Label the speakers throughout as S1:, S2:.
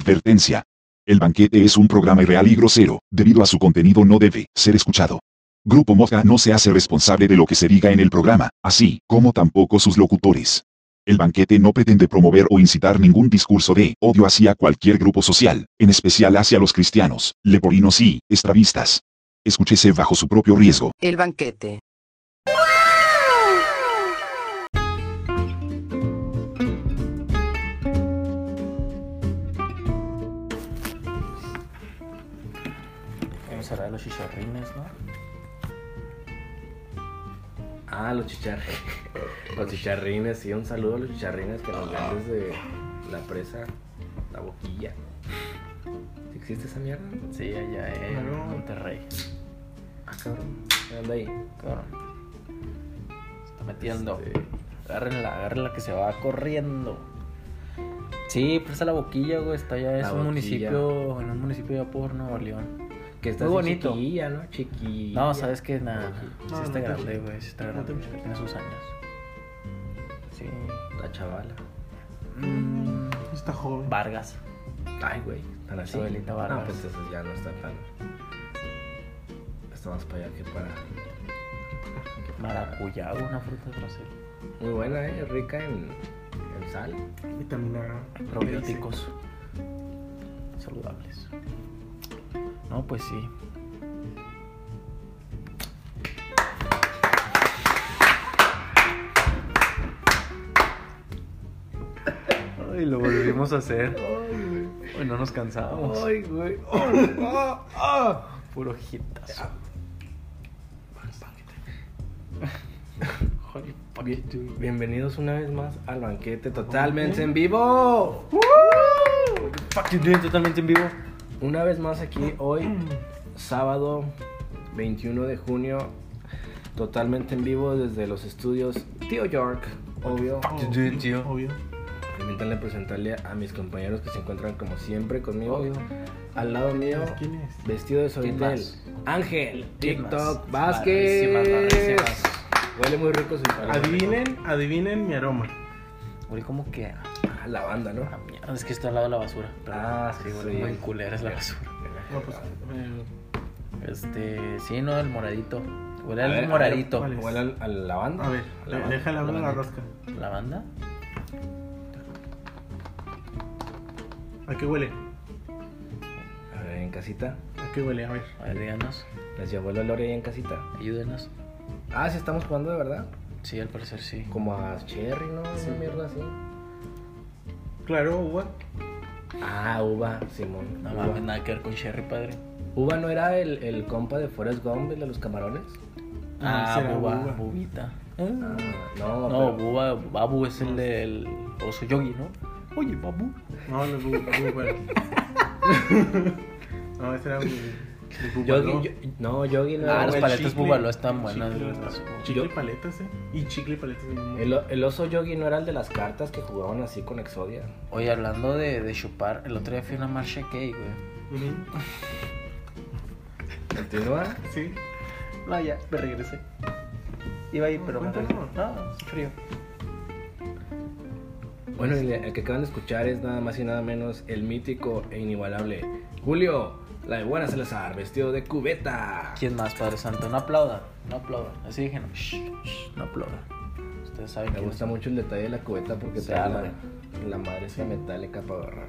S1: Advertencia. El banquete es un programa irreal y grosero, debido a su contenido no debe ser escuchado. Grupo Mosca no se hace responsable de lo que se diga en el programa, así como tampoco sus locutores. El banquete no pretende promover o incitar ningún discurso de odio hacia cualquier grupo social, en especial hacia los cristianos, leporinos y estravistas. Escúchese bajo su propio riesgo.
S2: El banquete.
S3: Vamos a cerrar los chicharrines, ¿no? Ah, los chicharrines. Los chicharrines, sí, un saludo a los chicharrines que nos ven desde la presa, la boquilla. ¿Existe esa mierda?
S4: Sí, allá en
S3: No.
S4: Monterrey.
S3: Ah, cabrón. ¿Qué onda ahí?
S4: Cabrón. Se está metiendo.
S3: Este,
S4: Agárrenla, agárrenla que se va corriendo. Sí, presa la boquilla, güey. Está allá, es
S3: La
S4: un
S3: Boquilla.
S4: municipio, en un municipio ya por Nuevo León.
S3: que está
S4: Muy
S3: así
S4: bonito.
S3: Chiquilla, ¿no? Chiquilla.
S4: No, sabes que nada.
S3: Boquilla.
S4: Sí
S3: No, no
S4: está
S3: te
S4: grande,
S3: busques.
S4: güey. Sí está
S3: No te
S4: grande.
S3: busques.
S4: Tiene sus años. Sí.
S3: La chavala.
S4: Mm,
S5: Pues Está joven.
S4: Vargas.
S3: Ay, güey. Tan así.
S4: Chabelita Vargas.
S3: No, pues entonces ya no está tan. Está más para allá que para.
S4: Maracuyá, güey, una fruta de Brasil.
S3: Muy buena, ¿eh? Rica en, en sal.
S5: Vitamina A.
S4: Probióticos. Saludables. No, pues sí. Ay, lo volvimos a hacer. Ay, no nos cansábamos.
S3: güey.
S4: ah. Puro hitazo. Holy fuck.
S3: Bienvenidos una vez más al banquete totalmente en vivo.
S4: Fuck, yo estoy totalmente en vivo.
S3: Una vez más aquí hoy, sábado 21 de junio, totalmente en vivo desde los estudios Tío York, obvio.
S5: Obvio, Obvio.
S3: Permítanme presentarle a mis compañeros que se encuentran como siempre conmigo. Al lado mío,
S5: ¿Quién es?
S3: vestido de Sobitel,
S4: más?
S3: Ángel,
S4: ¿Quién
S3: TikTok,
S4: más?
S3: Vázquez.
S4: Barrísimas, barrísimas.
S3: Huele muy rico su
S5: Adivinen, adivinen mi aroma.
S4: Güey, ¿cómo que?
S3: Ah, La banda, ¿no?
S4: Ah, mierda, es que está al lado de la basura.
S3: Ah, sí,
S4: Muy
S3: sí.
S4: culera es la basura.
S5: No, pues, eh,
S4: Este, sí, no, el moradito. Huele
S3: A ver, a ver,
S4: al moradito.
S5: ¿cuál es?
S3: Huele al- a la banda.
S5: a ver,
S3: La
S5: le-
S3: banda.
S5: déjale hablar a la rosca.
S4: ¿La banda?
S5: ¿A qué huele?
S3: A ver, en casita.
S5: ¿A qué huele? A ver.
S4: A ver, díganos,
S3: Les llevó el olor ahí en casita.
S4: ayúdenos.
S3: Ah, sí, estamos jugando de verdad.
S4: Sí, al parecer sí.
S3: Como a Cherry, ¿no? Esa mierda así.
S5: Claro, uva.
S3: Ah, Uva, Simón.
S4: No
S3: Uva.
S4: mames, nada que ver con Sherry, padre.
S3: Uva no era el, el compa de Forrest Gump, el de los camarones.
S5: Ah,
S4: Ah,
S5: será
S4: buba,
S5: buba.
S4: bubita.
S3: Ah,
S4: Ah.
S3: no,
S4: No,
S3: pero-
S4: buba, babu es el del oso yogi, ¿no? Oye, babu.
S5: No, no es uva. uva. no, ese era un.
S3: Yogi, yo- no, Yogi no
S4: Ah,
S3: era.
S4: las
S3: el,
S4: paletas bubaló están buenas,
S5: Chicle,
S4: güey, las-
S5: chicle
S3: yo-
S5: paletas, eh. Y chicle y paletas. mismo.
S3: el o- el oso Yogi no era el de las cartas que jugaban así con Exodia.
S4: Oye, hablando de, de chupar, el otro día fui a una marcha gay, güey.
S5: Ujú.
S3: Continúa.
S5: Sí.
S4: No, ya, me regresé. Iba a ir,
S5: pero me regresé.
S4: No, es frío.
S3: Bueno, y el que acaban de escuchar es nada más y nada menos el mítico e inigualable Julio, la de Buena Salazar, vestido de cubeta.
S4: ¿Quién más, Padre Santo? No aplauda, no aplauda. Así dije, no, shh, shh, no aplauda. Ustedes saben
S3: Me
S4: quién
S3: gusta
S4: es.
S3: mucho el detalle de la cubeta porque
S4: Se
S3: trae la,
S4: arde.
S3: la madre esa metálica para agarrar.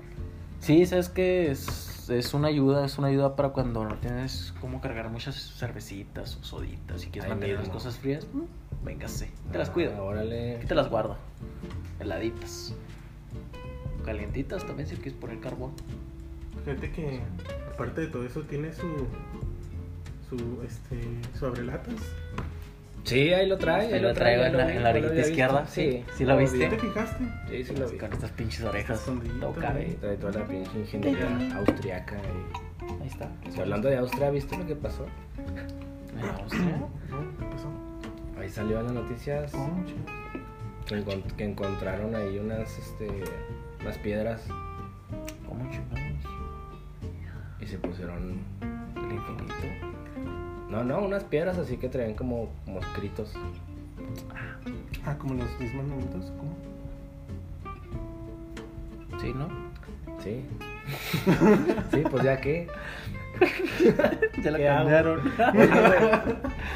S4: Sí, sabes que es, es una ayuda, es una ayuda para cuando no tienes cómo cargar muchas cervecitas o soditas y quieres
S3: Ahí
S4: mantener las
S3: mismo.
S4: cosas frías. mm, Véngase, te las
S3: Ah,
S4: cuido.
S3: Órale.
S4: Aquí te las guardo. Heladitas. Calientitas también si quieres poner carbón.
S5: Fíjate que aparte de todo eso tiene su su este su abrelatas.
S3: Sí, ahí lo trae.
S4: Ahí lo traigo
S3: ya
S4: en la,
S3: vi,
S4: en
S3: ya lo
S4: la orillita
S3: había
S4: izquierda.
S3: visto.
S4: Sí, sí la
S3: obvio.
S5: ¿Ya te
S4: viste.
S5: fijaste?
S3: Sí, sí lo vi.
S4: Con estas pinches orejas. eh,
S5: Escondidito,
S4: Todo cabe.
S3: Trae toda la pinche ingeniería austriaca. ahí.
S4: Ahí está.
S3: Y hablando de Austria, ¿viste lo que pasó?
S4: En Austria.
S5: No, ¿qué pasó?
S3: Ahí salió en las noticias
S5: Oh, chido.
S3: que, encon- que encontraron ahí unas, este, unas piedras
S4: ¿Cómo chingamos?
S3: y se pusieron.
S4: El infinito.
S3: No, no, unas piedras así que traían como, como escritos.
S5: Ah, como los 10 mandamientos, ¿cómo?
S4: Sí, ¿no?
S3: Sí. Sí, pues ya que.
S4: Ya la
S3: ¿Qué hago?
S4: cambiaron.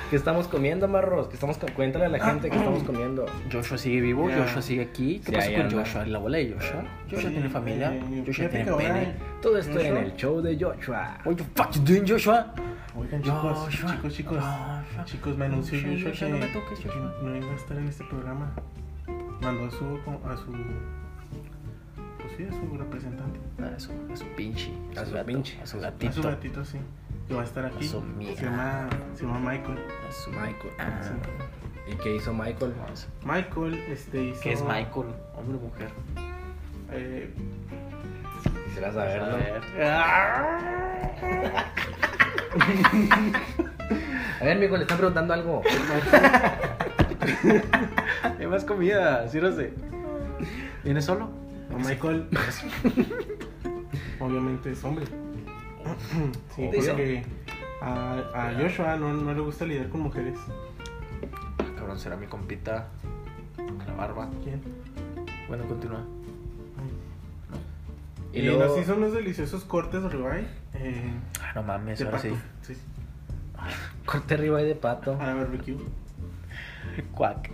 S3: ¿Qué estamos comiendo, Marros? ¿Qué estamos co- Cuéntale a la gente que estamos comiendo.
S4: Joshua sigue vivo,
S5: Ya.
S4: Joshua sigue aquí. ¿Qué
S3: Sí,
S4: pasa
S3: ahí
S4: con
S3: anda.
S4: Joshua? La bola de Joshua. Joshua
S5: Sí,
S4: tiene familia.
S5: eh,
S4: Joshua
S5: fíjate que
S4: tiene
S5: ahora-
S4: pene.
S3: Todo esto
S5: ¿Joshua?
S3: en el show de Joshua.
S4: What the fuck you doing, Joshua?
S5: Oigan, chicos,
S4: Joshua,
S5: chicos, chicos,
S4: Joshua,
S5: chicos, me anunció
S4: Joshua,
S5: Joshua,
S4: Joshua,
S5: que
S4: no me toques, Joshua.
S5: no iba a estar en este programa. Mandó a su, a su, pues sí, a su representante,
S4: A su, a su pinche.
S3: A su
S4: gato,
S3: pinche,
S4: A su
S5: a su
S4: gatito.
S5: gatito, sí, que va a estar aquí.
S4: A su mía.
S5: se llama, se llama Michael.
S4: A su
S3: Michael.
S4: Ah.
S3: ¿Y qué hizo Michael?
S5: Michael, este, hizo,
S4: ¿Qué es Michael? Hombre o mujer.
S5: Eh,
S3: Quisiera saberlo.
S5: Ah,
S3: A ver, amigo, le están preguntando algo.
S4: Hay más comida, ciérrase. ¿Viene solo?
S5: no, Michael, obviamente es hombre. sí,
S3: Dice.
S5: porque a, a Joshua no, no le gusta lidiar con mujeres.
S4: Ah, Cabrón, será mi compita. Con la barba.
S5: ¿Quién?
S4: Bueno, continúa.
S3: Y
S5: Y,
S3: luego-
S5: nos hizo unos deliciosos cortes ribeye. Eh,
S4: Ah, no mames,
S5: de
S4: ahora
S5: pato.
S4: sí.
S5: Sí.
S3: Corte arriba de pato.
S5: Para barbecue.
S4: Cuac.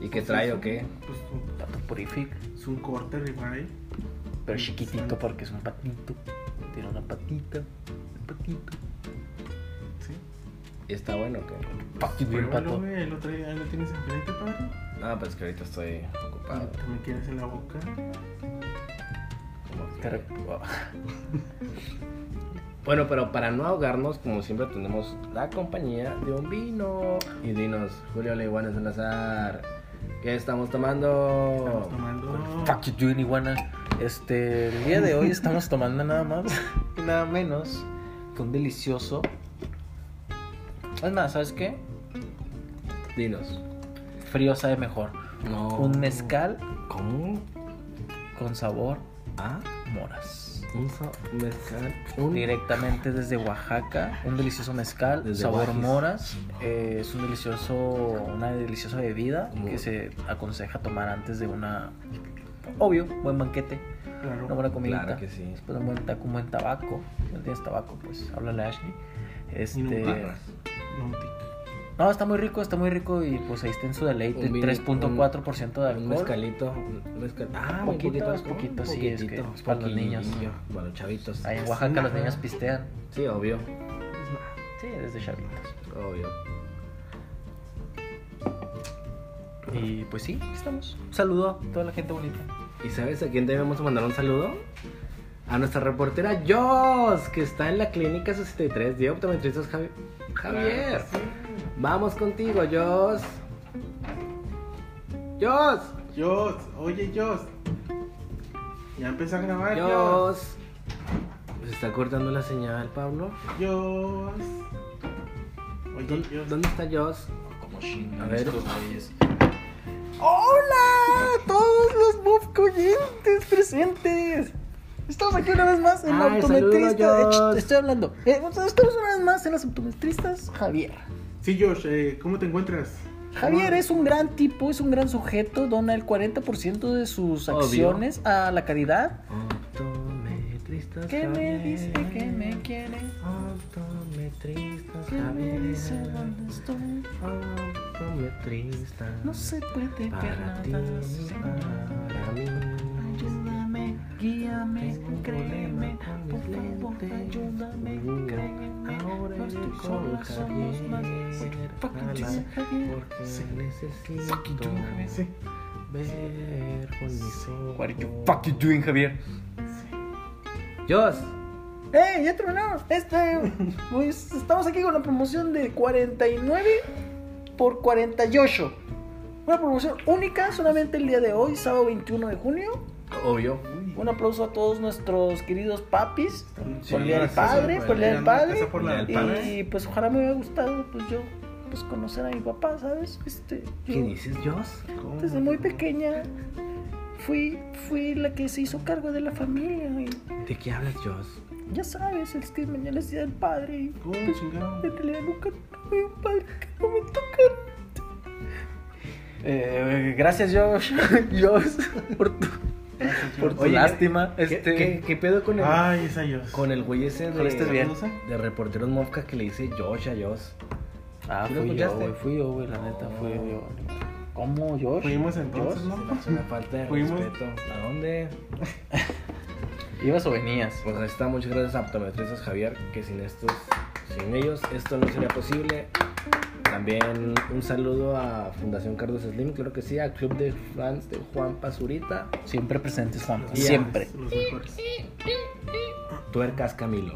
S3: ¿Y qué trae o qué?
S5: Pues un-
S4: Pato purific.
S5: es un corte ribeye.
S4: Pero chiquitito porque es un patito. Tiene una patita. Un patito.
S5: Sí.
S3: ¿Y está bueno o qué?
S4: Patito y un
S5: Pruébalo,
S4: pato.
S5: güey. El otro día lo tienes enfrente, padre.
S3: No, pues que ahorita estoy
S4: Ah.
S3: ocupado.
S5: También quieres en la boca.
S3: Como que-
S4: Te re-
S3: Bueno, pero para no ahogarnos, como siempre, tenemos la compañía de un vino. Y dinos, Julio Leiguanes Salazar, ¿qué estamos tomando?
S5: Estamos tomando.
S4: Oh. Fuck you doing iguana. Este, el día de hoy estamos tomando nada más y nada menos que un delicioso. Es más, ¿sabes qué?
S3: Dinos.
S4: Frío sabe mejor.
S3: No.
S4: Un mezcal
S3: ¿Cómo?
S4: con sabor
S3: ¿Ah?
S4: moras.
S3: ¿Un so- mezcal? ¿Un
S4: Directamente desde Oaxaca, un delicioso mezcal,
S3: Desde
S4: sabor
S3: Oaxis.
S4: moras. Eh, es un delicioso, una deliciosa bebida
S3: Como-
S4: que se aconseja tomar antes de una, obvio, buen banquete,
S5: Claro.
S4: una buena comida.
S3: Claro que sí.
S4: Después un buen taco, un buen tabaco. No tienes tabaco, pues háblale a Ashley.
S5: Y un
S4: Este,
S5: tic. No, un tic.
S4: no, está muy rico, está muy rico y pues ahí está en su deleite.
S3: Un vino-
S4: 3.4% de
S3: Un
S4: alcohol.
S3: mezcalito, un mezcal. Ah,
S4: Poquito,
S3: un poquito,
S4: es
S3: alcohol,
S4: poquito,
S3: un
S4: sí, es que
S3: poquitito,
S4: es para los niños.
S3: poquitillo, Para los chavitos.
S4: Ahí en Oaxaca los
S5: Ajá.
S4: niños pistean.
S3: Sí, obvio,
S5: Es nada.
S4: Sí, desde chavitos.
S3: obvio.
S4: Y pues sí, aquí estamos. Un saludo a toda la gente bonita.
S3: ¿Y sabes a quién debemos mandar un saludo? A nuestra reportera Jos, que está en la clínica 63 de optometristas Javi- Javier. Vamos contigo, Jos. Jos.
S5: Jos, oye, Jos. Ya empezó a grabar, Jos.
S3: Jos. Se está cortando la señal, Pablo.
S5: Jos. Oye,
S3: ¿Dó-
S5: Jos.
S3: ¿Dónde está Jos?
S4: Como
S3: A ver.
S4: estos ¡Hola! a Todos los Bob Coyentes presentes. Estamos aquí una vez más en la
S3: Ay, saludos,
S4: optometrista. eh,
S3: Josh.
S4: ch, te estoy hablando. Eh, estamos una vez más en las optometristas Javier.
S5: Sí, Josh, eh, ¿cómo te encuentras?
S4: Javier
S5: ¿Cómo-
S4: es un gran tipo, es un gran sujeto, dona el 40% de sus
S3: Obvio.
S4: acciones a la caridad.
S3: Optometristas
S4: Que me
S3: Javier.
S4: dice que me quiere,
S3: Optometristas
S4: que me
S3: Javier.
S4: dice dónde estoy.
S3: Ah, Optometristas.
S4: No se puede ver
S3: Para
S4: nada
S3: ti,
S4: sin
S3: para
S4: nada.
S3: mí.
S4: Ayúdame, guíame,
S3: Tengo un
S4: créeme,
S3: problema con
S4: por
S3: mis
S4: favor,
S3: lentes.
S4: ayúdame,
S3: Uh,
S4: créeme.
S3: ahora
S4: No estoy
S3: estoy
S4: sola,
S3: con
S4: somos más.
S3: Javier.
S4: Fucking Jesus, Javier.
S3: Porque
S4: Sí. Fuck you,
S3: necesito
S4: Javier.
S5: Sí.
S3: ver con mis ojos.
S4: What are you fucking doing, Javier?
S3: Dios,
S4: ¡Eh! ¡Ya terminamos! Este, pues, estamos aquí con la promoción de 49 por 48. Una promoción única solamente el día de hoy, sábado 21 de junio.
S3: obvio.
S5: Uy,
S4: Un aplauso a todos nuestros queridos papis.
S5: Sí,
S4: por el día del
S5: sí,
S4: padre,
S5: sí,
S4: por el día del
S5: Mirando la
S4: padre.
S5: casa por la
S3: Día del
S4: Y
S5: del padre.
S4: pues ojalá me hubiera gustado, pues yo, pues conocer a mi papá, ¿sabes? Este,
S3: ¿Qué
S4: yo
S3: dices, Dios?
S5: ¿Cómo?
S4: desde muy pequeña fui, fui la que se hizo cargo de la familia. Y
S3: ¿De qué hablas, Dios?
S4: ya sabes, es que mañana es día del padre. Y
S5: ¿Cómo, chingado?
S4: en realidad nunca tuve un padre que no me tocara.
S3: Eh,
S4: gracias, Josh, Josh, por tu,
S5: Gracias,
S6: por tu
S3: Oye,
S6: lástima.
S3: ¿qué,
S6: este,
S3: qué- qué pedo con el,
S5: Ay, esa yo.
S3: con el güey ese de,
S6: Con este bien.
S3: de reporteros mofcas que le dice Josh a Josh?
S6: Ah,
S3: ¿Sí lo
S6: fui yo,
S3: escuchaste?
S6: güey. Fui yo, güey, la neta, fui yo. ¿Cómo, Josh?
S5: Fuimos entonces,
S6: Josh,
S5: ¿no?
S3: Es una falta de
S5: Fuimos.
S3: respeto. ¿A dónde?
S6: ¿Ibas o venías?
S3: Pues ahí está, muchas gracias a Optometristas Javier, que sin estos, sin ellos, esto no sería posible. También un saludo a Fundación Carlos Slim, claro que sí, al Club de Fans de Juan Pazurita.
S6: Siempre presentes, Juan.
S5: Los mejores,
S6: Siempre.
S5: Los mejores.
S3: Tuercas Camilo.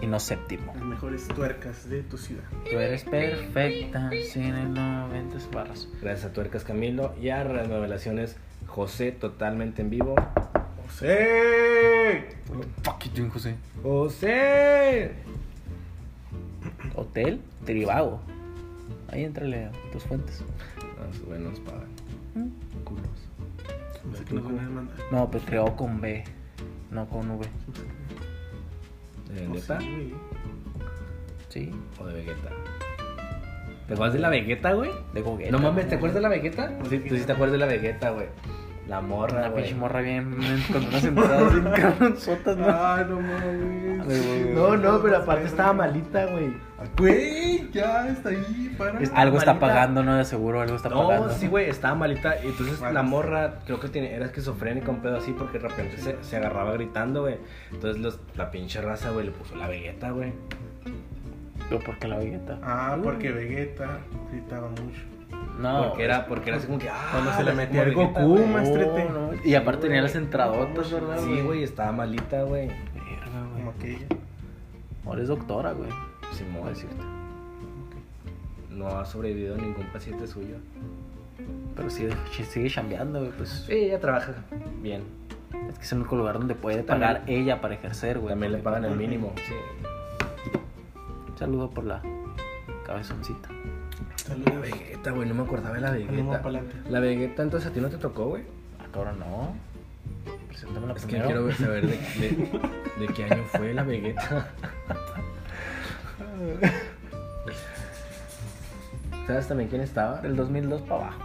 S6: Y no séptimo.
S5: Las mejores tuercas de tu ciudad.
S6: Tú eres perfecta, sin el 90 barras.
S3: Gracias a Tuercas Camilo y a Renovaciones José, totalmente en vivo.
S5: ¡José!
S6: Fuck you, José.
S3: ¡José!
S6: Hotel Tribago. Ahí entrale a tus fuentes.
S3: Ah, su güey nos pagan.
S6: ¿Mm?
S3: Culos.
S5: No sé qué nos van a demandar.
S6: No, pues creo con B, no con V.
S3: ¿De
S5: No
S3: Vegeta
S5: sé, güey.
S6: Sí,
S3: o de Vegeta? ¿Te acuerdas de la Vegeta, güey?
S6: de Gogueta.
S3: No mames, ¿te acuerdas de la Vegeta? Sí, tú sí te acuerdas de la Vegeta, güey. La morra,
S6: Una
S3: güey.
S6: pinche morra bien con unas entradas bien cabronzotas, ¿no?
S5: Ay, no mames.
S6: Ay, güey, güey.
S3: No, no, pero aparte estaba malita, güey.
S5: Güey, ya está ahí, para.
S3: Está-
S6: Algo está
S3: malita.
S6: pagando, ¿no? De seguro, algo está
S3: No,
S6: pagando.
S3: sí, güey, estaba malita. Y entonces
S5: Bueno,
S3: la
S5: sí.
S3: morra, creo que tiene, era esquizofrénica, un pedo así, porque de repente se, se agarraba gritando, güey. Entonces los- la pinche raza, güey, le puso la Vegeta, güey.
S6: Yo, ¿por qué la Gogueta?
S5: Ah, porque Vegeta gritaba mucho.
S6: No.
S3: porque era, porque era así como que. Ah,
S5: Cuando se le
S3: como
S5: metía el
S3: Vegeta,
S5: Goku,
S3: güey.
S5: ma- maestrete.
S6: No, Oh, no. Y aparte
S3: Sí,
S6: tenía
S3: güey.
S6: las entradotas, ¿verdad?
S3: Sí, güey, estaba malita, güey.
S6: Verga,
S5: Como
S6: güey.
S5: aquella.
S6: Ahora es doctora, güey.
S3: Sin
S6: Voy
S3: modo
S6: a
S3: decir.
S6: decirte.
S3: No ha sobrevivido ningún paciente suyo.
S6: Pero sí, sí sigue chambeando, güey. Pues
S3: Sí, ella trabaja bien.
S6: es que es el único lugar donde puede
S3: También-
S6: pagar ella para ejercer, güey.
S3: También le
S6: porque-
S3: pagan el mínimo, sí.
S6: Un saludo por la cabezoncita.
S3: La
S5: Saludos.
S3: Vegeta, güey, no me acordaba de la
S5: Ánimo
S3: Vegeta.
S5: pa'lante.
S3: La Vegeta, entonces a ti no te tocó, güey.
S6: Ah, cabrón, no. Preséntame la
S3: Es que quiero saber de, de- de qué año fue la Vegeta. ¿Sabes también quién estaba?
S6: Del 2002 para abajo.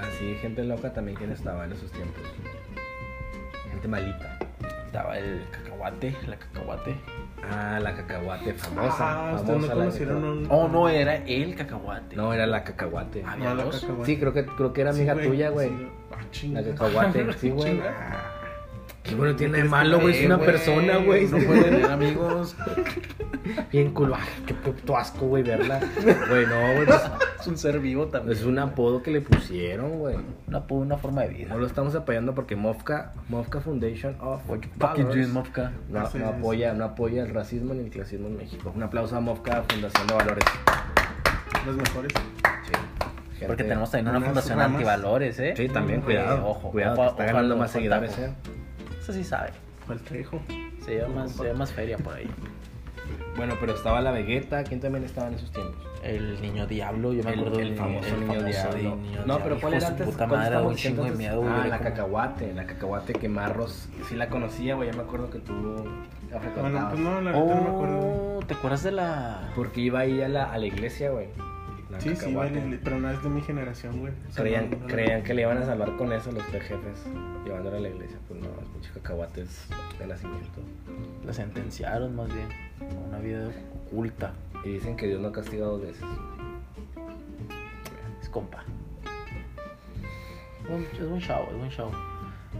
S3: Así, Ah, gente loca también quién estaba en esos tiempos. Gente malita.
S6: Estaba el cacahuate, la cacahuate.
S3: Ah, la cacahuate famosa.
S5: Ah,
S3: famosa
S5: ustedes no
S3: la
S5: conocieron
S3: Vegeta.
S5: un.
S6: Oh, no, era el cacahuate.
S3: No, era la cacahuate.
S6: Ah,
S5: No, la
S6: Dios.
S5: cacahuate.
S3: Sí, creo que creo que era
S5: Sí,
S3: amiga tuya, güey.
S5: sí, Ah,
S3: La
S5: chinga.
S3: cacahuate, sí, güey.
S5: Chinga.
S3: Qué bueno tiene de
S5: ¿Crees
S3: malo,
S5: que
S3: güey. Es
S6: Eh,
S3: una persona, güey.
S6: No puede tener amigos.
S3: Bien culo. Ay, qué puto asco, güey, verla. Güey, no, güey. pues,
S6: Es un ser vivo también.
S3: Es un apodo que le pusieron, güey.
S6: una, una forma de vida.
S3: No lo estamos apoyando porque Mofka, Mofka Foundation of
S6: What you fucking doing,
S3: Valors
S6: Mofka?
S3: no,
S5: Sí,
S3: no
S5: sí.
S3: apoya, no apoya el racismo ni el clasismo en México. Un aplauso a Mofka Fundación de Valores.
S5: Los mejores.
S3: Sí. Gente-
S6: Porque tenemos también una
S5: unas
S6: fundación
S5: ramas.
S6: antivalores, ¿eh?
S3: Sí, también,
S6: Eh,
S3: cuidado.
S6: ojo,
S3: cuidado,
S6: ojo,
S3: que está
S6: ojo
S3: ganando
S6: al-
S3: más
S6: ojo al
S3: seguidores,
S6: taco.
S3: eh.
S6: Eso sí sabe.
S5: ¿Cuál trejo?
S6: Se lleva más, se lleva más feria por ahí.
S3: Bueno, pero estaba la Vegeta. ¿Quién también estaba en esos tiempos?
S6: El niño diablo, yo me
S3: El,
S6: acuerdo
S3: el
S6: del
S3: famoso
S6: el
S3: niño
S6: famoso
S3: diablo.
S6: de niño
S3: No, pero ¿cuál
S6: diablo. Hijo
S3: era
S6: de su
S3: antes?
S6: puta
S3: ¿Cuál
S6: madre,
S3: estaba
S6: un chingo de
S3: antes?
S6: miedo, güey.
S3: Ah,
S6: era
S3: la
S6: como-
S3: cacahuate, la cacahuate que Marros sí la conocía, güey. Yo me acuerdo que tú la
S5: Bueno,
S3: frecuentabas.
S5: pues no, la neta no me acuerdo.
S6: Oh, ¿te acuerdas de la...?
S3: Porque iba ahí a la, a la iglesia, güey. La
S5: Sí, sí,
S3: cacahuate.
S5: vale, pero no es de mi generación, güey. O sea,
S3: Creían,
S5: no, no, no.
S3: creían que le iban a salvar con eso los tres jefes, llevándola a la iglesia. Pues no, es mucho cacahuates de nacimiento.
S6: La sentenciaron más bien a una vida oculta.
S3: Y dicen que Dios no castiga dos veces.
S6: Es compa. Buen- Es buen chavo, es buen chavo.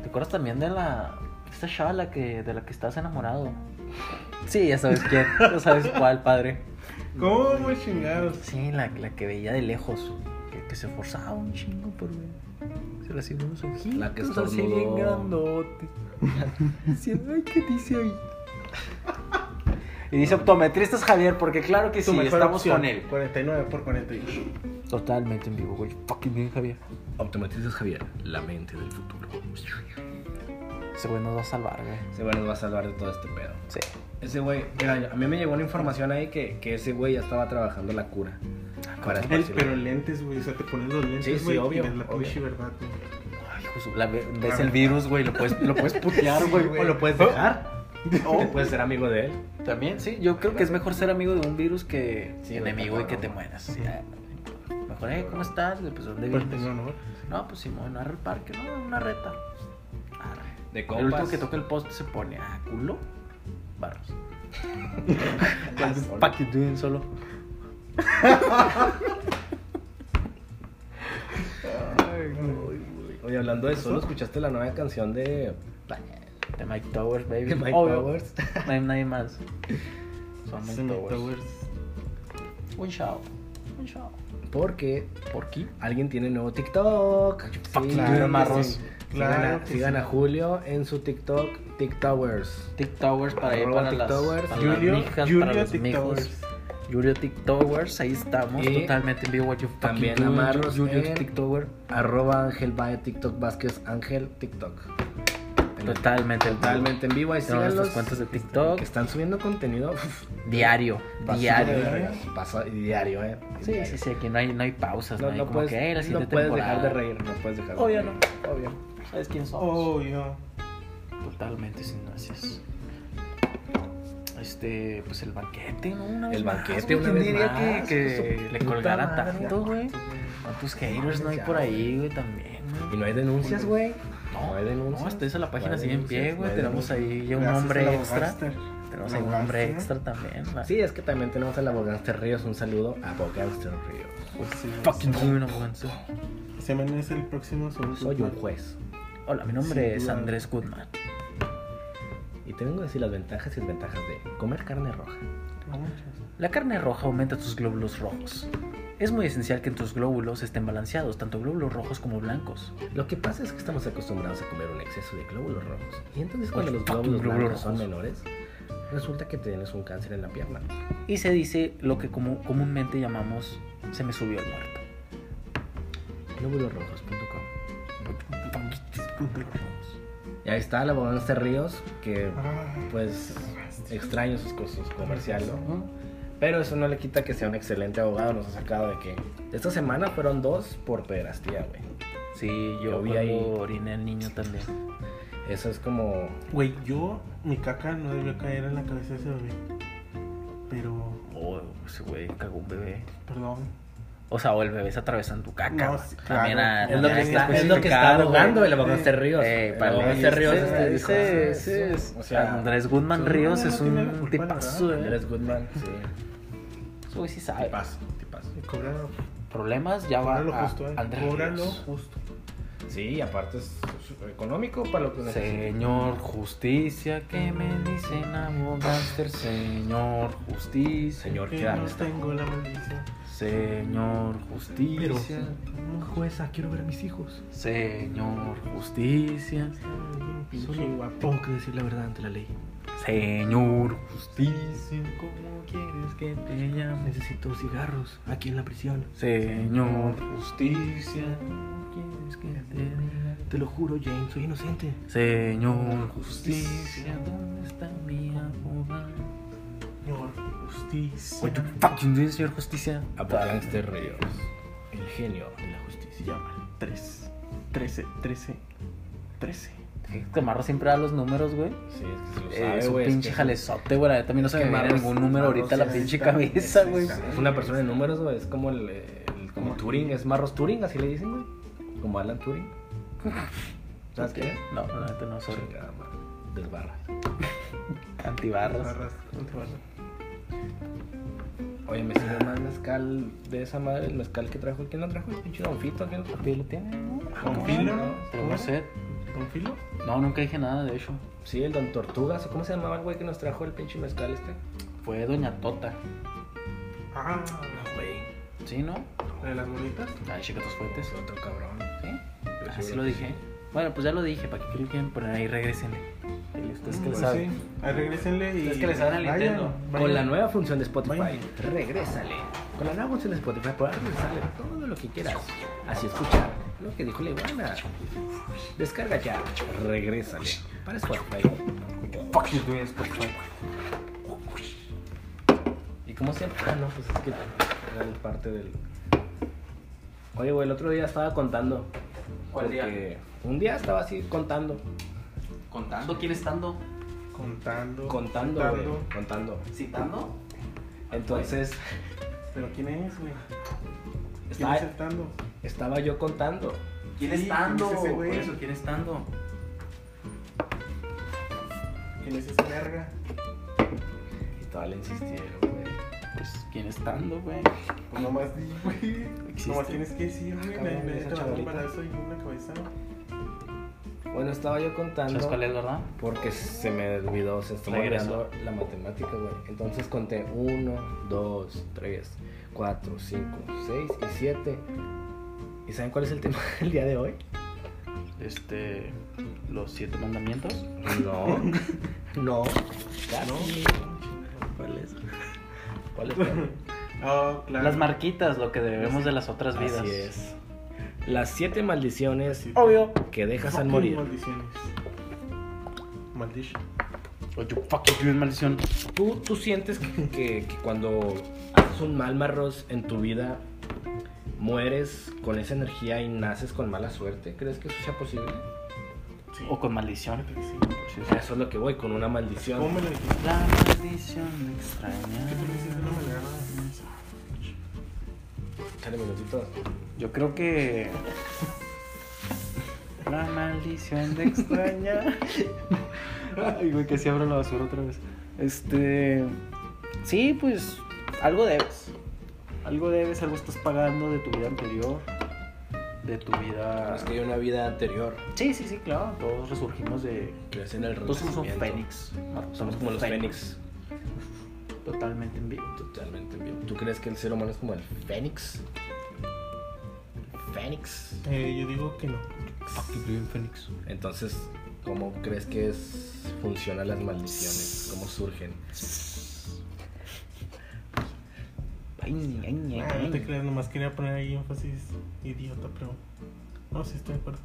S6: ¿Te acuerdas también de la. Esta chava la que, de la que estás enamorado? Sí, ya sabes quién. Ya sabes cuál, padre.
S5: ¿Cómo chingados?
S6: Sí, la, la que veía de lejos. Que, que se forzaba un chingo por ver. Se le hacían unos ojitos.
S3: La que
S6: Así bien
S3: estornudó.
S6: grandote. Decía, ay, ¿qué dice ahí? Y dice optometristas Javier, porque claro que
S5: Tu
S6: sí,
S5: mejor
S6: estamos
S5: opción,
S6: con él.
S5: 49 por 48.
S6: Totalmente en vivo, güey. Fucking bien, Javier.
S3: Automatizas Javier, la mente del futuro.
S6: Ese güey nos va a salvar, güey.
S3: Ese güey nos va a salvar de todo este pedo.
S6: Sí.
S3: Ese güey, mira, a mí me llegó una información ahí que, que ese güey ya estaba trabajando la cura. Para
S5: El,
S3: esparcirlo.
S5: pero lentes, güey. O sea, te pones los lentes,
S3: Sí, sí,
S5: güey,
S3: obvio,
S5: Y ves la
S3: obvio.
S5: pinche verdad, güey.
S6: Ay, hijo de su- la ve- ves el virus, güey, lo puedes, lo puedes putear, güey.
S3: O lo puedes dejar.
S6: Oh.
S3: O puedes ser amigo de él.
S6: También, sí. Yo creo que es mejor ser amigo de un virus que
S3: Sí,
S6: enemigo
S3: güey,
S6: y que te
S3: cabrón.
S6: mueras. Sí, ya, Mejor, eh, ¿cómo estás? güey? Pues, ¿dónde
S5: Pero tengo
S6: vienes?
S5: honor.
S6: No, pues Simón, no al parque, no, una reta.
S3: De
S4: El último
S3: compas.
S4: que toca el poste se pone a culo. Barros.
S3: Vas,
S4: Con Packy Dune solo.
S3: Oye, hablando de eso, ¿no escuchaste la nueva canción de,
S4: De Mike Towers, baby.
S3: de Mike
S4: Obvio.
S3: Powers?
S4: No hay nadie más. Son Mike
S5: Sonic
S4: Towers.
S3: Ah,
S5: Towers.
S4: Un show. Un show.
S3: Porque
S4: ¿Por qué?
S3: alguien tiene nuevo TikTok.
S4: Fuck
S3: Sí,
S4: you,
S3: claro que
S4: marros.
S3: sí.
S5: Claro
S3: Sigan a-
S5: que
S3: Sigan
S5: sí.
S3: a Julio en su TikTok, TikTowers.
S4: TikTokers para ahí,
S3: Arroba
S4: para las,
S3: TikTokers.
S4: para las
S5: Julio,
S4: mijas, para
S5: Julio
S4: los mijos.
S5: TikTokers.
S4: Julio TikTokers, ahí estamos,
S3: Y
S4: totalmente en vivo. What you fucking
S3: también
S4: doing,
S3: amarros
S4: Julio
S3: en-
S4: TikToker,
S3: Arroba Ángel Bae, TikTok Vázquez, Ángel, TikTok. En-
S4: totalmente,
S3: Totalmente en vivo, ahí
S4: Todas nuestras
S3: síganlos.
S4: cuentas de TikTok,
S3: Que están subiendo contenido uf,
S4: diario,
S3: basura de
S4: diario. ¿eh?
S3: vergas, pasa- diario, eh.
S4: Sí, sí, sí, aquí no hay, no hay pausas, no,
S3: No,
S4: hay
S3: no
S4: como
S3: puedes,
S4: que, "Ay, la
S3: no
S4: siguiente
S3: puedes
S4: temporada".
S3: dejar de reír, no puedes dejar de
S4: Obvio
S3: reír.
S4: no, obvio. ¿Sabes quién somos?
S5: Oh, yo.
S4: Totalmente sin gracias. Este, pues el banquete, ¿no? Una vez
S3: El
S4: más,
S3: banquete,
S4: güey,
S3: una
S4: ¿quién
S3: vez
S4: diría
S3: más,
S4: que,
S3: hijo de
S4: que
S3: su
S4: le
S3: puta
S4: colgara
S3: madre,
S4: tanto, güey? ¿Cuántos haters no hay
S3: ya,
S4: por ahí, güey, también, güey?
S3: Y no hay denuncias, güey.
S4: No,
S3: hay denuncias.
S4: No, hasta esa la página
S3: No hay
S4: sigue en
S3: denuncias,
S4: pie,
S3: no
S4: güey.
S3: hay
S4: Tenemos
S3: denuncias.
S4: ahí ya un
S5: Gracias a la
S4: hombre extra.
S5: Bogánster.
S4: Tenemos
S5: La
S4: ahí un hombre
S5: Bogánster.
S4: extra también. la-
S3: Sí, es que también tenemos a la Boganster Ríos. Un saludo a Boganster Ríos.
S5: Pues sí,
S4: Fucking
S5: sí.
S4: Jimmy Bogánster.
S5: Ese man es el próximo Saúl
S3: Soy un
S5: Goodman.
S3: juez.
S4: Hola, mi nombre
S5: Sin
S4: es
S5: duda.
S4: Andrés Goodman.
S3: Y te vengo a decir las ventajas y desventajas de comer carne roja.
S5: No, muchas.
S4: La carne roja aumenta tus glóbulos rojos. Es muy esencial que tus glóbulos estén balanceados, tanto glóbulos rojos como blancos.
S3: Lo que pasa es que estamos acostumbrados a comer un exceso de glóbulos rojos. Y entonces cuando
S4: Oye,
S3: los
S4: fucking
S3: glóbulos
S4: glóbulos
S3: blancos son
S4: rojos.
S3: menores, resulta que tienes un cáncer en la pierna.
S4: Y se dice lo que como- comúnmente llamamos se me subió el muerto.
S3: Glóbulosrojos.com
S4: Glóbulos rojos.
S3: Y ahí está la Boganster Ríos, que
S5: Ah,
S3: pues extraño sus cosas comerciales. Pero eso no le quita que sea un excelente abogado. Nos ha sacado de que esta semana fueron dos por pederastía, güey.
S4: Sí, yo,
S3: Yo vi
S4: cuando
S3: ahí-
S4: oriné al niño también.
S3: Eso es como
S5: Güey, yo, mi caca no debió caer en la cabeza de ese bebé. Pero,
S4: Oh, ese güey cagó un bebé.
S5: perdón.
S4: O sea, o el bebé se atravesó en tu caca.
S5: No,
S4: güey.
S5: sí,
S4: También ah, a-
S5: claro. Es
S3: Es lo
S4: también
S3: que
S4: hay
S3: está, es lo que
S4: especificar,
S3: está
S4: güey.
S3: abogando el abogón
S5: Eh,
S3: Ríos.
S4: eh,
S3: el
S4: para
S3: abogón
S4: mí,
S3: de
S4: ese-
S3: Ríos
S4: ese-
S3: este dijo,
S4: ese-
S3: "Ah,
S5: ese
S3: eso".
S5: es-
S3: O sea,
S4: Andrés Guzmán
S5: Sí,
S4: Ríos
S5: no
S4: es
S5: tiene la
S4: un
S5: culpa, la
S4: tipazo,
S5: verdad.
S4: eh.
S3: Andrés Goodman, sí.
S4: Ese güey sí sabe.
S3: Tipazo, tipazo.
S5: Y Cobra,
S4: Problemas
S3: Ah,
S4: ya va
S5: cobra lo
S4: a
S5: justo, eh.
S4: Andrés
S5: Cobra lo
S4: Ríos.
S5: justo.
S3: Sí, y aparte es económico para lo que necesita.
S4: Señor justicia, que me dicen abogaster, señor justicia,
S3: Señor,
S5: Que
S3: ¿qué
S5: no
S3: haces?
S5: tengo la maldición.
S4: señor
S5: Pero,
S4: justicia,
S3: Jueza, quiero ver a mis hijos.
S4: señor justicia,
S5: soy guapo.
S3: que decir la verdad ante la ley.
S4: señor justicia, ¿cómo quieres que te llame?
S3: Necesito cigarros aquí en la prisión.
S4: Señor justicia, ¿cómo quieres que te diga?
S3: Te lo juro, Jane, soy inocente.
S4: Señor justicia, ¿dónde está mi abogado?
S5: Señor, justicia.
S4: What the fuck you doing, señor justicia?
S3: Apocalipsis Ríos. este El genio de la
S5: Se
S3: justicia.
S5: llama 3. 13, 13, 13.
S4: Te amarro siempre a los números, güey.
S3: Sí, es que se lo
S4: Eh,
S3: sabe,
S4: Es un
S3: güey, es
S4: pinche
S3: que-
S4: jalezote, güey. La neta, a mí no se
S3: Es
S4: me
S3: que
S4: viene
S3: Marros-
S4: ningún número
S3: Marros
S4: ahorita a la
S5: sí
S4: pinche
S5: Ah, está-
S4: cabeza,
S5: sí
S4: güey.
S5: está.
S3: Es una persona de números, güey. Es como el, el- como Turing, es Marros Turing, así le dicen, güey. Como Alan Turing. ¿Sabes qué? es?
S4: No, la neta no, soy
S3: Chingada madre, Desbarra.
S4: Antibarras.
S5: Barras, antebarras.
S3: Oye, me sirve más mezcal de esa madre, el mezcal que trajo. ¿Quién lo trajo? El pinche Don Fito, ¿quién lo trajo?
S4: ¿Qué lo tiene, no?
S5: ¿Con
S4: No,
S5: filo?
S4: no, Tengo sed.
S5: ¿Con filo?
S4: No, nunca dije nada, de hecho.
S3: Sí, el Don Tortugas, ¿o ¿cómo se llamaba el güey que nos trajo el pinche mezcal este?
S4: Fue Doña Tota.
S5: Ah,
S3: Güey,
S4: ¿Sí, no?
S5: ¿la de las bolitas?
S4: Ay, chica, tus fuentes.
S3: es otro cabrón.
S4: Ah, ¿Sí?
S3: Yo
S4: Así
S3: seguro
S4: lo
S3: que
S4: dije. Bueno, pues ya lo dije, para que cliquen, pero ahí regresen. Ustedes que
S5: Pues
S4: saben.
S5: sí. Ahí regrésenle y.
S4: Ustedes que le saben al
S5: Vayan,
S4: Nintendo.
S5: vayan.
S3: Con la nueva función de Spotify,
S5: Vayan.
S3: regrésale. Con la nueva función de Spotify podrás regresarle todo lo que quieras. Así escuchar lo que dijo la iguana. Descarga ya, regrésale. Para Spotify.
S4: Fuck you doing Spotify.
S3: Y como siempre, ah, no, pues es que era el parte del. Oye, güey, el otro día estaba contando.
S4: ¿Cuál día?
S3: porque Un día estaba así contando.
S4: ¿Contando quién estando?
S5: Contando.
S3: Contando, güey. Contando.
S4: ¿Citando?
S3: Entonces,
S5: ¿Pero quién es, güey? ¿Quién
S3: estaba,
S5: es el Tando?
S3: estaba yo contando.
S4: ¿Quién
S5: Sí,
S4: estando?
S5: ¿quién es ese
S4: Por
S5: güey?
S4: eso, ¿quién estando?
S5: ¿Quién es esa verga?
S3: Y todavía le insistieron, güey.
S6: Pues, ¿quién estando, güey?
S5: Pues nomás di, güey.
S6: Existe.
S5: Nomás tienes que decir, güey.
S3: Ah,
S5: Me,
S3: cabrón,
S5: me
S3: esa
S5: clavó un
S3: chavalita.
S5: balazo y una cabeza.
S3: Bueno, estaba yo contando.
S6: ¿Sabes cuál es, verdad?
S3: Porque se me olvidó, se está
S6: Regresó.
S3: olvidando la matemática, güey. Entonces conté 1, 2, 3, 4, 5, 6 y 7. ¿Y saben cuál es el tema del día de hoy?
S6: Este. Los siete mandamientos.
S3: No. no.
S5: No.
S6: ¿Cuál es?
S3: ¿Cuál es? güey?
S5: Ah, claro.
S6: Las marquitas, lo que debemos de las otras vidas.
S3: Así es. Las 7 maldiciones
S6: Obvio.
S3: que dejas al
S5: Fucking
S3: morir.
S5: Maldiciones. Maldición.
S6: Oye, fuck Oh, you, maldición.
S3: ¿Tú, tú sientes que, que- que cuando haces un mal marros en tu vida, mueres con esa energía y naces con mala suerte? ¿Crees que eso sea posible?
S5: Sí.
S6: O con maldición.
S5: Sí.
S3: A Eso es lo que voy, con una
S5: ¿Cómo
S3: maldición.
S5: me lo dijiste?
S6: La maldición me extraña.
S5: Que tú lo dices de una manera.
S3: Dale minutito.
S6: Yo creo que. La maldición de extraña. Ay, güey, que si abro la basura otra vez. Este. Sí, pues. Algo debes. Algo debes, algo estás pagando de tu vida anterior. De tu vida.
S3: Es que hay una vida anterior.
S6: Sí, sí, sí, claro. Todos resurgimos de.
S3: Crees en el
S6: Todos somos un
S3: renacimiento.
S6: fénix.
S3: Somos como los fénix.
S6: Totalmente en vivo.
S3: Totalmente bien. ¿Tú crees que el ser humano es como el fénix? Fénix.
S5: Eh, yo digo que no.
S6: fénix.
S3: Entonces, ¿cómo crees que es, funcionan las maldiciones? ¿Cómo surgen?
S6: Ay, ay,
S5: Ah,
S6: ay,
S5: no te
S6: ay.
S5: creas, nomás quería poner ahí énfasis idiota, pero. No, sí estoy de acuerdo.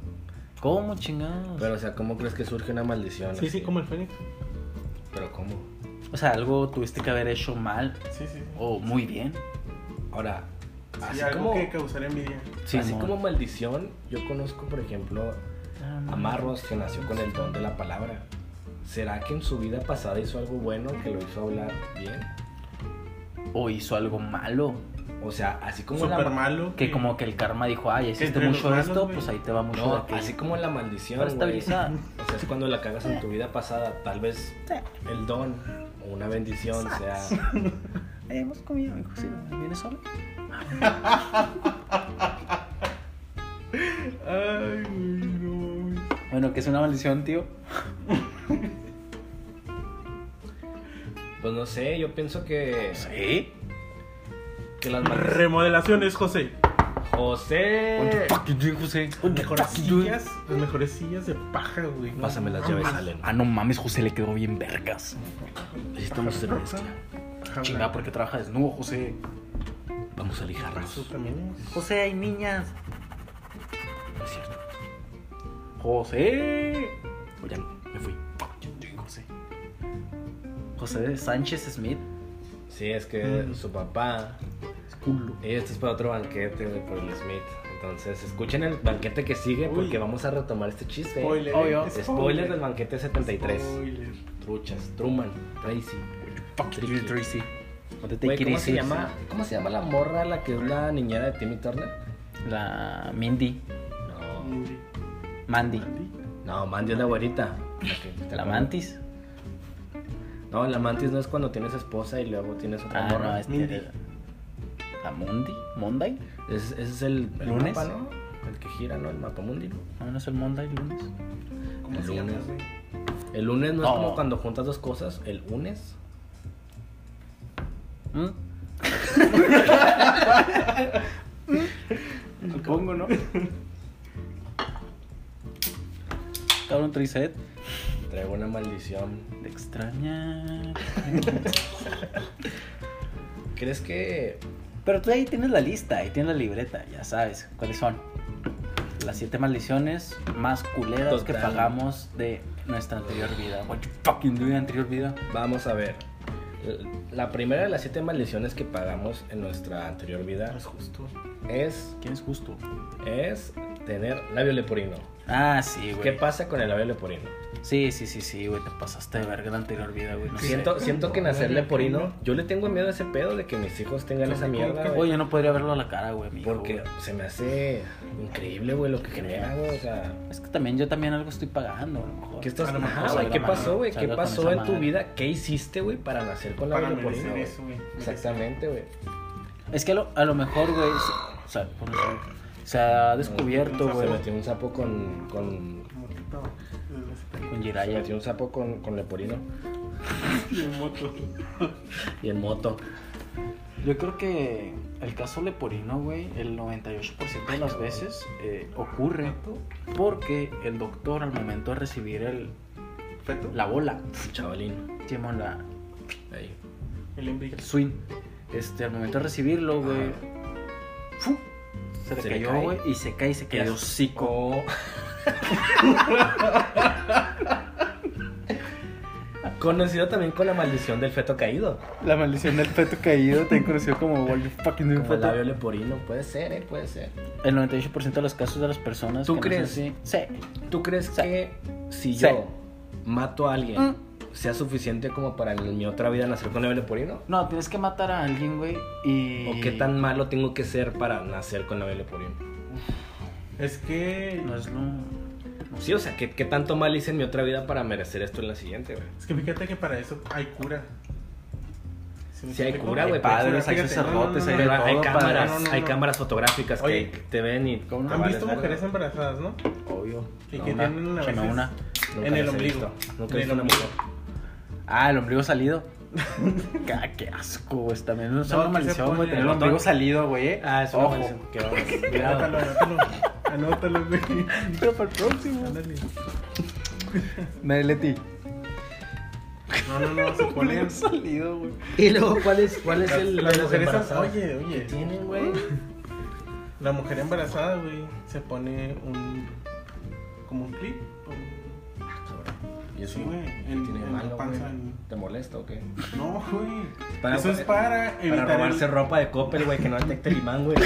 S6: ¿Cómo chingados?
S3: Pero, o sea, ¿cómo crees que surge una maldición?
S5: Sí, sí,
S3: así?
S5: como el Fénix.
S3: Pero, ¿cómo?
S6: O sea, algo tuviste que haber hecho mal
S5: Sí, sí. sí.
S6: o muy bien.
S3: Ahora,
S5: Sí,
S3: así,
S5: algo
S3: como,
S5: que causara envidia.
S3: sí, así
S6: Amor.
S3: como maldición, yo conozco, por ejemplo, a Marros, que nació con el don de la palabra. ¿Será que en su vida pasada hizo algo bueno que lo hizo hablar bien?
S6: O hizo algo malo.
S3: O sea, así como la
S5: Súper malo.
S6: Que como que el karma dijo, ay, hiciste
S5: entre los
S6: mucho
S5: malos,
S6: esto,
S5: güey.
S6: pues ahí te va mucho de
S3: No,
S6: aquí.
S3: así como la maldición,
S6: Para
S3: güey.
S6: estabilizar.
S3: O sea, es cuando la cagas en tu vida pasada. Tal vez el don o una bendición sea.
S6: Eh, Hemos comido, hijo, sí, ¿vienes solo?
S5: Ay, güey, no. güey.
S6: Bueno, que es una maldición, tío.
S3: Pues no sé, yo pienso que.
S6: Sí.
S3: Que las maldiciones.
S5: Remodelaciones, José.
S3: ¡José!
S6: José.
S5: Mejores sillas. Las mejores sillas de paja, güey. No
S3: Pásame las llaves,
S5: mames.
S3: Allen.
S6: Ah, no mames, José le quedó bien vergas.
S3: Necesitamos hacer mezcla.
S5: Paja
S6: Chinga,
S5: blanca.
S6: porque trabaja desnudo, José.
S3: Vamos a lijarnos.
S5: Eso también es.
S6: José, hay niñas.
S3: No es cierto.
S6: José. Pues
S3: Oigan, me fui.
S6: José. José Sánchez Smith.
S3: Sí, es que
S5: Mm.
S3: su papá.
S6: Es culo.
S3: Y esto es para otro banquete, güey, por el Smith. Entonces, escuchen el banquete que sigue
S5: Uy.
S3: porque vamos a retomar este chiste.
S5: Spoiler.
S6: Obvio.
S5: eh.
S3: Spoiler del banquete 73.
S5: Spoiler.
S3: Truchas, Truman, Tracy.
S6: Fuck
S3: Tricky.
S6: you, Tracy. What the
S3: Güey,
S6: take it
S3: ¿cómo,
S6: easy.
S3: se llama, ¿Cómo se llama la morra la que es la niñera de Timmy Turner?
S6: La Mindy.
S3: No,
S5: Andy.
S6: Mandy.
S3: no Mandy es la güerita. La que- ¿te
S6: La
S3: acuerdas?
S6: Mantis.
S3: No, la mantis no es cuando tienes esposa y luego tienes otra
S6: Ah, no,
S3: morra.
S6: este.
S5: Mindy.
S6: La Mundi. ¿Monday?
S3: Es- ese es el, el
S6: ¿Lunes?
S3: mapa, ¿no? El que gira, ¿no? El mapa mundi, ¿no?
S6: No, no es el Monday, lunes.
S5: ¿Cómo
S3: El
S5: se llama,
S3: lunes.
S5: güey?
S3: El lunes no es
S6: No.
S3: como cuando juntas dos cosas, el lunes.
S6: ¿Mm? Supongo, ¿no? Cabrón, Tricet.
S3: Traigo una maldición.
S6: Te extraña.
S3: ¿Crees que
S6: Pero tú ahí tienes la lista, ahí tienes la libreta, ya sabes cuáles son. Las siete maldiciones más culeras que
S3: Total.
S6: pagamos de nuestra anterior vida. What you fucking do in anterior vida?
S3: Vamos a ver. eh, La primera de las siete maldiciones que pagamos en nuestra anterior
S5: No
S3: vida
S5: es justo.
S3: es,
S6: ¿Quién es justo?
S3: es tener labio leporino.
S6: Ah, sí,
S3: ¿Qué
S6: güey.
S3: pasa con el labio leporino?
S6: Sí, sí, sí, sí, güey. Te pasaste de verga la anterior vida, güey. No sé.
S3: Siento, siento que nacer leporino, yo le tengo miedo a ese pedo de que mis hijos tengan esa mierda. güey.
S6: Güey, yo no podría verlo a la cara, güey, amigo.
S3: Porque se me hace increíble, güey, lo que genera, güey. O sea,
S6: Es que también yo también algo estoy pagando, a lo mejor.
S3: ¿qué estás
S5: A lo mejor
S3: Ajá,
S5: salga
S3: güey, ¿Qué
S6: con la
S3: pasó, güey?
S6: mano,
S3: ¿Qué
S6: salga con
S3: pasó
S6: esa
S3: en tu
S6: madre.
S3: vida? ¿Qué hiciste, güey, para nacer con
S5: Para
S3: labio
S5: merecer
S3: leporino? güey?
S5: eso, güey.
S3: Exactamente, güey.
S6: Es que a lo, a lo mejor, güey. se- O sea, por eso, se ha descubierto,
S3: Se
S6: güey.
S3: metió un sapo con. con
S5: Motito, el
S6: Con
S3: se
S6: Jiraya.
S3: metió un sapo con, con leporino
S5: este, y el moto.
S3: y en moto.
S6: Yo creo que el caso leporino, güey, el 98% de las veces eh, ocurre porque el doctor al momento de recibir el,
S5: ¿Feto?
S6: la bola,
S3: Chavalín.
S6: Simón, la,
S3: Ahí.
S5: El
S6: el
S5: envique.
S6: swing, este, al momento de recibirlo, güey, ¡fu! se le
S3: Se le
S6: cayó,
S3: cae.
S6: güey, y se cae y se quedó hocico.
S3: Co- Conocido también con la maldición del feto caído.
S6: La maldición del feto caído te conoció como "Well, you fucking doing
S3: Como el
S6: feto".
S3: labio leporino. Puede ser, eh, puede ser.
S6: El 98% de los casos de las personas.
S3: ¿Tú
S6: que no
S3: crees?
S6: son así- sí.
S3: ¿Tú crees
S6: Sí.
S3: que si
S6: Sí.
S3: yo mato a alguien
S6: Mm.
S3: sea suficiente como para en mi otra vida nacer con labio leporino?
S6: No, tienes que matar a alguien, güey, y.
S3: ¿O qué tan malo tengo que ser para nacer con labio leporino?
S5: Es que.
S6: No es lo.
S3: Sí, o sea, ¿qué, qué tanto mal hice en mi otra vida para merecer esto en la siguiente, güey?
S5: Es que fíjate que para eso hay cura. Si
S3: Sí, hay cura, güey,
S6: padres, hay sacerdotes, hay-
S5: hay...
S3: Pero hay
S6: todo,
S3: cámaras,
S5: padre. No, no,
S3: hay
S5: no.
S3: cámaras fotográficas
S5: Oye,
S3: que te ven y...
S6: ¿cómo no?
S3: te
S5: Han
S3: vales
S5: visto
S3: verga.
S5: mujeres embarazadas, ¿no?
S6: Obvio.
S5: Y
S3: No,
S5: que
S3: una.
S5: tienen a
S6: Se me
S5: veces-
S6: una.
S3: Nunca
S5: en el
S3: las he
S5: ombligo.
S3: visto. Nunca
S5: En
S3: he visto
S5: el
S3: una
S5: ombligo.
S3: mujer.
S6: Ah, el ombligo salido. Ca- qué asco, güey. También no es
S5: No,
S6: una
S5: que se
S6: maldición,
S5: pone
S6: güey, tener
S5: el
S6: el ombligo
S5: botón.
S6: salido, güey. eh.
S3: Ah, es una
S6: Ojo.
S3: maldición. Qué horror.
S5: Anótalo,
S3: Cuidado.
S5: anótalo. Anótalo, güey.
S6: Pero para el próximo.
S5: Ándale.
S6: Meleti.
S5: No, no, no, se ponen.
S6: Ombligo salido, güey.
S3: Y luego, ¿cuál es, cuál es
S5: Las,
S3: el de
S5: las
S3: las
S5: mujeres.
S3: embarazadas?
S5: Oye, oye.
S3: tienen, güey?
S5: La mujer embarazada, güey, se pone un. como un clip. un-
S3: ¿Y eso
S5: Sí, güey. En,
S3: tiene
S5: en
S3: malo,
S5: la panza.
S3: güey?
S5: en-
S3: ¿Te molesta o qué?
S5: No, güey.
S3: Para-
S5: Eso es para
S3: Para
S5: evitar.
S3: robarse
S5: el-
S3: ropa de Coppel, güey, que no detecte el imán, güey.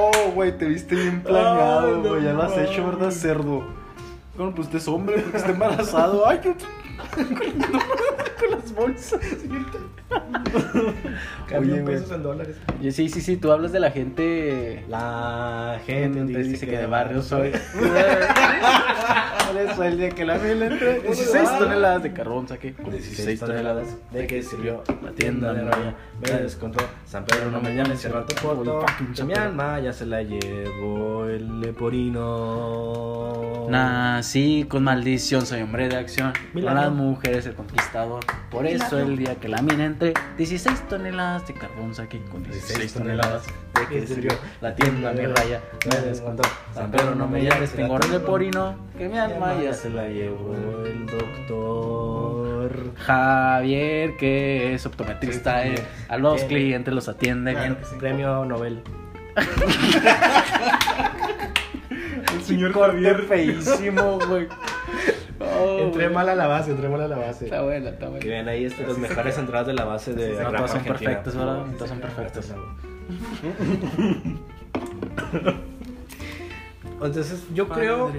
S6: Oh, güey, te viste bien
S3: Ah,
S5: Ay,
S6: planeado,
S5: no
S6: güey. ya lo has hecho,
S5: mames.
S6: ¿verdad, cerdo? Bueno, pues usted es hombre, porque está embarazado. Ay, yo. Con las bolsas.
S3: Cambio en
S6: güey.
S3: pesos en dólares.
S6: Y Sí, sí, sí, tú hablas de la gente.
S3: La gente
S6: gente
S3: dice, que, de barrio soy.
S6: Por eso el día que la miel entre
S3: 16
S6: toneladas de carbón saqué.
S3: 16 toneladas. ¿De qué sirvió? La tienda de raya. Me descontó. San Pedro no me llame, cierra tu puerto. De mi alma ya se la llevó el leporino.
S6: Nací con maldición, soy hombre de acción. Con
S3: Milagro.
S6: las mujeres el conquistador. Por eso el día que la mina entre 16 toneladas de carbón saqué con
S3: 16 toneladas. ¿De qué sirvió? La
S6: Tienda
S3: tienda de
S6: mi
S3: raya.
S6: raya,
S3: Me descontó.
S6: San Pedro no me llames, tengo orden de porino, que mi
S3: Mi
S6: alma ya
S3: se
S6: se
S3: la llevó el doctor.
S6: Javier, que es optometrista,
S3: Sí,
S6: eh,
S3: sí.
S6: a los
S3: Sí.
S6: clientes los atiende
S5: Claro
S6: bien.
S5: que sí.
S3: Premio Nobel.
S5: El señor
S6: corte
S5: Javier.
S6: feísimo, güey. Oh,
S3: Entré
S6: güey.
S3: mal a la base, entré mal a la base.
S6: Está buena, está
S3: Que
S6: buena.
S3: ven ahí este,
S5: Así
S3: los
S5: se
S3: mejores
S5: queda.
S3: entradas de la base de.
S5: Así se
S3: Rafa
S5: queda.
S6: No, todas son
S3: Argentina.
S6: perfectas, ¿verdad?
S3: Sí,
S6: Todas son
S3: sí,
S6: perfectas.
S3: Entonces, yo creo.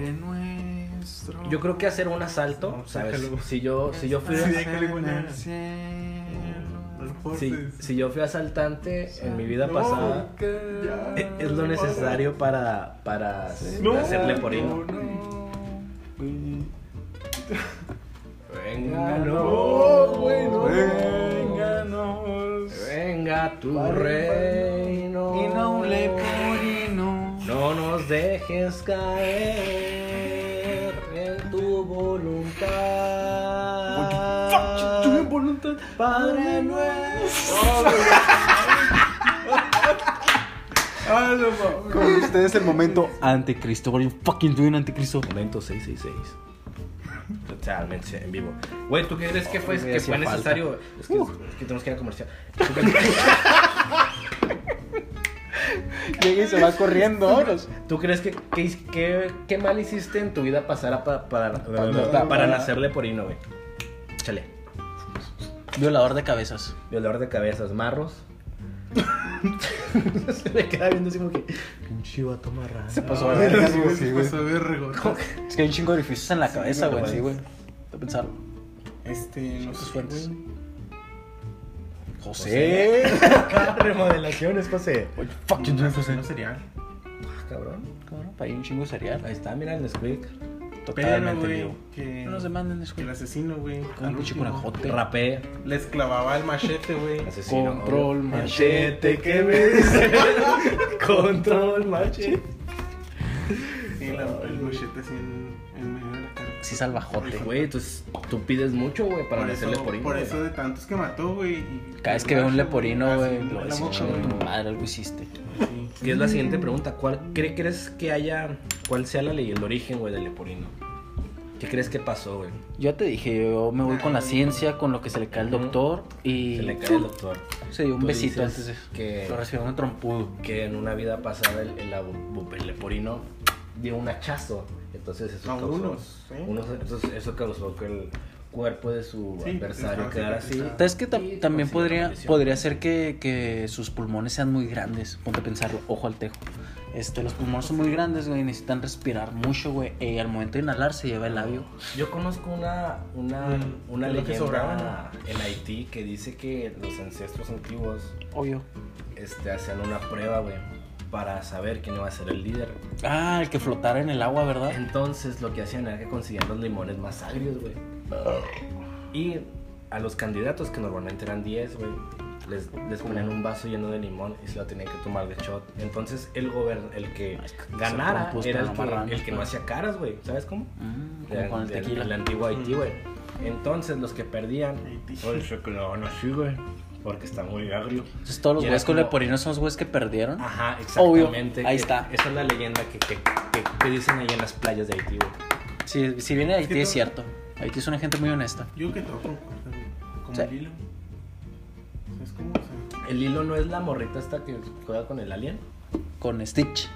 S3: Yo creo que hacer un asalto,
S5: No,
S3: ¿sabes?
S5: sácalo.
S3: Si yo, si yo fui.
S5: Sí, déjale, güey. Los
S3: si-
S5: cortes.
S3: si yo fui asaltante en mi vida
S5: No,
S3: pasada,
S5: ya.
S3: e- es lo necesario para, para
S5: No,
S3: hacerle por hilo.
S5: no,
S3: Venga,
S5: no, güey, no.
S6: Vénganos.
S3: Venga tu
S6: Vale,
S3: reino.
S6: Y no le leporino.
S3: No nos dejes caer en tu voluntad.
S6: Tuve voluntad.
S3: Padre nuestro.
S5: Ah, no, mames.
S6: Con ustedes el momento anticristo. What are you fucking doing, anticristo?
S3: Momento 666. Totalmente en vivo. Güey, ¿tú qué crees que fue,
S6: me
S3: que
S6: hacía
S3: fue
S6: falta.
S3: necesario? Es que, es que tenemos que ir a comercial. ¿Tú qué,
S6: Llega y se va corriendo. vámonos.
S3: tú crees que que- que- qué mal hiciste en tu vida pasara para, para,
S6: Para-
S3: para, nacerle por hino, güey? Chale.
S6: Violador de cabezas.
S3: Violador de cabezas, marros.
S7: se me queda viendo así como que. Pinche vato marrano. Se pasó a
S5: No,
S7: verga,
S5: sí, pues,
S7: güey,
S5: se
S7: sí, güey.
S5: pasó de vergo.
S4: Es que hay un chingo de orificios en la
S5: Sí,
S4: cabeza,
S5: no
S4: güey.
S5: mames.
S4: Sí, güey. De pensarlo.
S5: Este, no sé,
S7: Suerte.
S5: güey.
S4: José.
S3: Remodelaciones, José.
S4: Oye, fuck you,
S5: Un
S4: dude, José.
S5: asesino serial.
S3: Ah, cabrón.
S4: Cabrón, Hay un chingo de cereal.
S3: Ahí está, mira el Nesquik.
S5: Pero,
S4: Totalmente
S5: güey,
S4: vivo.
S5: que
S4: No nos demanden
S5: que el
S4: escuela.
S5: asesino, güey.
S4: Con
S5: al
S4: un pinche
S5: último,
S4: corajote.
S3: Rapé.
S5: Les clavaba el machete, güey.
S3: Asesino.
S4: Control,
S3: obvio.
S4: machete.
S3: que me dice. Control, machete.
S5: Sí, la- el machete así en, en medio de la cara.
S4: Sí, salvajote, güey.
S3: Güey, entonces tú pides mucho, güey, para
S5: por
S3: hacerle
S5: eso,
S3: por
S5: por eso de tantos que mató, güey. y-
S4: Cada vez que veo un leporino, güey,
S5: así,
S4: lo
S5: la
S4: decía,
S5: boca,
S4: chingo
S5: güey.
S4: tu madre, algo hiciste.
S5: Sí.
S3: Y es la siguiente
S4: Mm.
S3: pregunta, ¿cuál cree, crees que haya, cuál sea la ley, el origen, güey, del leporino? ¿Qué crees que pasó, güey?
S4: Yo te dije, yo me voy con la ciencia, con lo que se le cae al
S3: Ujú.
S4: doctor y.
S3: Se le cae el doctor.
S4: Se dio un
S3: Tú
S4: besito antes
S3: dices
S4: de.
S3: que,
S4: Lo recibió un trompudo.
S3: que en una vida pasada el, el abu- bu- el leporino dio un hachazo. Entonces eso
S5: A
S3: causó,
S5: unos, ¿eh?
S3: unos- entonces eso causó que el cuerpo de su
S5: Sí,
S3: adversario
S5: estaba
S3: quedara así.
S5: cicatrizado.
S4: ¿Sabes que
S3: Y
S4: también
S3: consiguió la
S4: podría,
S3: maldición.
S4: podría ser que, que sus pulmones sean muy grandes? Ponte a pensarlo, ojo al tejo. Este, los pulmones son muy grandes, güey, necesitan respirar mucho, güey. Y al momento de inhalar se lleva el labio.
S3: Yo conozco una, una,
S5: Mm,
S3: una
S5: de lo que
S3: leyenda
S5: sobraba,
S3: en Haití que dice que los ancestros antiguos
S4: Obvio.
S3: este, hacían una prueba, güey, para saber quién iba a ser el líder.
S4: Ah, el que flotara en el agua, ¿verdad?
S3: Entonces lo que hacían era que conseguían los limones más agrios, güey. Y a los candidatos, que normalmente eran 10, güey, les, les ponían un vaso lleno de limón y se lo tenían que tomar de shot. Entonces el gobern el que
S4: Ay, es que se
S3: ganara
S4: compuso
S3: era el
S4: lo
S3: que,
S4: marrano,
S3: el que no
S4: güey.
S3: hacía caras, güey. ¿Sabes cómo?
S4: Mm, como
S3: De-
S4: con el
S3: de-
S4: tequila.
S3: de la antigua Haití,
S5: Mm.
S3: güey. Entonces los que perdían...
S5: Haití.
S3: Oye, se quedaban así, güey. Porque está muy agrio.
S4: Entonces todos los
S3: Y era
S4: güeyes con
S3: como-
S4: leporinos son los güeyes que perdieron.
S3: Ajá,
S4: Obvio,
S3: exactamente.
S4: ahí
S3: Que-
S4: está.
S3: Esa es la leyenda que, que, que- que dicen ahí en las playas de Haití, güey.
S4: Si, si viene de Haití
S5: que
S4: es
S5: todo-
S4: cierto. Haití es una gente muy honesta.
S5: Yo que todo concuerda, güey. Como
S4: Sí.
S5: el hilo. ¿Sabes cómo? O sea,
S3: El hilo no es la morrita esta que juega con el alien.
S4: Con Stitch.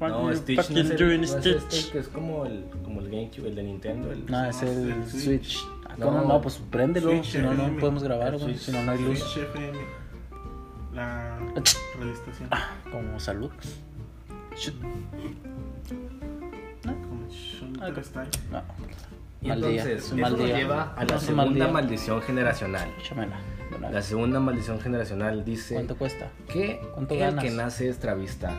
S3: No, Stitch no es, el,
S4: doing
S3: no es este,
S4: Stitch?
S3: que es como el, como el GameCube, el de Nintendo. El,
S4: No, es
S5: No,
S4: el
S5: el Switch.
S4: Switch. Ah,
S3: Ah, No.
S4: ¿cómo no? Pues préndelo.
S5: Switch,
S4: si no, no
S5: FM.
S4: podemos grabar,
S3: El
S4: güey.
S3: Switch.
S4: Si no, no hay luz.
S5: Switch FM. La radioestación.
S4: Como salud. Shit.
S5: Como Shunter
S4: Ah,
S5: Style.
S4: No.
S3: Y
S4: Mal día.
S3: entonces,
S4: Es un
S3: eso
S4: mal
S3: nos
S4: día.
S3: lleva a la
S4: Es un mal
S3: segunda
S4: día.
S3: maldición generacional.
S4: Échamela. de una
S3: La
S4: vez.
S3: segunda maldición generacional dice
S4: ¿Cuánto cuesta?
S3: que
S4: ¿Cuánto
S3: el
S4: ganas?
S3: que nace es travista,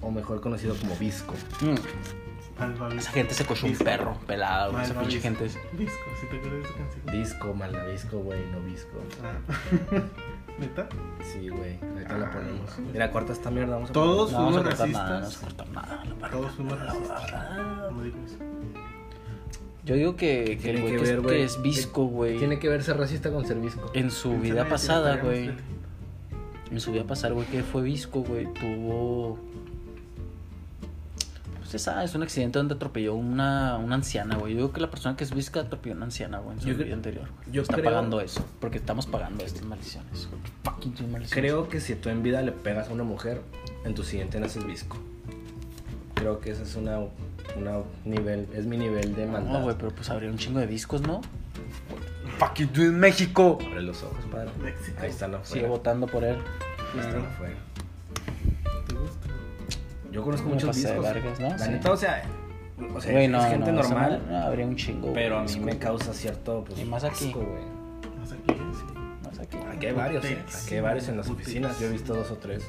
S3: o mejor conocido como visco.
S4: Mm,
S5: Malvavisco.
S4: Esa gente se cochó un
S5: Disco.
S4: perro pelado, güey. Esa pinche
S5: Malvavisco.
S4: gente. es-
S5: Disco, si te acuerdas de esa canción.
S3: Disco, malavisco, güey, no visco.
S5: Ah. ¿Neta?
S3: Sí, güey, ahorita la
S5: Ah,
S3: ponemos.
S5: no.
S3: Mira, corta esta mierda, vamos a
S5: Todos
S4: No vamos a
S5: fuimos
S4: cortar nada, no vamos a
S5: racistas.
S4: cortar nada. la verga.
S5: Todos fuimos racistas. No digo eso.
S4: Yo digo que, que el
S3: tiene
S4: güey
S3: que
S4: que, es-
S3: ver,
S4: que
S3: güey?
S4: es visco, güey.
S3: Tiene que ver ser racista con ser visco.
S4: En su
S5: Piénsame,
S4: vida
S5: si
S4: pasada,
S5: estaríamos
S4: güey.
S5: de-
S4: En su vida pasada, güey, que fue visco, güey. Tuvo. Usted sabe, es un accidente donde atropelló una, una anciana, güey. Yo digo que la persona que es visca atropelló a una anciana, güey, en su
S3: Yo cre-
S4: vida anterior. güey.
S3: yo
S4: Está
S3: creo-
S4: pagando eso. Porque estamos pagando estas maldiciones. güey. Fucking tus maldiciones.
S3: Creo que si tú en vida le pegas a una mujer, en tu siguiente naces visco. Creo que ese es una, una nivel, es mi nivel de maldad.
S4: No, güey, pero pues habría un chingo de discos, ¿no? Fuck you, dude, México.
S3: Abre los ojos, padre.
S5: México.
S3: Ahí están afuera.
S4: Sigue votando por él.
S3: Ahí están
S5: Claro.
S3: afuera.
S5: ¿Te gusta?
S3: Yo conozco
S4: Me
S3: muchos
S4: pasé de
S3: discos.
S4: vergas, ¿no?
S3: La
S4: Sí.
S3: neta, o sea, o sea,
S4: Güey,
S3: es gente
S4: no, o sea,
S3: normal,
S4: no, habría un chingo.
S3: pero a mí
S4: güey,
S3: me
S4: disco.
S3: causa cierto pues,
S4: Y más aquí.
S3: asco, güey.
S5: ¿Vas aquí? Sí.
S4: No sé qué.
S3: Aquí hay varios, eh.
S5: Putex.
S3: Aquí hay varios en las
S5: Putex.
S3: oficinas. Yo he visto dos o tres.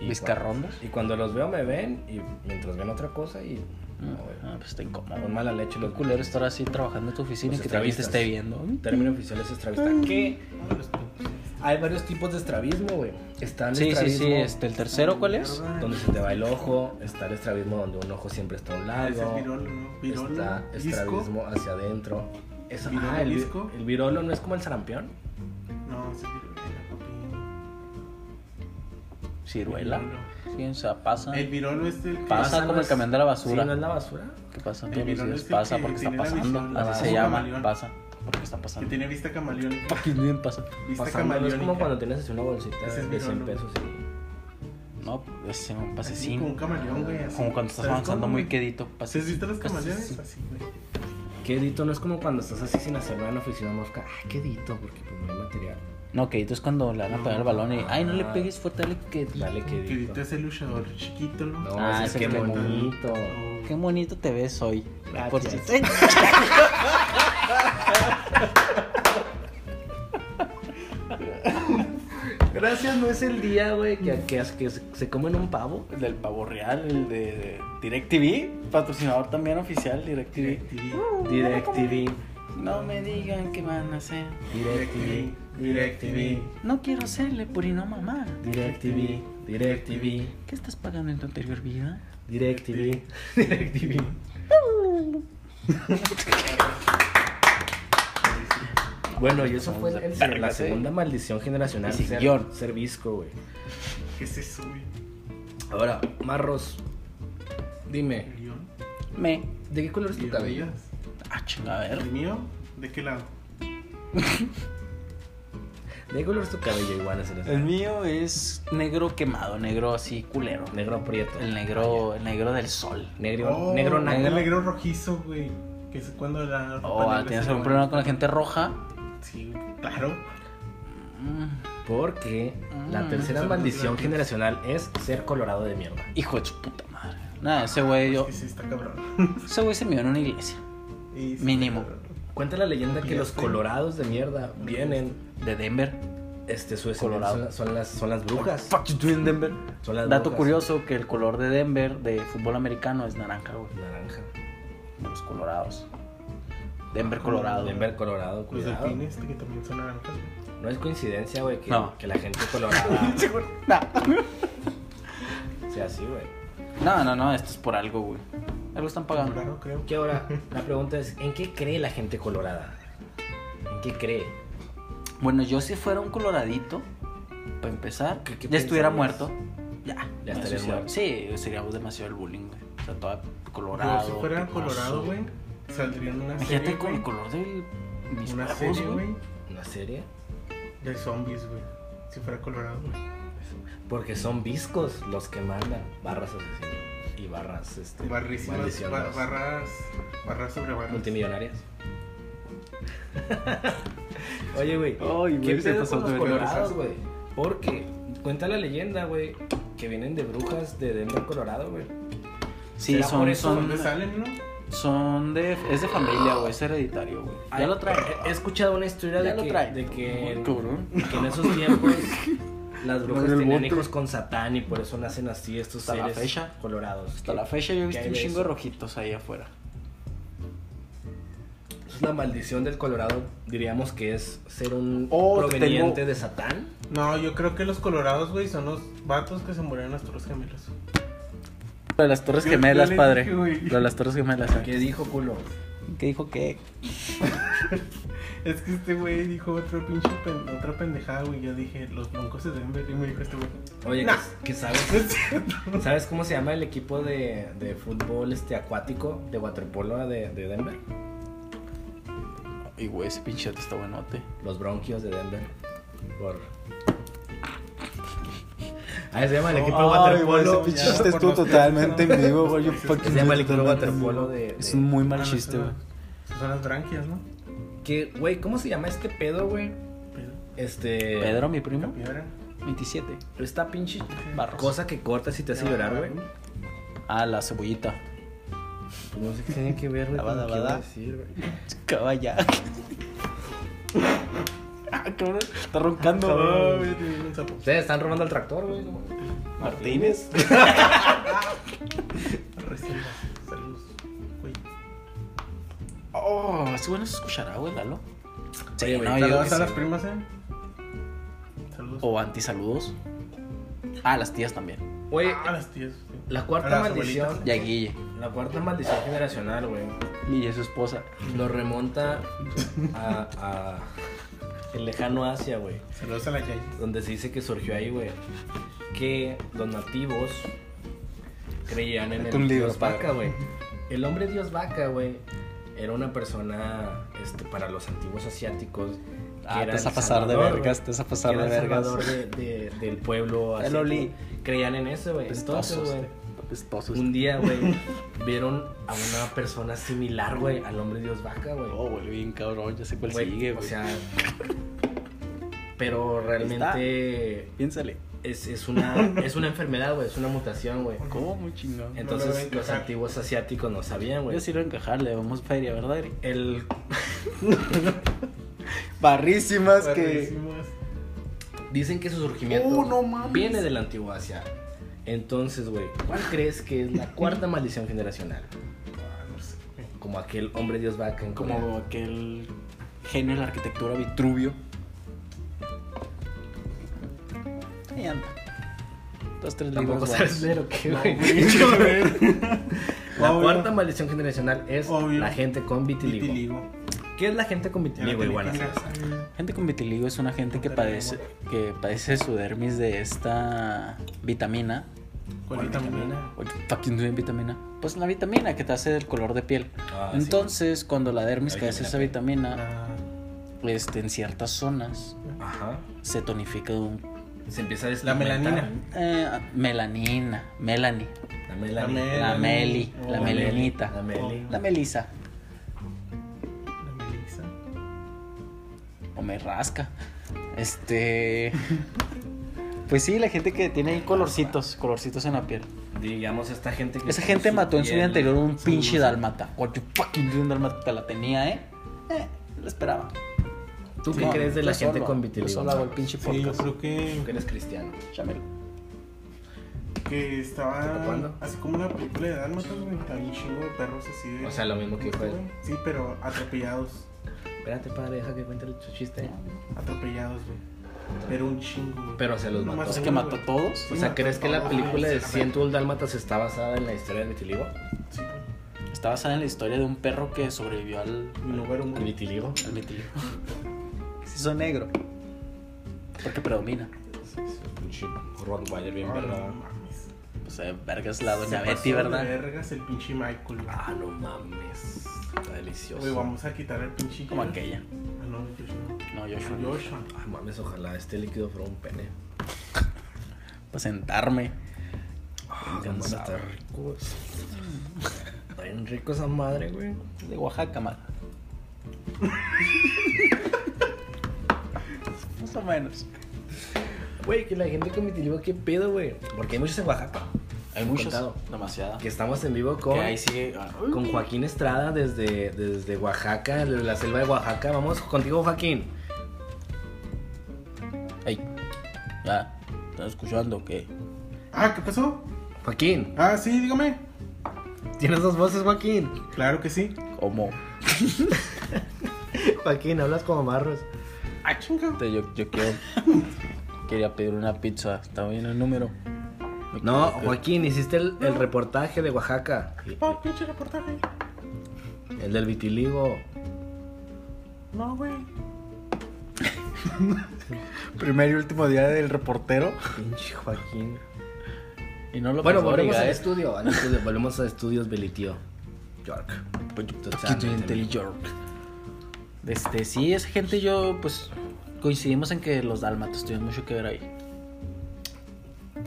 S3: Y
S4: ¿Vizcarrondos?
S3: cuando- Y cuando los veo me ven y mientras ven otra cosa y... no, güey.
S4: Ah, pues está incómodo.
S3: Con mala leche los
S4: Qué culero estar así trabajando en tu oficina
S3: Los
S4: y que también te
S3: extravistas.
S4: esté viendo.
S3: término oficial es estravista. Que
S5: Uno de los puntos.
S3: hay varios tipos de estrabismo, güey. Está el
S4: Sí, sí,
S3: estrabismo
S4: sí. Este, ¿El tercero cuál es?
S5: Mierda.
S3: donde se te va el ojo, está el estrabismo donde un ojo siempre está a un
S5: Ah, ese es
S3: lado,
S5: virolo, ¿no? Virolo.
S3: está
S5: disco.
S3: estrabismo hacia adentro. Es,
S5: Virolo,
S3: ah, el, vi-
S5: disco.
S3: el virolo no es como el sarampión.
S5: No, ese es virolo. era papi.
S4: Ciruela. Sí, o sea, pasa.
S5: El virolo es el que.
S4: Pasa
S3: no
S4: como el
S3: es-
S4: camión de la
S3: Sí,
S4: basura.
S3: no es la basura.
S4: ¿Qué pasa?
S5: El
S4: Todos los
S5: virón
S4: días
S5: es el
S4: pasa
S5: que
S4: porque está
S5: tiene la visión,
S4: pasando.
S5: la
S4: Así se
S5: visión
S4: llama.
S5: camaleón.
S4: Pasa. Porque está
S5: Que
S4: pasando.
S5: tiene vista camaleónica.
S4: Fucking bien pasa.
S5: Vista
S3: Pasando, no es como
S5: camaleónica.
S3: cuando tienes así una bolsita
S5: Ese es
S3: de 100
S5: virolo.
S3: pesos. y-
S4: No, ese me pasa
S5: Así
S4: así.
S5: como un camaleón, güey. así.
S4: Como cuando estás
S5: ¿Sabes
S4: avanzando
S5: cómo,
S4: muy
S5: güey?
S4: quedito.
S5: ¿Sí
S4: Pasa
S5: has visto los
S4: Pasa
S5: camaleones?
S4: así.
S5: Así, güey.
S3: ¿Qué edito? No es como cuando estás así sin hacer nada en la oficina mosca. Ah, ¿qué edito? Porque pues no hay material.
S4: No, que es cuando le van a pegar el balón y. Ay, no le pegues fuerte, dale que.
S3: Dale, ¿qué
S5: Que
S3: edito?
S5: ahorita es el luchador chiquito, ¿no?
S3: No,
S4: Ah,
S3: es
S4: ese
S3: que
S4: que
S3: bonito.
S4: Qué bonito te ves hoy.
S5: Ah,
S3: Gracias.
S4: Por si- ¡Ay!
S3: Gracias, no es el día, güey, que, que, que se- se comen un pavo.
S4: El del pavo real, el de DirecTV, patrocinador también oficial, DirecTV.
S5: DirecTV.
S3: DirecTV.
S4: No me digan qué van a hacer.
S3: DirecTV.
S5: DirecTV.
S4: No quiero serle purino mamá.
S3: DirecTV. DirecTV.
S4: ¿Qué estás pagando en tu anterior vida?
S3: DirecTV. DirecTV. Bueno, y eso fue el- el- la
S4: Vergas, eh.
S3: segunda maldición generacional.
S4: Y sin
S3: ser,
S4: guión.
S3: ser visco, güey.
S5: ¿Qué es eso, güey?
S3: Ahora, Marros, dime,
S5: ¿El guión?
S4: Me.
S3: ¿de qué color es tu
S5: ¿Guión?
S3: cabello?
S4: Ah, chinga, a ver.
S5: ¿El mío? ¿De qué lado?
S3: ¿De qué color es tu cabello, Iguana
S4: El
S3: Celeste?
S4: mío es negro quemado, negro así culero.
S3: Negro prieto.
S4: El negro, el negro del sol.
S3: Negro,
S5: Oh,
S3: negro
S5: el
S3: naca.
S5: negro rojizo, güey. Que es cuando la.
S4: Oh,
S5: ropa
S4: ah,
S5: negra
S4: ¿tienes
S5: se
S4: algún
S5: vuelve-
S4: problema con la gente roja?
S5: Sí, claro.
S4: Mm,
S3: Porque la
S4: Mm.
S3: tercera
S5: Son
S3: maldición
S5: naturales.
S3: generacional es ser colorado de mierda.
S4: hijo de su puta madre. Nada, ese güey, yo-
S5: Es que sí, está cabrón.
S4: ese güey se mió en una iglesia.
S5: Y sí,
S4: Mínimo.
S5: está cabrón.
S3: Cuenta la leyenda que
S5: Ya
S3: los
S5: sé.
S3: colorados de mierda vienen
S4: De Denver.
S3: Este, su
S4: Colorado.
S3: colorado. Son, las, son las brujas.
S4: Fuck you doing Denver.
S3: Son las
S4: Dato
S3: brujas.
S4: curioso que el color de Denver de fútbol americano es naranja, güey.
S3: Naranja.
S4: de Los colorados. Denver colorado.
S3: Denver, Colorado,
S5: Los
S3: cuidado.
S5: delfines, este, que también son naranjas. güey.
S3: No es coincidencia, güey, que,
S4: No.
S3: que la gente colorada
S4: No.
S3: sea así, güey.
S4: no, no, no, esto es por algo, güey. Algo están pagando.
S5: Claro, creo.
S3: Que ahora, la pregunta es, ¿en qué cree la gente colorada? ¿En qué cree?
S4: Bueno, yo si fuera un coloradito, para empezar,
S3: ¿Qué- qué
S4: ya estuviera
S3: pensarías?
S4: muerto. Ya.
S3: Ya
S4: me
S3: estarías
S4: suicido.
S3: muerto.
S4: Sí, sería demasiado el bullying, güey. O sea, todo colorado.
S5: Yo, si fuera
S4: penoso.
S5: colorado, güey, saldría en una serie.
S4: Imagínate con el
S5: güey.
S4: color de mis
S5: Una
S4: ojos,
S5: serie,
S4: güey.
S5: güey,
S3: ¿Una serie?
S5: de zombies, güey. Si fuera colorado, güey.
S3: Porque son viscos los que mandan barras asesinas y barras este,
S5: Barrísimas, ba-
S3: maldicionadas.
S5: barras, barras sobre barras.
S3: multimillonarias. Oye, güey, ¿qué
S4: güey, se
S3: pedo
S4: pasó
S3: con los
S4: de
S3: colorados, güey? Porque cuenta la leyenda, güey, que vienen de brujas de Denver, Colorado, güey.
S4: Sí,
S3: ¿Será por
S4: son,
S3: eso
S4: son,
S5: ¿Dónde salen, no?
S4: son de, es de familia, güey, es hereditario, güey.
S5: Ah,
S4: Ya
S3: Ay,
S4: lo traen.
S3: He he escuchado una historia
S4: Ya
S3: de
S4: lo
S3: que,
S4: traen.
S3: de que,
S4: Muy cabrón.
S3: de que en esos tiempos las brujas
S4: del
S3: tenían
S4: bote.
S3: hijos con Satán y por eso nacen así estos
S4: Hasta la
S3: seres
S4: fecha.
S3: colorados.
S4: Hasta
S3: Que-
S4: la fecha yo he
S3: que hay
S4: visto un
S3: de
S4: chingo de
S3: eso.
S4: rojitos ahí afuera.
S3: Es la maldición del Colorado, diríamos que es ser un
S4: Oh, te
S3: proveniente
S4: tengo-
S3: de Satán.
S5: No, yo creo que los colorados, güey, son los vatos que se murieron en las torres gemelas.
S4: Lo de las Torres
S5: Yo-
S4: Gemelas,
S5: yo le
S4: padre.
S5: dije, güey.
S4: Lo de las Torres Gemelas. ¿eh?
S3: ¿Qué dijo, culo?
S4: ¿Qué dijo qué?
S5: Es que este güey dijo otro pinche pen- otra pendejada, güey. Yo dije, los broncos de Denver. Y me dijo este güey.
S3: Oye,
S5: Nah.
S3: que, que sabes, ¿sabes cómo se llama el equipo de, de fútbol este acuático de waterpolo de, de Denver?
S4: Y güey, ese pinche dato está buenote.
S3: Los Bronquios de Denver. Por... Ah, se llama el equipo de waterpolo.
S5: pinche chiste estuvo totalmente en vivo, güey, yo fucking-
S3: Se llama el equipo de waterpolo de.
S4: Es
S3: de-
S4: un muy
S5: Ah,
S4: mal
S5: no,
S4: chiste,
S5: son-
S4: güey.
S5: Son las branquias, ¿no?
S3: Que, güey, ¿cómo se llama este pedo, güey?
S5: Pedro,
S3: Este.
S4: Pedro, mi primo,
S5: Piedra.
S4: 27.
S3: Esta pinche
S4: Barros.
S3: cosa que cortas y te hace llorar, güey.
S4: Ah, la cebollita.
S3: Pues No sé qué tiene que ver, güey.
S4: La
S3: con
S4: bada,
S3: lo que iba a
S4: bada.
S3: decir, güey.
S4: Caballa. ah, cabrón. Está roncando,
S5: Ah,
S4: güey.
S5: güey, te viene un sapo.
S3: Ustedes están robando el tractor, güey. ¿no?
S4: Martínez.
S5: Recién nacido. Saludos, güey.
S4: Oh, ese güey no se escuchará, güey, Lalo. Sí,
S3: Oye, güey,
S4: no, yo digo que
S5: Saludos
S4: sí,
S5: a las
S4: güey.
S5: primas, ¿eh? Saludos.
S4: O antisaludos. Ah, las tías también.
S3: Oye,
S5: Ah, las tías. sí.
S3: Oh. la
S5: A
S3: cuarta
S5: las
S3: maldición.
S5: abuelitas.
S4: Y a Guille.
S3: La cuarta maldición generacional, güey.
S4: Y a su esposa.
S3: Lo remonta a, a el lejano Asia, güey.
S5: Saludos a la Yay.
S3: Donde se dice que surgió ahí, güey. Que los nativos creían en el
S4: Un libro,
S3: dios
S4: padre.
S3: vaca, güey. El hombre dios vaca, güey, era una persona este, para los antiguos asiáticos. que
S4: Ah,
S3: era
S4: te vas
S3: el
S4: a pasar de
S3: salvador,
S4: vergas,
S3: güey.
S4: te vas a pasar
S3: Que
S4: de
S3: era el
S4: vergas.
S3: salvador de- de- del pueblo.
S4: El Oli. Pues
S3: Creían en eso, güey. Entonces,
S4: Pestosos,
S3: güey.
S4: apestosos.
S3: Un día, güey, vieron a una persona similar, güey, al hombre Dios vaca, güey.
S4: Oh, güey, bien cabrón, ya sé cuál
S3: Güey,
S4: sigue,
S3: O
S4: güey.
S3: sea. Pero realmente
S4: Piénsale.
S3: es, es una, es una enfermedad, güey, es una mutación, güey.
S4: ¿Cómo? Muy chingón.
S5: No lo
S3: Entonces
S5: ven,
S3: los
S5: ajá.
S3: antiguos asiáticos no sabían, güey.
S4: Yo sí lo voy a encajar, le vamos feria, ¿verdad, Eric?
S3: El,
S4: Barrísimas que.
S5: Barrísimas.
S3: dicen que su surgimiento
S8: Oh, no mames.
S3: viene de la antigua Asia. Entonces, güey, ¿cuál
S4: Ah.
S3: crees que es la cuarta maldición generacional?
S5: Ah, no sé, güey.
S3: Como aquel hombre Dios vaca en Corea.
S4: Como aquel genio de la arquitectura Vitruvio. Ahí anda. Dos, tres
S3: Tampoco
S4: libros.
S3: sabes
S4: guapos.
S3: leer o qué, güey. la
S5: Obvio.
S3: cuarta maldición generacional es
S5: Obvio.
S3: la gente con vitiligo.
S5: Vitiligo.
S3: ¿Qué es la gente con
S5: Ya no
S3: vitiligo,
S5: te
S3: Iguana?
S5: imaginas.
S4: Gente con vitiligo es una gente que
S5: Puta la
S4: padece,
S5: memoria.
S4: que padece su dermis de esta vitamina.
S5: ¿Cuál
S3: ¿Cuál
S5: vitamina?
S3: vitamina?
S4: What the fucking doing vitamina? Pues la vitamina que te hace el color de piel.
S3: Ah, sí.
S4: Entonces, cuando la dermis
S3: La
S4: cae esa vitamina,
S5: Ah,
S4: este, en ciertas zonas
S3: Ajá.
S4: se tonifica de un
S3: Se empieza a
S5: La
S3: despigmentar.
S5: melanina.
S4: Eh, melanina, Melanie,
S3: La melanina.
S4: la Meli,
S5: Oh,
S4: la
S5: la
S4: Melanita,
S3: La meli.
S4: la Melisa,
S5: La melisa.
S4: o me rasca. Este. Pues sí, la gente que tiene ahí colorcitos, colorcitos en la piel.
S3: Digamos, esta gente que.
S4: Esa gente
S3: su
S4: mató en su
S3: piel
S4: vida anterior un
S3: se
S4: pinche
S3: luce.
S4: dalmata. What you fucking doing, dalmata? Te la tenía, ¿eh? Eh, la esperaba.
S3: ¿Tú qué
S4: No,
S3: crees de
S4: yo
S3: la gente
S4: solo-
S3: con
S4: Yo
S3: vitiligo?
S4: solo hago el
S3: Marcos?
S4: pinche
S5: Sí, yo
S4: podcast.
S5: creo
S3: Tú que
S5: que,
S3: eres cristiano.
S4: Llámelo.
S5: que estaba
S3: ¿Cuándo?
S5: así como una película de Dálmatas, güey. Había un chingo de perros así de.
S3: O sea, lo mismo que fue él.
S5: Sí, pero atropellados.
S3: Espérate, padre, deja que cuente su chiste.
S5: Atropellados, güey. Pero un chingo, güey.
S3: Pero se los
S5: Nomás
S3: mató.
S4: O sea
S5: uno,
S4: que mató a
S5: güey.
S4: todos.
S3: O sea, ¿crees que la
S5: Ah,
S3: película
S5: sí,
S3: de
S5: la
S3: 101 Dálmatas está basada en la historia del vitiligo?
S5: Sí, güey.
S4: Está basada en la historia de un perro que sobrevivió al,
S5: Mi lugar humano.
S3: ¿El vitiligo?
S4: al vitiligo. Se hizo negro. Porque predomina.
S3: Pinche Rottweiler bien
S5: Ah,
S3: verga.
S5: no mames.
S4: Pues eh, vergas la
S5: Se
S4: doña
S5: pasó
S4: Betty,
S5: de
S4: ¿verdad?
S5: Vergas el pinche Michael, güey.
S3: Ah, no mames. Está
S5: Güey,
S3: delicioso.
S5: vamos a quitar el pinche.
S4: Como aquella.
S5: Ah, no, Joshua.
S4: No, yo
S5: no. Joshua.
S3: Ah, mames, ojalá este líquido fuera un pene.
S4: Para Pues, sentarme.
S3: Ah,
S4: Bien
S3: mames, está
S4: cansado.
S3: rico. Está bien rico esa madre, güey.
S4: De Oaxaca, mal. Más o menos.
S3: Güey, que la gente con vitiligo, qué pedo, güey. Porque hay muchos en Oaxaca.
S4: Hay muchos.
S3: Contado.
S4: Demasiada.
S3: Que estamos en vivo
S4: Que
S3: con,
S4: ahí sigue. ah,
S3: con Joaquín Estrada desde, desde Oaxaca, desde la selva de Oaxaca. Vamos contigo, Joaquín.
S4: Ey, ya. ¿Estás escuchando que
S5: Ah, ¿qué pasó?
S3: Joaquín,
S5: Ah, sí, dígame.
S3: tienes dos voces, Joaquín.
S5: Claro que sí.
S4: Como.
S3: Joaquín, hablas como marros.
S5: Ah, chinga.
S4: Te- Yo, yo quiero. Quería pedir una pizza. Está bien el número. Me
S3: No,
S4: equivoqué.
S3: Joaquín, hiciste el, el reportaje de Oaxaca.
S5: Oh, pinche reportaje.
S3: El del vitiligo.
S5: No, güey.
S4: Primer y último día del reportero.
S3: Pinche Joaquín.
S4: Y no lo
S3: Bueno,
S4: pasó,
S3: volvemos
S4: oiga,
S3: al
S4: eh.
S3: estudio, al estudio. Volvemos a estudios Belitio. York.
S4: Quito y Intel York. Este, sí, esa gente y yo, pues, coincidimos en que los dálmatas tuvieron mucho que ver ahí.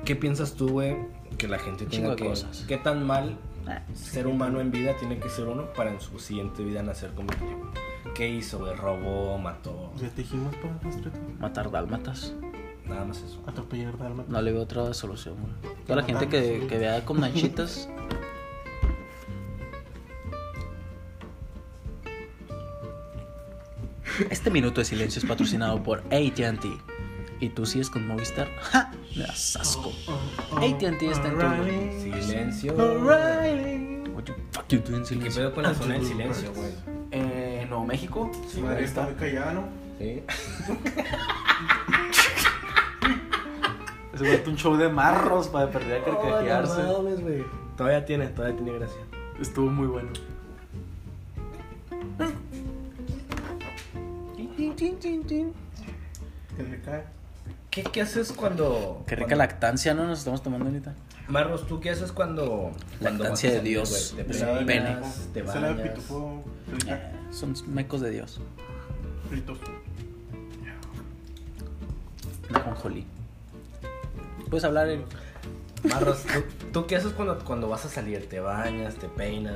S3: ¿Qué piensas tú, güey? Que la gente
S4: Chingo
S3: tenga
S4: de
S3: que...
S4: cosas.
S3: ¿Qué tan mal
S4: Ah,
S3: ser humano en vida tiene que ser uno para en su siguiente vida nacer como vitiligo? ¿Qué hizo, güey? Robó, mató.
S5: Ya te dijimos para nuestro
S4: Matar dálmatas.
S3: Nada más eso.
S5: atropellar Dalma.
S4: No le veo otra solución, güey. Toda la
S5: Matar,
S4: gente que,
S5: sí.
S4: que vea con manchitas. Este minuto de silencio es patrocinado por ATT. ¿Y tú sigues con Movistar? ¡Ja! Me das asco. AT&T está en todo.
S3: Silencio.
S4: What you fuck you doing,
S3: ¿Qué
S4: silencio?
S3: pedo con la zona del silencio, güey?
S4: Eh, Nuevo México.
S5: Sí, madre, está muy callada, ¿no?
S3: Sí.
S4: Se vuelve un show de marros para perder a
S3: Oh,
S4: carcajearse.
S3: Todavía tiene, todavía tiene gracia.
S4: Estuvo muy bueno.
S5: Que le cae.
S3: ¿Qué, qué haces cuando...
S4: Qué rica
S3: cuando-
S4: lactancia, ¿no? Nos estamos tomando ahorita.
S3: Marros, ¿tú qué haces cuando... cuando
S4: Lactancia
S3: vas a
S4: de
S3: salir,
S4: Dios,
S3: güey? Te
S4: de mi pene.
S3: peinas, te
S5: Se la
S3: bañas.
S5: pitufo.
S4: Eh, son mecos de Dios.
S5: Fritos.
S4: Una jonjolí. Puedes hablar, Eric.
S3: Barros, ¿tú, tú qué haces cuando, cuando vas a salir? ¿Te bañas? ¿Te peinas?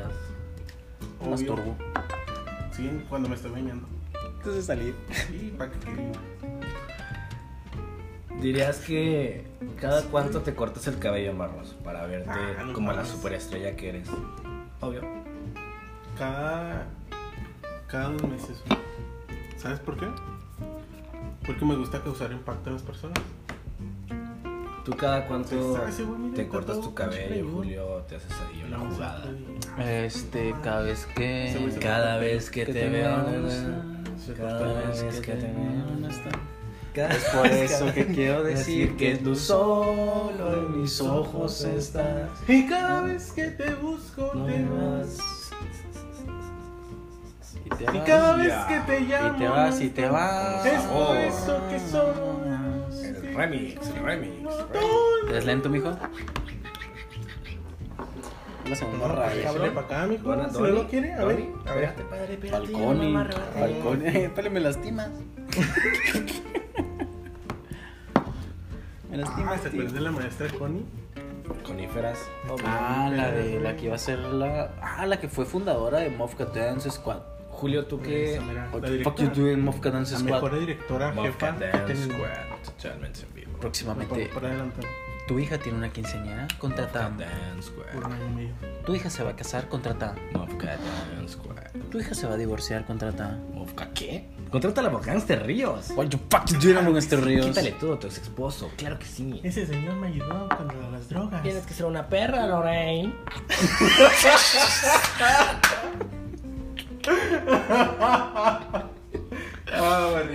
S5: Obvio.
S4: Masturbo.
S5: Sí, cuando me estoy bañando.
S4: Entonces salir.
S5: Sí, ¿para qué quería?
S3: ¿Dirías que cada cuánto te cortas el cabello, Marros? Para verte
S5: Ah, no
S3: como la
S5: mames.
S3: superestrella que eres. Obvio.
S5: Cada. Cada dos meses. ¿Sabes por qué? Porque me gusta causar impacto en las personas.
S3: ¿Tú cada cuánto
S5: Entonces, ese güey, mira,
S3: te
S5: está
S3: cortas
S5: todo
S3: tu
S5: pinche
S3: cabello,
S5: peludo.
S3: Julio? ¿Te haces ahí una
S5: No,
S3: jugada?
S5: sí,
S4: Este, cada vez
S5: Ese güey
S4: que.
S5: se-
S3: Cada vez que te veo, cada vez que te
S4: no
S3: veo,
S4: está.
S3: cada
S4: Es por
S3: vez
S4: eso que quiero decir que tú solo en mis ojos estás.
S5: Y cada vez que te busco,
S4: No
S5: te
S4: me
S5: vas.
S4: vas. Y te
S5: Y
S4: vas.
S5: cada vez que te llamo.
S4: Y te vas, y te vas.
S5: Es por
S3: Oh.
S5: eso que somos.
S3: El remix, el remix.
S4: ¿Eres lento, mijo? Una segunda
S5: No,
S4: raya.
S5: cabrón, para acá, mijo. Si no lo quiere, a ver. A ver.
S3: Espérate, padre, espérate.
S4: Balcón,
S3: mamá, arrebata.
S4: balcón. Pele, me lastimas. me
S5: Ah,
S4: lastimas.
S5: ¿se
S4: tío.
S5: acuerdan de la maestra Connie?
S3: Coníferas.
S4: Ah, la de la que iba a ser la. Ah, la que fue fundadora de Mofka Dance Squad.
S3: Julio, ¿tú
S4: pues,
S3: qué?
S5: Esa, mira,
S4: What
S5: la
S4: the fuck
S5: directora.
S4: you doing, Mofka Dance
S5: La
S6: Ah,
S4: Squad?
S5: mejor directora
S3: Mofka
S5: jefa que
S3: Dance
S5: tenemos.
S3: Squad, totalmente en vivo.
S5: Por,
S4: Próximamente.
S5: por adelantado.
S4: Tu hija tiene una quinceañera, contrata.
S3: Dance
S5: Por un
S3: Squad.
S5: año y medio.
S4: Tu hija se va a casar, contrata.
S3: Mofka Dance Squad.
S4: Tu hija se va a divorciar, contrata.
S3: ¿Mofka qué? Contrata a la Gangster Ríos.
S4: What you fucking doing, Monster Ríos?
S3: Quítale todo a tu ex esposo, claro que sí.
S5: Ese señor me ayudó contra las drogas.
S3: Tienes que ser una perra, Lorraine.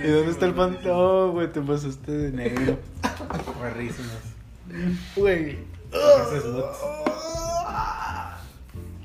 S4: ¿Y dónde está el pantalón? Oh, güey, te pasaste de negro.
S5: Barrísimas.
S4: Güey.
S5: Esos slots.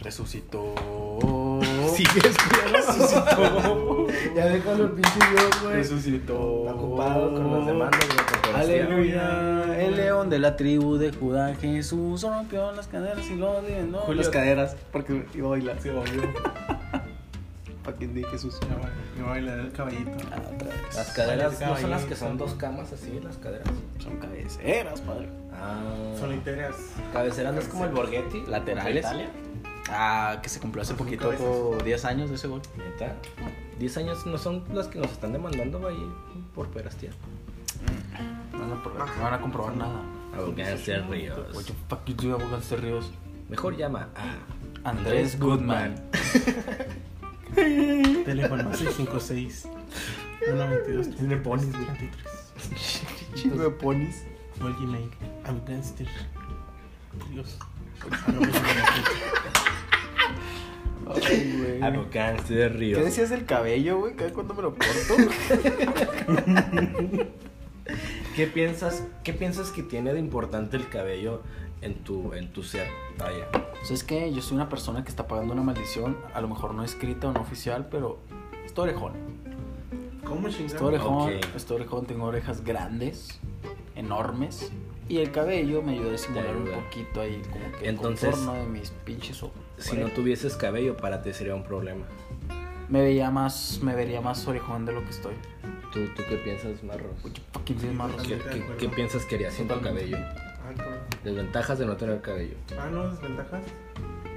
S4: Resucitó.
S3: Sigues resucitó. ya déjalo el pinche Dios,
S4: Resucitó.
S3: Está ocupado con las demandas, güey, porque
S4: Aleluya, el león de la tribu de Judá, Jesús rompió las caderas y lo no.
S5: Julio.
S4: Las caderas, porque iba a bailar.
S5: Sí, obvio.
S4: Para quien di Jesús.
S5: Ya va- ya va a bailar el caballito.
S4: Ah, otra vez.
S3: Las caderas no son las que
S5: Caballito.
S3: son dos camas así, las caderas.
S4: Son cabeceras, padre.
S3: Ah.
S5: Son literas.
S3: Cabeceras no es como el Borghetti.
S4: Laterales.
S3: Italia.
S4: Ah, que se cumplió hace
S5: Son
S4: poquito
S5: cabezas.
S4: 10 años de ese gol.
S3: Neta. 10 años no son las que nos están demandando ahí por perastía.
S4: No van a probar- no van a comprobar nada.
S3: Arrogancia
S4: What
S3: Ríos.
S4: the fuck you doing, Arrogancia Ríos?
S3: Mejor llama a
S4: Andrés Goodman.
S5: Teléfono 656 192 Tiene ponis, güey. 23.
S4: Chido de ponis.
S5: O el Gmail. I'm gangster. Dios.
S4: Ay, güey.
S3: Arrogancia
S4: ¿Qué
S3: Ríos.
S4: decías del cabello, güey? ¿Cada cuándo me lo corto?
S3: ¿Qué piensas, ¿Qué piensas que tiene de importante el cabello en tu, en tu ser? Vaya.
S4: ¿Sabes qué? Yo soy una persona Pues que está pagando una maldición, a lo mejor no escrita o no oficial, pero estoy orejón.
S5: ¿Cómo
S4: Estoy orejón,
S3: Ok.
S4: estoy orejón, tengo orejas grandes, enormes, y el cabello me ayuda a disimular un
S3: ayuda.
S4: poquito ahí como que
S3: Entonces,
S4: el contorno de mis pinches ojos.
S3: Si no tuvieses cabello, para ti sería un problema.
S4: Me veía más, me vería más orejón de lo que estoy.
S3: ¿Tú, tú qué piensas, Marros?
S4: Fucking bien
S5: Ah,
S4: marrón.
S3: pues, ¿Qué,
S5: Totalmente de
S3: qué,
S5: acuerdo.
S3: qué piensas que harías sin tu
S4: Totalmente.
S3: cabello? Desventajas de no tener cabello.
S5: Ah, no, desventajas.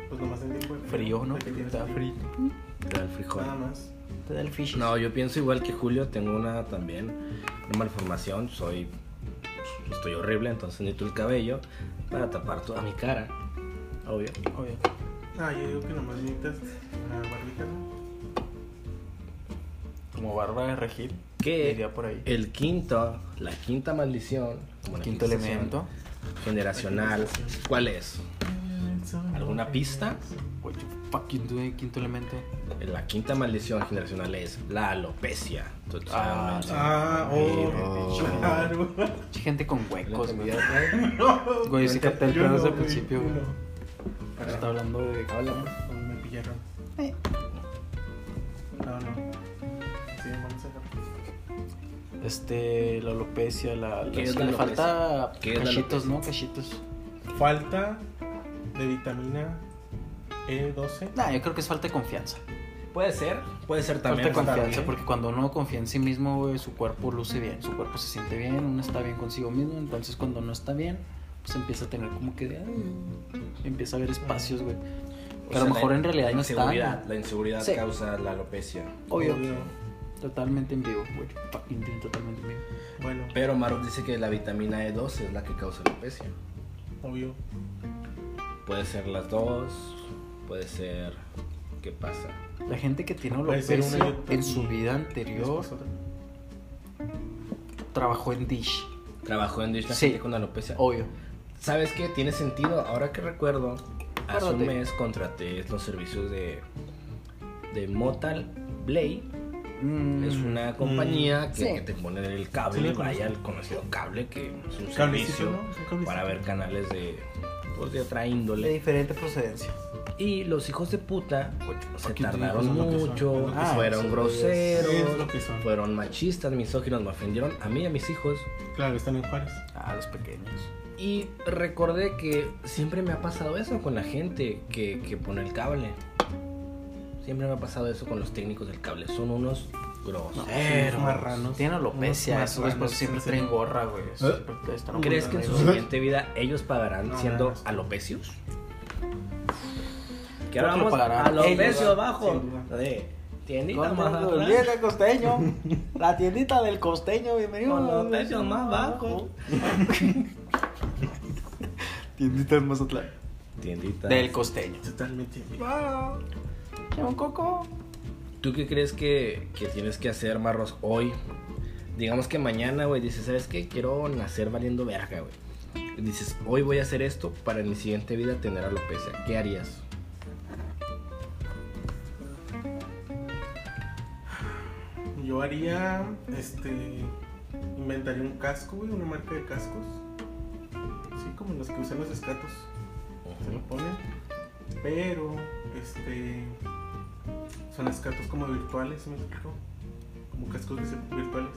S5: Pues nomás en tiempo de
S4: Frío, ¿no?
S5: de que tienes
S4: Está frío.
S3: Te da el
S5: Nada
S4: Ah,
S3: frijol.
S5: más.
S4: Te da el fish.
S3: No, yo pienso igual que Julio, tengo una también, una malformación, soy, estoy horrible, entonces necesito el cabello para tapar toda mi cara, obvio.
S4: Obvio.
S5: Ah, yo digo que nomás necesitas ah, barbita, ¿no?
S4: Como barba de regil.
S3: Que
S4: Diría por ahí.
S3: el quinto, la quinta maldición, como la
S4: Quinto
S3: quinta sesión
S4: elemento.
S3: generacional, ¿cuál es? ¿Alguna pista?
S4: What you fucking doing, quinto elemento.
S3: La quinta maldición generacional es la alopecia. Totalmente.
S5: Ah, oh,
S3: Horrible.
S5: claro.
S4: Che, Gente con huecos, güey.
S5: No,
S4: Güey, sí capté el
S5: yo
S4: pedo
S5: no,
S4: desde el
S5: güey,
S4: principio,
S5: yo
S4: güey.
S5: no. Para-
S4: Está hablando de.
S5: Oh, Me pillaron. No, no. Sí, vamos a dejar.
S4: Este, la alopecia, la. la-
S3: ¿Qué es
S4: sí,
S3: la
S4: le
S3: alopecia?
S4: falta
S3: ¿Qué es la
S4: cachitos, ¿no? Cachitos.
S5: Falta de vitamina E E12.
S4: Nah, yo creo que es falta de confianza.
S3: Puede ser, puede ser también.
S4: falta de
S5: está
S6: ¿eh?
S4: confianza,
S5: bien.
S4: porque cuando uno confía en sí mismo, güey, su cuerpo luce bien, su cuerpo se siente bien, uno está bien consigo mismo. Entonces, cuando no está bien,
S6: pues empieza a tener como que. ay, empieza a haber espacios, güey.
S3: O
S6: Que a
S3: sea,
S6: lo mejor
S3: la-
S6: en realidad
S3: la
S6: no está.
S3: inseguridad, La inseguridad
S6: Sí.
S3: causa la alopecia.
S6: Obvio.
S5: Obvio.
S6: Totalmente en vivo, güey. Fucking thing, totalmente en vivo.
S5: Bueno,
S3: Pero Maroc dice que la vitamina E2 es la que causa alopecia.
S5: obvio.
S3: Puede ser las dos, puede ser. ¿Qué pasa?
S6: La gente que tiene
S5: Puede ser
S6: alopecia
S5: una-
S6: en su vida
S5: Les
S6: anterior
S5: pasó también.
S6: trabajó en Dish.
S3: Trabajó en Dish la
S6: Sí.
S3: gente con alopecia.
S6: Obvio.
S3: ¿Sabes qué? Tiene sentido. Ahora que recuerdo, hace un
S6: Acuérdate.
S3: mes contraté los servicios de, de Motal Blade. Es una compañía que,
S6: Sí.
S3: que te pone el
S5: Sí,
S3: cable,
S5: lo conozco.
S3: vaya el conocido cable, que es un
S5: Cablecito,
S3: servicio
S5: ¿no? Es un cablecito.
S3: para ver canales de, pues, de otra
S6: De
S3: índole.
S6: diferente procedencia.
S3: Y los hijos de puta se
S5: Aquí te
S3: tardaron
S5: digo lo que son,
S3: mucho,
S5: lo que
S6: son.
S3: fueron
S6: Ah,
S3: groseros,
S5: Es lo que son.
S3: fueron machistas, misóginos, me ofendieron a mí y a mis hijos.
S5: Claro, están en Juárez.
S6: Ah, los pequeños.
S3: Y recordé que siempre me ha pasado eso con la gente que, que pone el cable. Siempre me ha pasado eso con los técnicos del cable. Son unos grosos.
S5: Pero, marranos.
S6: Tienen alopecia,
S5: Unos
S6: esos güeyes por
S5: marranos, ¿Eh?
S6: eso siempre
S5: sí.
S6: traen gorra, güey. Siempre están
S3: ¿Crees que en su
S6: aburridos.
S3: siguiente vida ellos pagarán
S5: No,
S3: siendo
S5: no, no.
S3: alopecios? Que
S6: Creo
S3: ahora
S6: que lo
S3: vamos
S6: pagarán ellos,
S3: alopecio
S6: ¿verdad?
S3: abajo.
S5: Sin duda.
S3: De tiendita
S6: Con
S3: más
S6: el
S3: atrás.
S6: viejo costeño. La tiendita del costeño, bienvenido.
S3: Con los precios más bajos.
S6: Tiendita del Mazatlán.
S3: Tiendita.
S6: Del costeño.
S5: Totalmente.
S6: un coco?
S3: ¿Tú qué crees que, que tienes que hacer, Marros, hoy? Digamos que mañana, güey, dices, ¿sabes qué? Quiero nacer valiendo verga, güey. Y Dices, hoy voy a hacer esto para en mi siguiente vida tener alopecia. ¿Qué harías?
S5: Yo haría, este, inventaría un casco, güey, una marca de cascos. Sí, como los que usan los escatos. Se lo ponen. Pero, este, son escatos como virtuales, ¿me explico? Como cascos que se- virtuales.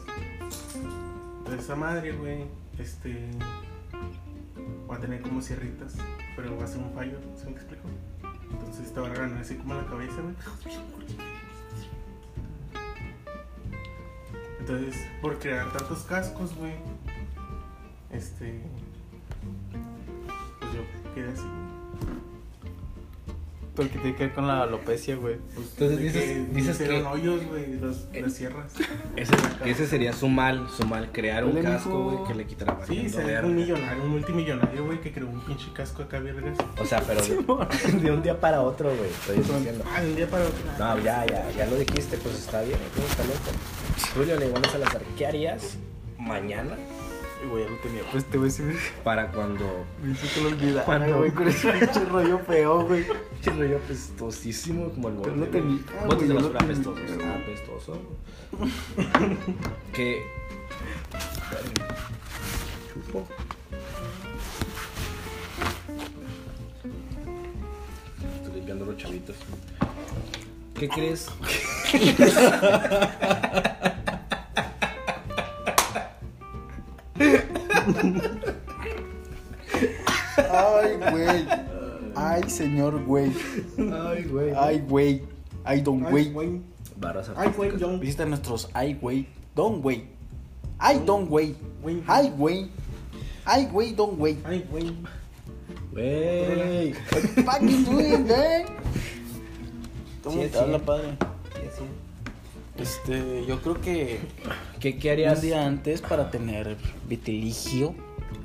S5: Entonces esa madre, güey, este, va a tener como sierritas, pero va a ser un fallo, ¿se me explico? Entonces te va a ganar así como en la cabeza, güey. Entonces, por crear tantos cascos, güey. Este. Pues yo quedé así.
S6: Todo el que tiene que ver con la alopecia, güey.
S5: Pues,
S3: Entonces
S5: de
S3: dices- dices
S5: hicieron
S3: que-
S5: hoyos, güey, los,
S3: Eh,
S5: las sierras.
S3: Ese, ese sería su mal, su mal, crear un
S6: Dale,
S3: casco,
S6: mijo.
S3: güey, que le quitará
S5: Sí, sería un millonario, un multimillonario, güey, que creó un pinche casco acá, vergas.
S3: O sea, pero de, de un día para otro, güey. Estoy diciendo.
S5: Ah, de un día para otro.
S3: No, ya, ya, ya lo dijiste, pues está bien, pues está loco. Julio León Salazar, ¿qué harías mañana
S6: Y güey, ya lo tenía. Pues te voy a decir,
S3: para cuando
S6: me hizo que lo olvidara,
S3: Cuando-
S6: güey, con ese pinche rollo feo, güey.
S3: Pinche rollo apestosísimo como el
S6: Pero
S3: bote,
S6: no tenía,
S3: güey.
S6: güey,
S3: Botes de
S6: yo no
S3: basura
S6: tenía,
S3: apestosos.
S6: güey.
S3: Ah, apestoso. que. Chupo. Estoy limpiando los chavitos. ¿Qué crees?
S6: Ay, güey. Ay, señor, güey.
S5: Ay, güey.
S6: Ay, güey. Ay, don, güey.
S3: Barras
S5: Ay, güey,
S3: artísticas.
S5: John.
S6: Visita nuestros ay, güey. Don, güey. Ay, don, güey.
S5: Güey.
S6: Ay, güey. Ay, güey, don, güey.
S5: Ay, güey.
S3: Wey.
S6: Fucking doing, güey.
S3: Sí,
S6: ¿Cómo
S3: sí.
S6: te habla, padre? Este, yo creo que
S3: ¿Qué, ¿Qué
S6: un
S5: pues,
S3: harías?
S6: día antes para tener vitiligio.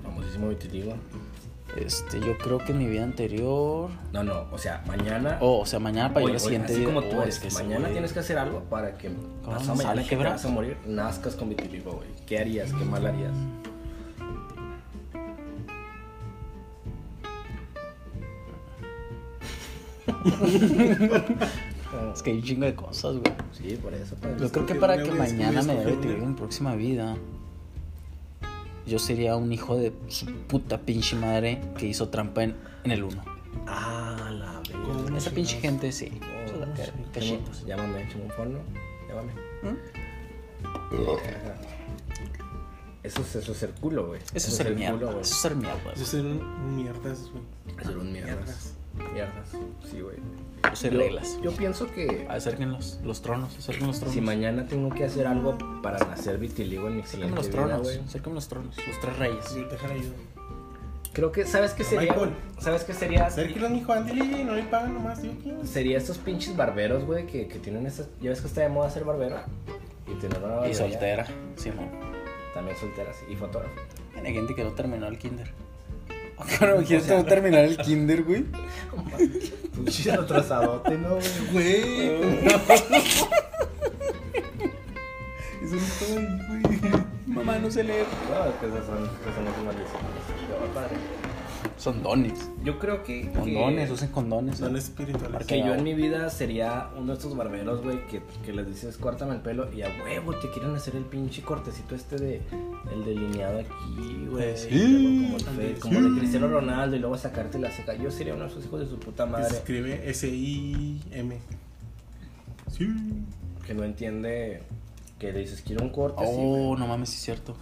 S3: Famosísimo vitiligo.
S6: Este, yo creo que mi vida anterior.
S3: No, no, o sea, mañana.
S6: Oh, o sea, mañana para
S3: Oye,
S6: ir al
S3: oye,
S6: siguiente
S3: así
S6: día.
S3: como
S6: Oh,
S3: tú
S6: es
S3: eres,
S6: que ese
S3: mañana
S6: güey- Ah,
S3: tienes que hacer algo para que pasado
S6: sale
S3: mañana que te
S6: quebrado?
S3: vas a morir, nazcas con vitiligo, güey. ¿Qué harías? ¿Qué mal harías?
S6: Es que hay un chingo de cosas, güey.
S3: Sí, por eso. pues. padre.
S6: Yo creo que
S5: Escoge
S6: para
S5: una,
S6: que
S5: güey,
S6: mañana
S5: escoge,
S6: me dé
S5: escoge
S6: vitiligio
S5: una.
S6: en mi próxima vida, yo sería un hijo de su puta pinche madre que hizo trampa en, en el 1.
S3: Ah, la verga.
S5: ¿Cómo
S6: Esa
S5: chingados?
S6: pinche gente, sí.
S3: Oh,
S6: Se la cae,
S3: Llámame,
S6: cachitos.
S3: Llámame, échame un fono. Llámame.
S6: ¿Mm?
S3: Eso es, eso es el culo, güey.
S6: Eso es ser
S3: culo,
S6: mierda. Eso
S3: güey.
S6: es ser mierda.
S5: Esos eran mierdas, güey.
S3: Eso es un mierdas.
S5: Mierdas.
S3: Mierdas. Sí, güey.
S6: Eso es ser
S3: Yo-
S6: reglas.
S3: Yo pienso que
S6: Acerquen los, los tronos, acerquen los tronos.
S3: Si mañana tengo que hacer algo para nacer vitiligo en mi
S6: Acércame
S3: siguiente
S6: los
S3: vida,
S6: tronos,
S3: güey.
S6: acércame los tronos, los tres reyes.
S5: Yo te dejaré ayuda.
S3: Creo que, ¿sabes qué sería?
S5: Michael.
S3: ¿Sabes qué sería?
S5: Hacer que los mijo ándale, no le pagan nomás, yo quién.
S3: Sería estos pinches barberos, güey, que, que tienen esas. Ya ves que está de moda ser barbero. Y tener una
S4: Y
S3: barbería.
S4: soltera, Simón.
S3: También soltera, sí. Y fotógrafo.
S4: Hay gente que no terminó el kinder. Claro, ¿quieres no terminar el kinder, güey?
S3: Pinche atrasadote, ¿no, güey?
S4: Güey.
S5: Eso no está ahí, güey.
S4: Mamá, no sé leer.
S3: No, es que esas son, esas son las maldiciones. Yo, padre.
S4: Son dones.
S3: Yo creo que. que-
S4: Condones, usen condones.
S5: Son espirituales.
S4: Porque-
S3: Que yo en mi vida sería uno de estos barberos, güey, que, que les dices, córtame el pelo y a huevo te quieren hacer el pinche cortecito este de el delineado aquí, güey.
S4: Sí.
S3: y luego Como, el
S5: Sí.
S3: fe- como el de Cristiano Ronaldo y luego sacarte la ceja. Yo sería uno de esos hijos de su puta
S5: Que se
S3: madre
S5: escribe S-I-M. Sí.
S3: que no entiende que le dices, quiero un corte. sí, güey.
S4: Oh, no mames, sí es cierto.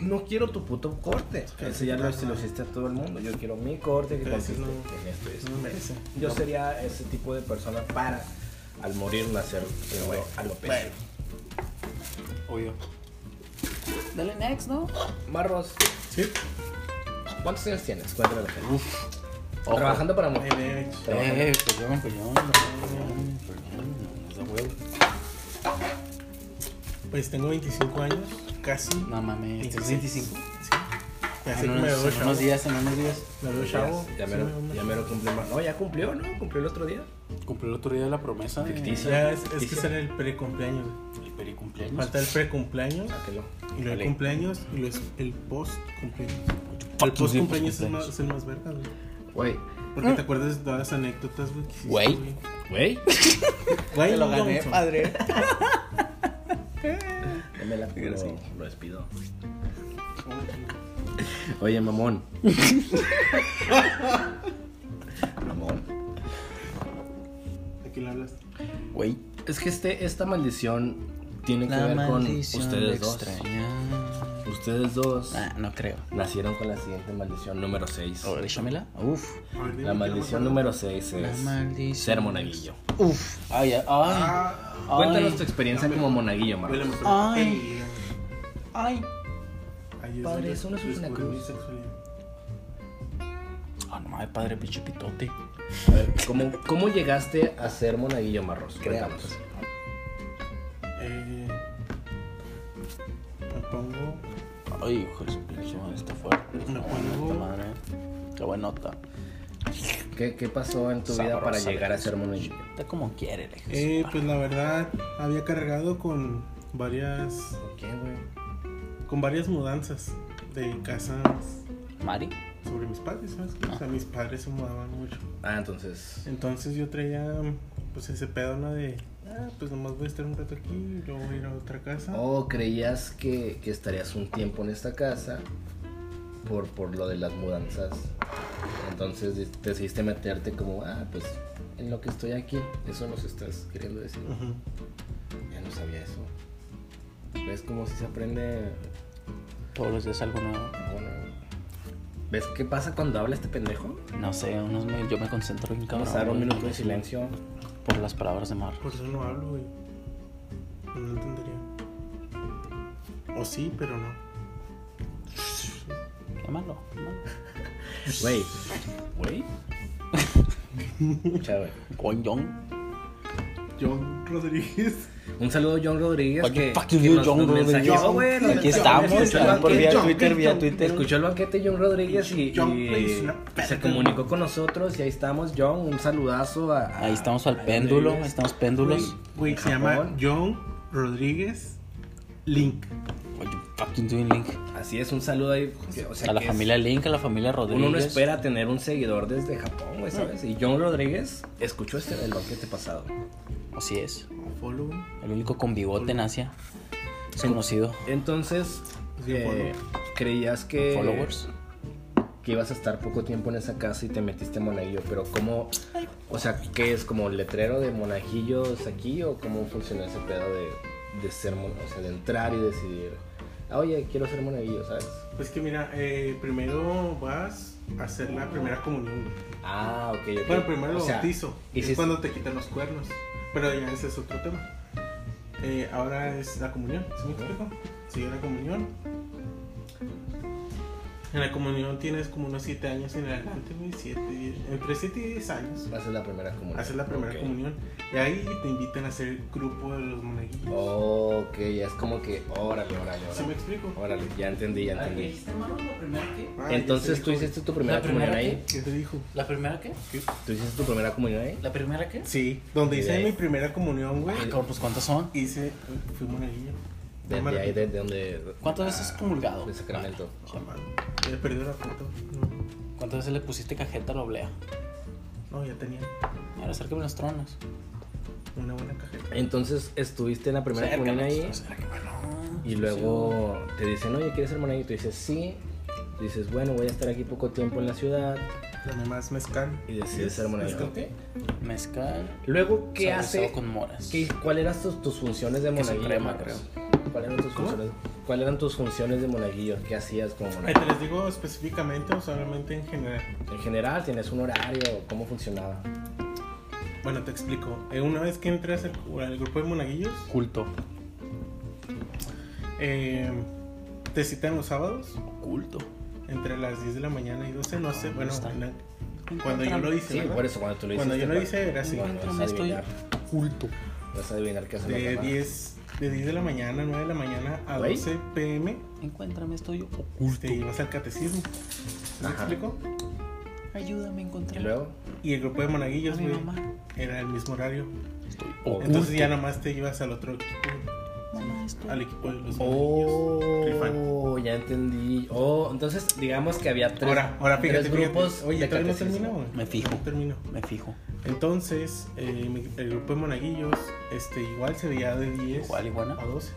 S3: no quiero tu puto corte.
S5: que
S3: Ese ya lo,
S5: claro.
S3: se lo hiciste a todo el mundo. Yo quiero mi corte que
S5: Pero eso
S3: consiste
S5: no-
S3: en esto y esto.
S5: No me merece.
S3: Yo sería ese tipo de persona para al morir nacer pero, güey, a lo peor.
S4: Obvio.
S9: Dale next, ¿no?
S3: Marros,
S5: Sí.
S3: ¿cuántos años tienes? Cuéntame la gente.
S4: Uf. Ojo.
S3: Trabajando para
S5: Ay,
S3: mujer.
S5: de hecho.
S3: Trabajando.
S4: Eh, perdón, perdón, perdón, perdón, no es de huevo.
S5: Pues tengo 25 años, casi.
S4: No este mames, ¿tienes 25?
S5: Sí.
S4: En
S5: Ya sé que
S4: unos,
S5: me veo
S4: Ah, en
S5: chavo.
S4: unos días, en unos días.
S5: Me veo chavo.
S3: Ya,
S5: Sí,
S3: me
S5: me veo
S3: lo,
S5: más
S3: ya me lo cumplió más. No, ya cumplió, ¿no? Cumplió el otro día.
S4: Cumplió el otro día de la promesa. de-
S3: Ficticio.
S5: Ya es, es que
S3: Dice-
S5: sale el precumpleaños.
S4: El pericumpleaños.
S5: Falta el precumpleaños
S3: Aquello.
S5: y luego
S4: Dale.
S5: el cumpleaños y luego es el post cumpleaños. El
S4: Fucking
S5: post
S4: sí,
S5: cumpleaños
S4: postcumpleaños.
S5: es,
S4: Mm.
S5: más- es el más verga, güey.
S3: Güey.
S5: Porque te acuerdas de todas las anécdotas, güey. que hiciste,
S4: Güey.
S5: güey.
S3: Güey.
S5: Güey,
S4: Te lo gané,
S5: Johnson.
S4: padre.
S3: Démela. Lo, lo despido. Oye, mamón. mamón.
S5: ¿A quién le hablas?
S4: Güey.
S3: Es que este, esta maldición tiene que ver con ustedes dos.
S4: extraña.
S3: Ustedes dos
S4: Nah, Ah, no creo.
S3: nacieron con la siguiente maldición número 6.
S4: Órale, échamela. Uf.
S5: A ver, dime,
S3: La
S5: ¿qué
S3: maldición
S5: no me
S3: número
S5: acuerdo?
S3: 6
S4: La
S3: es
S4: maldición.
S3: ser monaguillo.
S4: Uf. Ay, ay. ay.
S5: Ah,
S3: Cuéntanos tu experiencia
S5: No,
S3: como
S5: pero-
S3: monaguillo,
S5: güey, la
S3: Marcos.
S5: mejor
S4: Ay.
S5: película.
S4: Ay.
S5: Ahí es
S3: Padre,
S5: donde
S3: eso no es
S5: descubrí
S3: una cruz.
S5: mi sexualidad.
S4: Ah, no mames, padre, pinche pitote.
S3: A ver, ¿cómo, cómo llegaste a ser monaguillo marros? Cuéntanos.
S5: Eh, me pongo.
S4: Ay, hijo de su pinche madre, está fuerte.
S5: No,
S4: Buena
S5: no.
S4: madre. Qué buenota.
S3: ¿Qué, qué pasó en tu vida
S4: Sabrosa,
S3: para llegar a
S4: Jesús.
S3: ser monaguillo?
S4: Está como quiere, Ah, el hijo de su
S5: Eh,
S4: madre.
S5: pues la verdad, había cargado con varias.
S3: ¿Por qué, güey?
S5: con varias mudanzas de casas
S4: Mari.
S5: sobre mis padres, ¿sabes? O sea, mis padres se mudaban mucho.
S3: Ah, entonces.
S5: Entonces yo traía, pues ese pedo, ¿no? De, ah, pues nomás voy a estar un rato aquí, yo voy a ir a otra casa.
S3: ¿O creías que, que estarías un tiempo en esta casa por, por lo de las mudanzas? Entonces des- decidiste meterte como, ah, pues en lo que estoy aquí. Eso nos estás queriendo decir.
S5: Ujú.
S3: Ya no sabía eso. ¿Ves como si se aprende?
S4: Todos los días algo nuevo.
S3: Bueno, ¿Ves qué pasa cuando habla este pendejo?
S4: No sé, unos me- yo me concentro bien cabrón.
S3: Pasar un
S4: güey,
S3: minuto de silencio.
S4: Por las palabras de Mar.
S5: Por eso no hablo, güey. Pues No entendería. O sí, pero no.
S4: Llámalo. llámalo.
S3: Güey,
S4: Güey.
S3: escucha, güey.
S4: Con John.
S5: John Rodríguez.
S3: Un saludo a John Rodríguez.
S4: Fucking-
S3: Que,
S4: fucking
S3: que
S4: John
S3: nos- nos
S4: Rodríguez.
S3: mensajeó, güey, nos
S4: Aquí
S3: mensajeó,
S4: estamos,
S3: escuchó el
S4: también por
S3: banquete,
S4: vía
S5: John,
S4: Twitter, vía
S5: John,
S4: Twitter.
S3: Escuchó el banquete John Rodríguez y,
S5: John,
S3: y-
S5: please, una
S3: y se
S5: perra.
S3: comunicó con nosotros y ahí estamos, John. Un saludazo a... a-
S4: Ahí estamos
S3: a
S4: al
S3: John
S4: péndulo, ahí
S3: Rodríguez.
S4: estamos péndulos.
S5: Güey, se llama
S3: Japón.
S5: John Rodríguez Link.
S4: Oye, fucking doing Link.
S3: Así es, un saludo ahí. que- o sea,
S4: A la
S3: que es-
S4: familia Link, a la familia Rodríguez.
S3: Uno no espera tener un seguidor desde Japón, güey, ¿sabes? Y John Rodríguez escuchó este del banquete pasado.
S4: Así es.
S5: Follow. güey.
S4: El único con bigote en Asia. Es conocido.
S3: Entonces,
S5: Sí,
S3: eh, creías que...
S4: Followers.
S3: que ibas a estar poco tiempo en esa casa y te metiste monaguillo, pero ¿cómo? O sea, ¿qué es como letrero de monaguillos aquí o cómo funciona ese pedo de, de ser, mon- o sea, de entrar y decidir, "Ah, oye, quiero ser monaguillo, ¿sabes?
S5: Pues que mira, eh, primero vas a hacer la primera comunión. güey.
S3: Ah, ok, ok.
S5: Bueno, primero el
S3: O sea,
S5: bautizo.
S3: y
S5: es
S3: si es-
S5: cuando te quitan los cuernos. Pero ya ese es otro tema. Eh, ahora es la comunión. ¿Sí me explico? Sigue la comunión. En la comunión tienes como unos 7 años en adelante, güey, siete, entre 7 y 10 años.
S3: Va a ser la primera comunión.
S5: Haces la primera
S3: Ok.
S5: comunión y ahí te invitan a hacer grupo de los monaguillos.
S3: Ok, ya es como que, órale, órale,
S5: ¿Sí me
S3: órale.
S5: explico?
S3: Órale, ya entendí, ya
S4: Ah, ¿qué
S3: entendí.
S4: dijiste, hermano? ¿La primera qué?
S5: Ah, ya
S3: Entonces
S5: te
S3: tú
S5: dijo,
S3: hiciste tu primera
S4: ¿La primera
S3: comunión ahí.
S5: güey. ¿Qué te dijo?
S4: ¿La primera qué?
S3: ¿Tú hiciste tu primera comunión ahí?
S4: ¿La primera qué?
S5: Sí, donde
S3: Y de
S5: hice
S3: ahí-
S5: mi primera comunión, güey,
S4: Ah, cabrón, pues ¿cuántas son?
S5: hice, fui monaguillo.
S3: De,
S5: Mamá,
S3: de ahí, de, de donde.
S4: ¿Cuántas veces Ah. has comulgado?
S3: De Sacramento.
S5: mamá, Ya he perdido la foto. No,
S4: ¿Cuántas veces le pusiste cajeta a la oblea?
S5: no, ya tenía
S4: Ahora acércame los tronos.
S5: una buena cajeta.
S3: Entonces estuviste en la primera
S4: Acércame,
S3: comunión ahí.
S4: acércame, no.
S3: Y luego te dicen, oye, ¿quieres ser monaguillo? Y tú dices, sí. Dices, bueno, voy a estar aquí poco tiempo en la ciudad.
S5: Dame más mezcal.
S3: Y decides ser monaguillo.
S5: ¿Mezcal qué?
S4: Mezcal.
S3: Luego, ¿qué
S4: saborizado
S3: hace?
S4: con moras.
S3: ¿Qué, ¿Cuál eran tus, tus funciones de
S4: Que son
S3: monaguillo?
S4: crema,
S3: Marcos? ¿Cuál eran tus funciones? ¿Cuál eran tus funciones de monaguillo? ¿Qué hacías como
S5: Ahí
S3: monaguillo?
S5: te les digo específicamente o solamente en general.
S3: En general, ¿tienes un horario? ¿Cómo funcionaba?
S5: Bueno, te explico. Eh, Una vez que entras al, al grupo de monaguillos,
S4: Culto.
S5: eh, te citan los sábados
S4: Culto.
S5: entre las 10 de la mañana y 12, no sé, bueno,
S4: está.
S5: na- cuando yo lo hice,
S3: Sí,
S5: ¿verdad?
S3: por eso cuando tú lo
S5: Cuando
S3: hiciste.
S5: yo lo
S3: ¿cuál?
S5: hice era así,
S3: Bueno,
S4: Entonces
S3: vas a
S4: estoy
S3: adivinar.
S4: Culto.
S3: Vas a adivinar qué hacen
S5: de
S3: los demás.
S5: 10, de 10 de la mañana, 9 de la mañana a
S3: Güey.
S5: 12 pm,
S4: Encuéntrame, estoy
S5: te
S4: oculto.
S5: ibas al catecismo. ¿Sí ¿Me
S3: Ajá.
S5: explico?
S4: Ayúdame a encontrar
S3: Y luego,
S5: Y el grupo de
S4: a
S5: monaguillos,
S4: mi
S5: güey,
S4: mamá.
S5: era el mismo horario.
S4: Estoy
S5: Entonces ya
S4: oculto.
S5: nada más te ibas al otro equipo,
S4: Mamá, estoy
S5: al equipo de los monaguillos.
S3: oh, ya entendí. Oh, entonces digamos que había tres,
S5: ahora, ahora fíjate,
S3: tres
S5: fíjate.
S3: grupos.
S5: Oye,
S3: de
S5: todavía no
S3: catecismo.
S5: termina, güey.
S4: Me fijo.
S5: No termino.
S4: Me fijo.
S5: Entonces, eh, mi- el grupo de monaguillos, este, igual se veía de 10
S4: Igual, iguana.
S5: a 12.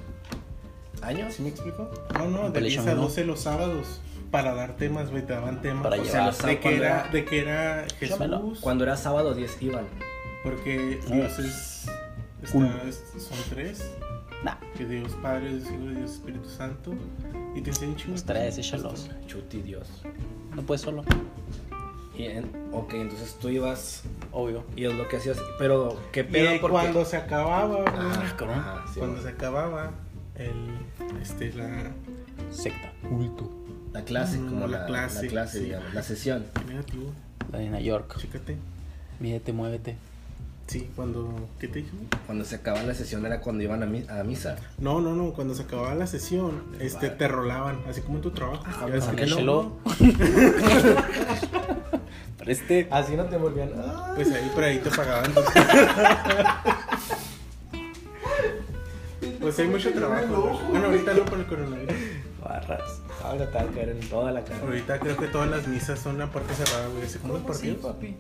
S3: ¿Años?
S5: ¿Sí me explico? No, no, de
S4: Pelechón,
S5: 10 a
S4: ¿no?
S5: 12 los sábados para dar temas, güey, te daban temas.
S4: Para
S5: o
S4: llevar.
S5: sea, los- de,
S3: Cuando
S5: que era,
S3: era-
S5: de que era
S4: Llámelo.
S5: Jesús,
S3: Cuando era sábado 10 iban.
S5: porque
S4: Ah.
S5: Dios es, está-
S4: Culto.
S5: es- son tres,
S4: Nah,
S5: que Dios Padre, Dios Hijo y Dios Espíritu Santo, y te enseñan chingos.
S4: los tres, Pues échalos.
S3: Chuti Dios.
S4: No puedes solo.
S3: Y en- ok, entonces tú ibas
S4: Obvio.
S3: y es lo que hacías. Pero, ¿qué
S5: Y
S3: pedo?
S5: ahí cuando se acababa, güey,
S3: Ah,
S4: cabrón.
S3: ajá, sí,
S5: cuando
S3: güey.
S5: se acababa, el, este, la...
S4: Secta. Culto.
S3: La clase,
S5: Mm,
S3: como
S5: la
S3: la, la clase,
S5: clase, sí.
S3: digamos, la sesión.
S5: qué negativo,
S4: La de Nueva York.
S5: chécate.
S4: Mídete, muévete.
S5: Sí, cuando... ¿Qué te dije?
S3: Cuando se acababa la sesión era cuando iban a, mi- a misa.
S5: No, no, no, cuando se acababa la sesión, este, te rolaban, así como en tu trabajo.
S3: Ah,
S5: Ya ves
S3: ¿por
S5: que
S3: qué no?
S4: Échalo. Preste.
S3: Así no te volvían. ah.
S5: Pues ahí por ahí te pagaban. pues hay mucho trabajo. Bueno, ahorita no por el coronavirus.
S4: Barras.
S3: Ahora te van a caer en toda la cara.
S5: Ahorita creo que todas las misas son a puerta cerrada, güey. Así como los partidos.
S4: papi?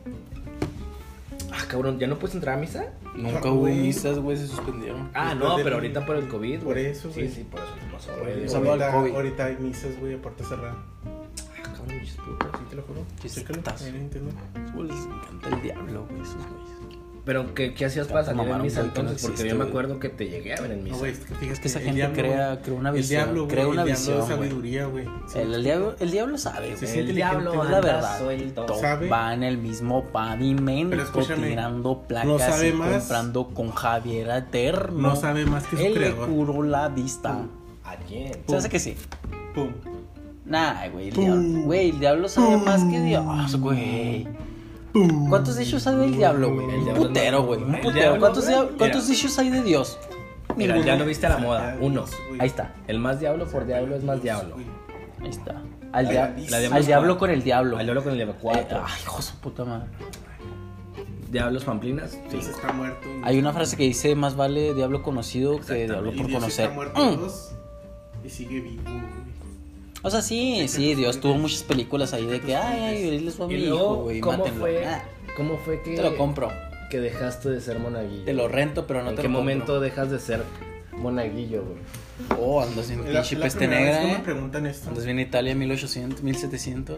S3: Ah, cabrón, ¿ya no puedes entrar a misa?
S4: Nunca hubo misas, güey, se suspendieron.
S3: Ah, no, pero ahorita por el COVID,
S5: Por
S3: güey.
S5: eso, güey.
S3: Sí, sí, por eso te pasó,
S5: Ahorita-
S3: güey.
S4: Un saludo al
S5: ahorita-
S4: COVID.
S5: Ahorita hay misas, güey, a puerta cerrada.
S3: Ah, cabrón, pinches putos.
S5: Sí, te lo juro.
S4: Qué
S5: Chécalo.
S4: sectazo.
S5: ahí en internet.
S4: Esos güeyes les encanta el diablo, güey, esos güeyes.
S3: Pero, ¿qué, qué hacías para
S4: Tanta
S3: salir en
S4: mamada,
S3: misa
S4: güey, que no
S3: entonces? Porque
S4: existe,
S3: yo me
S4: güey.
S3: acuerdo que te llegué a ver en
S5: No,
S3: misa.
S5: güey, es que fíjate
S4: Es que esa
S5: el
S4: gente
S5: diablo,
S4: crea,
S5: güey.
S4: crea una
S5: El
S4: visión.
S5: diablo, güey.
S4: crea una
S5: el
S4: visión.
S5: diablo es
S4: güey.
S5: sabiduría, güey. Sí.
S4: El, el diablo, el diablo sabe, güey.
S5: Sí, sí,
S4: el
S5: inteligente.
S4: diablo,
S5: anda
S4: la verdad.
S3: suelto.
S5: ¿Sabe?
S4: Va en el mismo
S5: Pero
S4: pavimento,
S5: escúchame,
S4: tirando placas
S5: no sabe
S4: y
S5: más.
S4: comprando con Javier Eterno.
S5: No sabe más que su
S4: Él
S5: creador.
S4: le curó la vista.
S3: ¿A quién?
S4: Se hace que sí.
S5: Pum.
S4: Nah, güey, el diablo. Güey, el diablo sabe más que Dios, güey. ¿Cuántos dichos sabe el diablo, güey?
S3: El
S4: Un
S3: diablo
S4: putero,
S3: no-
S4: güey. Un
S3: el
S4: putero.
S3: diablo,
S4: ¿Cuántos,
S3: güey.
S4: dia- cuántos
S3: Mira.
S4: dichos hay de Dios?
S3: Mira,
S4: Ninguno.
S3: ya lo viste a la moda. Uno.
S5: güey.
S3: Ahí está. El más diablo por diablo es más diablo.
S5: Güey.
S4: Ahí está. Al,
S3: La-
S4: dia-
S3: la
S4: al
S3: diablo-
S4: diablo con el diablo.
S3: Al diablo con el diablo
S4: Eh,
S3: cuatro. Ah,
S4: Ay, hijo de su puta madre.
S3: Diablos pamplinas.
S5: Dios está muerto. güey.
S4: Hay una frase que dice, más vale diablo conocido que diablo
S5: Y
S4: por
S5: Dios
S4: conocer.
S5: Está muerto
S4: Mm.
S5: dos, y sigue vivo, güey.
S4: O sea, sí, sí, Dios tuvo muchas películas ahí de que, ay, ay, ahí les fue a mi
S3: Y
S4: hijo,
S3: luego,
S4: güey,
S3: ¿cómo
S4: mátenlo.
S3: fue,
S4: Ah,
S3: ¿cómo fue que,
S4: te lo compro,
S3: que dejaste de ser monaguillo?
S4: te lo rento, pero no
S3: ¿En
S4: te
S3: qué
S4: lo
S3: momento dejas de ser monaguillo, güey?
S4: compro. Oh, andas en
S5: Es la-
S4: pinche
S5: la
S4: peste
S5: primera vez
S4: negra,
S5: que me
S4: eh.
S5: preguntan esto.
S4: Andas bien en Italia 1800, 1700.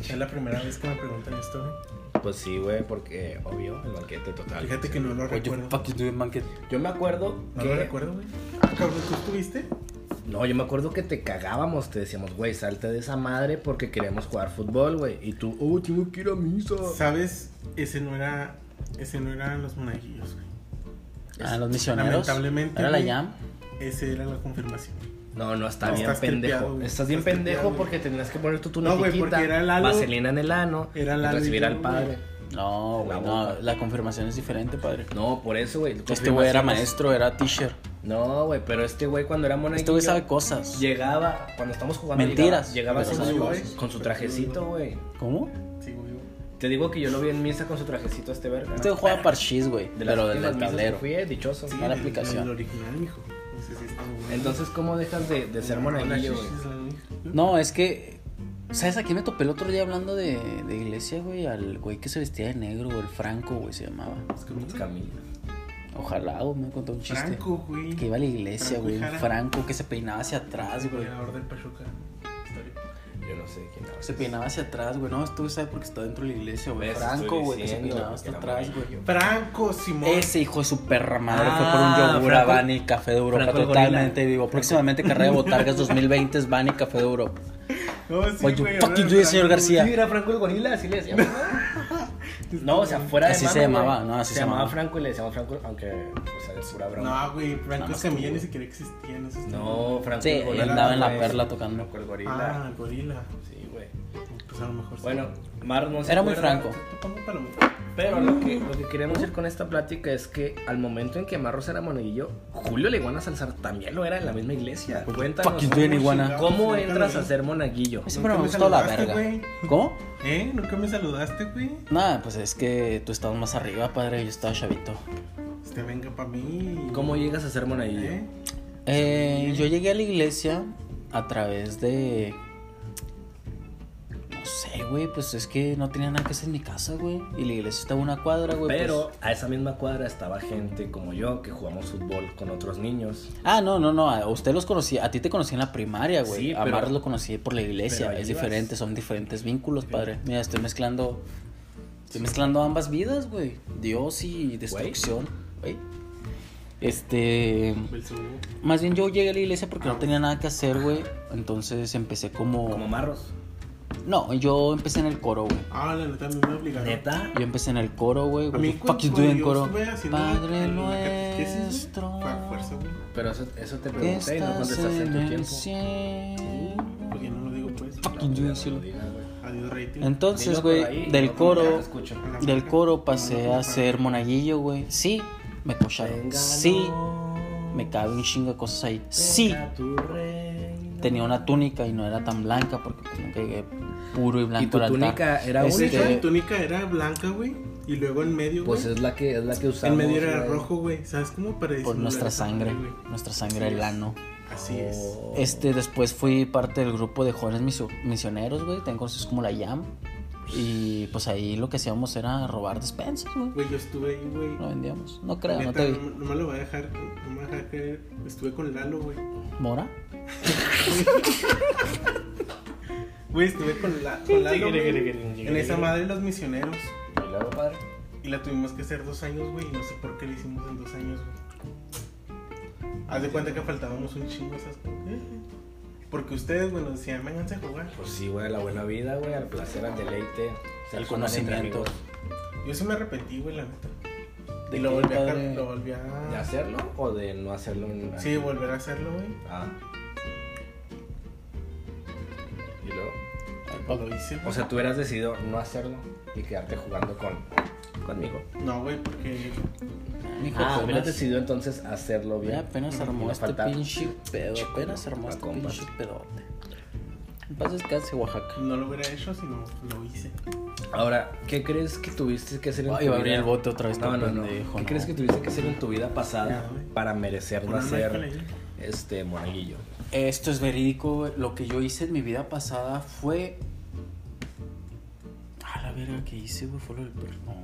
S5: Es la primera vez que me preguntan esto. güey.
S3: Pues sí, güey, porque obvio, el banquete total.
S5: Fíjate que no lo
S3: Pues
S4: Oye,
S5: recuerdo.
S4: fuck you, dude, man, que
S3: Yo me acuerdo
S5: No
S3: que...
S5: lo recuerdo, güey. Ah, cabrón, ¿tú estuviste?
S3: No, yo me acuerdo que te cagábamos, te decíamos, güey, salte de esa madre porque queremos jugar fútbol, güey. Y tú, oh, tengo que ir a misa.
S5: ¿Sabes? Ese no era. Ese no eran los monaguillos, güey.
S4: Ah, los misioneros.
S5: Lamentablemente,
S4: Era la
S5: güey.
S4: Yam.
S5: Ese era la confirmación.
S3: No, no, está
S5: No,
S3: bien
S5: estás
S3: pendejo.
S5: tripeado, güey.
S3: Estás bien
S5: Estás
S3: pendejo
S5: tripeado,
S3: porque
S5: güey.
S3: tendrás que poner tú tu
S5: No, güey,
S3: netiquita,
S5: porque era Lalo-
S3: vaselina en el ano,
S5: Era
S3: y
S5: Lalo y
S3: recibir
S5: yo,
S3: al padre.
S4: No, güey,
S3: La
S4: no.
S3: boca.
S4: La confirmación es diferente, padre.
S3: No, por eso, güey.
S4: Este güey era
S3: confirmaciones.
S4: maestro, era teacher.
S3: No, güey, pero este güey cuando era monaguillo...
S4: Este güey sabe cosas.
S3: Llegaba, cuando estamos jugando...
S4: Mentiras.
S3: Llegaba,
S4: Pero
S3: llegaba
S5: sabe
S3: con,
S5: cosas.
S3: su, con su trajecito, güey.
S4: ¿Cómo?
S5: Sigo vivo.
S3: Te digo que yo lo vi en misa con su trajecito a este verga.
S4: Este güey juega parchís, güey.
S3: De las últimas
S4: Pero del
S3: misas
S4: del
S3: que
S4: tablero.
S3: Fui eh, dichoso.
S5: Sí,
S4: Mala
S5: el-
S4: aplicación.
S5: El original, mijo. Ese sí está muy bueno.
S3: Entonces, ¿cómo dejas de, de ser monaguillo, güey?
S4: No, es que. ¿Sabes a quién me topé el otro día hablando de, de iglesia, güey? Al güey que se vestía de negro, güey, el Franco, güey, se llamaba.
S3: Camila.
S4: Ojalá, güey, me contó un chiste.
S5: Franco, güey.
S4: Que iba a la iglesia,
S5: Franco y
S4: güey, un
S5: Jara.
S4: Franco que se peinaba hacia atrás, güey.
S5: Goleador del Pachuca. Histórico.
S3: Yo no sé quién habla.
S4: Se peinaba hacia atrás, güey. No, tú sabes porque está dentro de la iglesia, güey.
S3: Ves,
S4: Franco,
S3: estoy
S4: güey, que se
S3: diciendo,
S4: peinaba
S3: que
S4: hasta
S3: era
S4: atrás, güey.
S3: amarillo.
S5: Franco Simón.
S4: Ese hijo de su perra madre
S3: Ah,
S4: fue por un yogur
S3: Franco-
S4: a Van y Café de Europa
S3: Franco el
S4: totalmente
S3: gorila.
S4: vivo. Próximamente carrera de botargas 2020 es Van y Café de Europa.
S5: No, Oh, sí,
S4: What you
S5: güey,
S4: fucking
S5: ahora
S4: doing,
S5: Franco,
S4: señor García?
S3: Pues Sí, era Franco el gorila, así le decíamos. ¿no? no, o sea, fuera de
S4: Así
S3: mame,
S4: se llamaba,
S3: güey.
S4: no, así se
S3: llamaba.
S4: llamaba.
S3: Franco y le decíamos Franco, aunque, o sea, de pura
S5: güey.
S3: broma.
S5: No, güey, Franco
S4: más
S5: Escamilla
S4: tú,
S5: ni
S4: güey.
S5: siquiera existía en esos tiempos.
S3: No, Franco
S4: Sí,
S3: el gorila.
S4: andaba en la
S3: güey.
S4: perla tocando.
S3: Franco el gorila.
S5: Ah, el gorila.
S3: Sí, güey.
S5: Pues a lo mejor sí.
S3: Bueno, Mar no se
S4: Era muy
S3: acuerda,
S4: franco.
S5: Te pongo palomita.
S3: Pero lo que, lo que queremos ir con esta plática es que al momento en que Marros era monaguillo, Julio Leguana Salazar también lo era en la misma iglesia. Cuéntanos,
S4: Fucking doing iguana.
S3: ¿cómo
S5: pues, Nunca
S3: entras
S5: lo
S3: a
S5: vi.
S3: ser monaguillo?
S4: Ese
S5: Nunca
S4: pero me
S5: me
S4: gustó la
S5: saludaste,
S4: verga.
S5: güey.
S4: ¿Cómo?
S5: ¿Eh? ¿Nunca me saludaste, güey?
S4: Nada, pues es que tú estabas más arriba, padre. Yo estaba chavito.
S5: Este venga pa' mí.
S3: ¿Cómo llegas a ser monaguillo?
S5: ¿Eh?
S4: Eh, yo llegué a la iglesia a través de. No sé, güey, pues es que no tenía nada que hacer en mi casa, güey. Y la iglesia estaba a una cuadra, güey.
S3: Pero
S4: pues-
S3: a esa misma cuadra estaba gente como yo que jugamos fútbol con otros niños.
S4: Ah, no, no, no. A usted los conocía. A ti te conocí en la primaria, güey.
S3: Sí,
S4: a
S3: pero-
S4: Mar lo conocí por la iglesia.
S3: pero ahí
S4: Es
S3: ibas.
S4: diferente, son diferentes vínculos, padre. Mira, estoy mezclando. Estoy mezclando ambas vidas, güey. Dios y destrucción, güey. Este.
S5: Belcebú.
S4: Más bien yo llegué a la iglesia porque no tenía nada que hacer, güey. Entonces empecé como.
S3: Como marros.
S4: No, yo empecé en el coro, güey.
S5: Ah, la neta, a mí me obligaron.
S3: Neta.
S4: Yo empecé en el coro, güey.
S5: A
S4: What
S5: mí
S4: the fuck you
S5: cuando
S4: doing,
S5: yo
S4: coro?
S5: estuve haciendo
S4: Padre
S5: el- la catequesis, güey,
S4: nuestro.
S5: fue a fuerza, güey.
S3: Pero eso, eso te
S4: que
S3: pregunté y no
S4: estás
S3: contestaste en
S4: en
S3: tu
S4: el
S3: tiempo.
S4: cielo.
S5: Porque no lo digo, pues.
S4: Fucking
S3: Ya no
S4: doing
S3: lo
S4: cielo.
S3: digas, güey.
S5: Adiós, rating.
S4: Entonces,
S3: Dilo por ahí
S4: güey,
S3: y
S4: del
S3: luego como que ya
S4: coro,
S3: te escucho.
S4: del coro pasé a ser monaguillo, güey. Sí, me cocharon.
S3: Venga,
S4: Sí,
S3: no,
S4: me
S3: venga
S4: cabe un chingo de cosas ahí. Sí,
S3: tu reino.
S4: tenía una túnica y no era tan blanca porque pues, nunca llegué puro y
S3: Y
S4: blanco
S3: tu
S4: al altar.
S3: túnica era
S4: Este-
S5: Esa
S3: única.
S5: mi túnica era blanca, güey. Y luego en medio,
S3: Pues
S5: güey.
S3: es la que es la que
S5: En
S3: usamos.
S5: medio era
S3: güey.
S5: rojo, güey. ¿Sabes cómo? Para
S4: Por
S5: disimular
S4: nuestra
S5: esa
S4: sangre,
S5: madre, güey.
S4: nuestra sangre del ano.
S5: Así es.
S3: Oh.
S4: Este, después fui parte del grupo de jóvenes misio- misioneros, güey, también conocidos como la YAM. Y pues ahí lo que hacíamos era robar despensas, güey.
S5: Güey, yo estuve ahí, güey.
S4: No vendíamos. No creo, no
S5: Neta,
S4: te vi.
S5: no, no me lo voy a dejar. No me voy a dejar creer. Estuve con Lalo, güey.
S4: ¿Mora?
S5: Güey, estuve con, la, con Lalo. güey, en esa madre de los misioneros.
S3: Y luego, padre.
S5: Y la tuvimos que hacer dos años, güey. Y no sé por qué la hicimos en dos años, güey. Haz de cuenta que faltábamos un chingo esas cosas. Porque ustedes, bueno, decían, vénganse a jugar.
S3: Pues sí, güey, la buena vida, güey, al placer, al deleite,
S4: El
S3: al conocimiento.
S4: conocimiento.
S5: Yo sí me arrepentí, güey, la neta.
S4: ¿De
S5: Y lo
S4: qué,
S5: volví, a,
S4: padre?
S5: lo volví
S3: ¿De
S5: a.
S3: hacerlo o de no hacerlo? En...
S5: Sí, volver a hacerlo, güey.
S3: Ah. Y luego.
S4: pues
S5: Lo hice. güey.
S3: O sea, tú hubieras decidido no hacerlo y quedarte jugando con conmigo.
S5: No, güey, porque.
S4: Mijo,
S3: Ah, hubieras
S4: apenas-
S3: decidido entonces hacerlo bien.
S4: Ya apenas
S3: Y
S4: armó
S3: no
S4: este
S3: faltar.
S4: pinche pedo.
S3: Chico,
S4: Apenas
S3: no,
S4: armó
S3: la
S4: este
S3: comba.
S4: pinche pedote. En paz descanse, Oaxaca.
S5: No lo hubiera hecho si no lo hice.
S3: Ahora, ¿qué crees que tuviste que hacer en
S4: Ay,
S3: tu
S4: va a
S3: vida?
S4: abrir el bote otra vez.
S3: No, no, no.
S4: pendejo,
S3: ¿Qué
S4: no.
S3: crees que tuviste que hacer en tu vida pasada
S5: Ya, güey.
S3: para merecer no
S5: Una mezcla
S3: hacer
S5: ahí.
S3: este monaguillo?
S4: Esto es verídico. güey. Lo que yo hice en mi vida pasada fue. A la verga que hice, güey, fue lo del perro. No.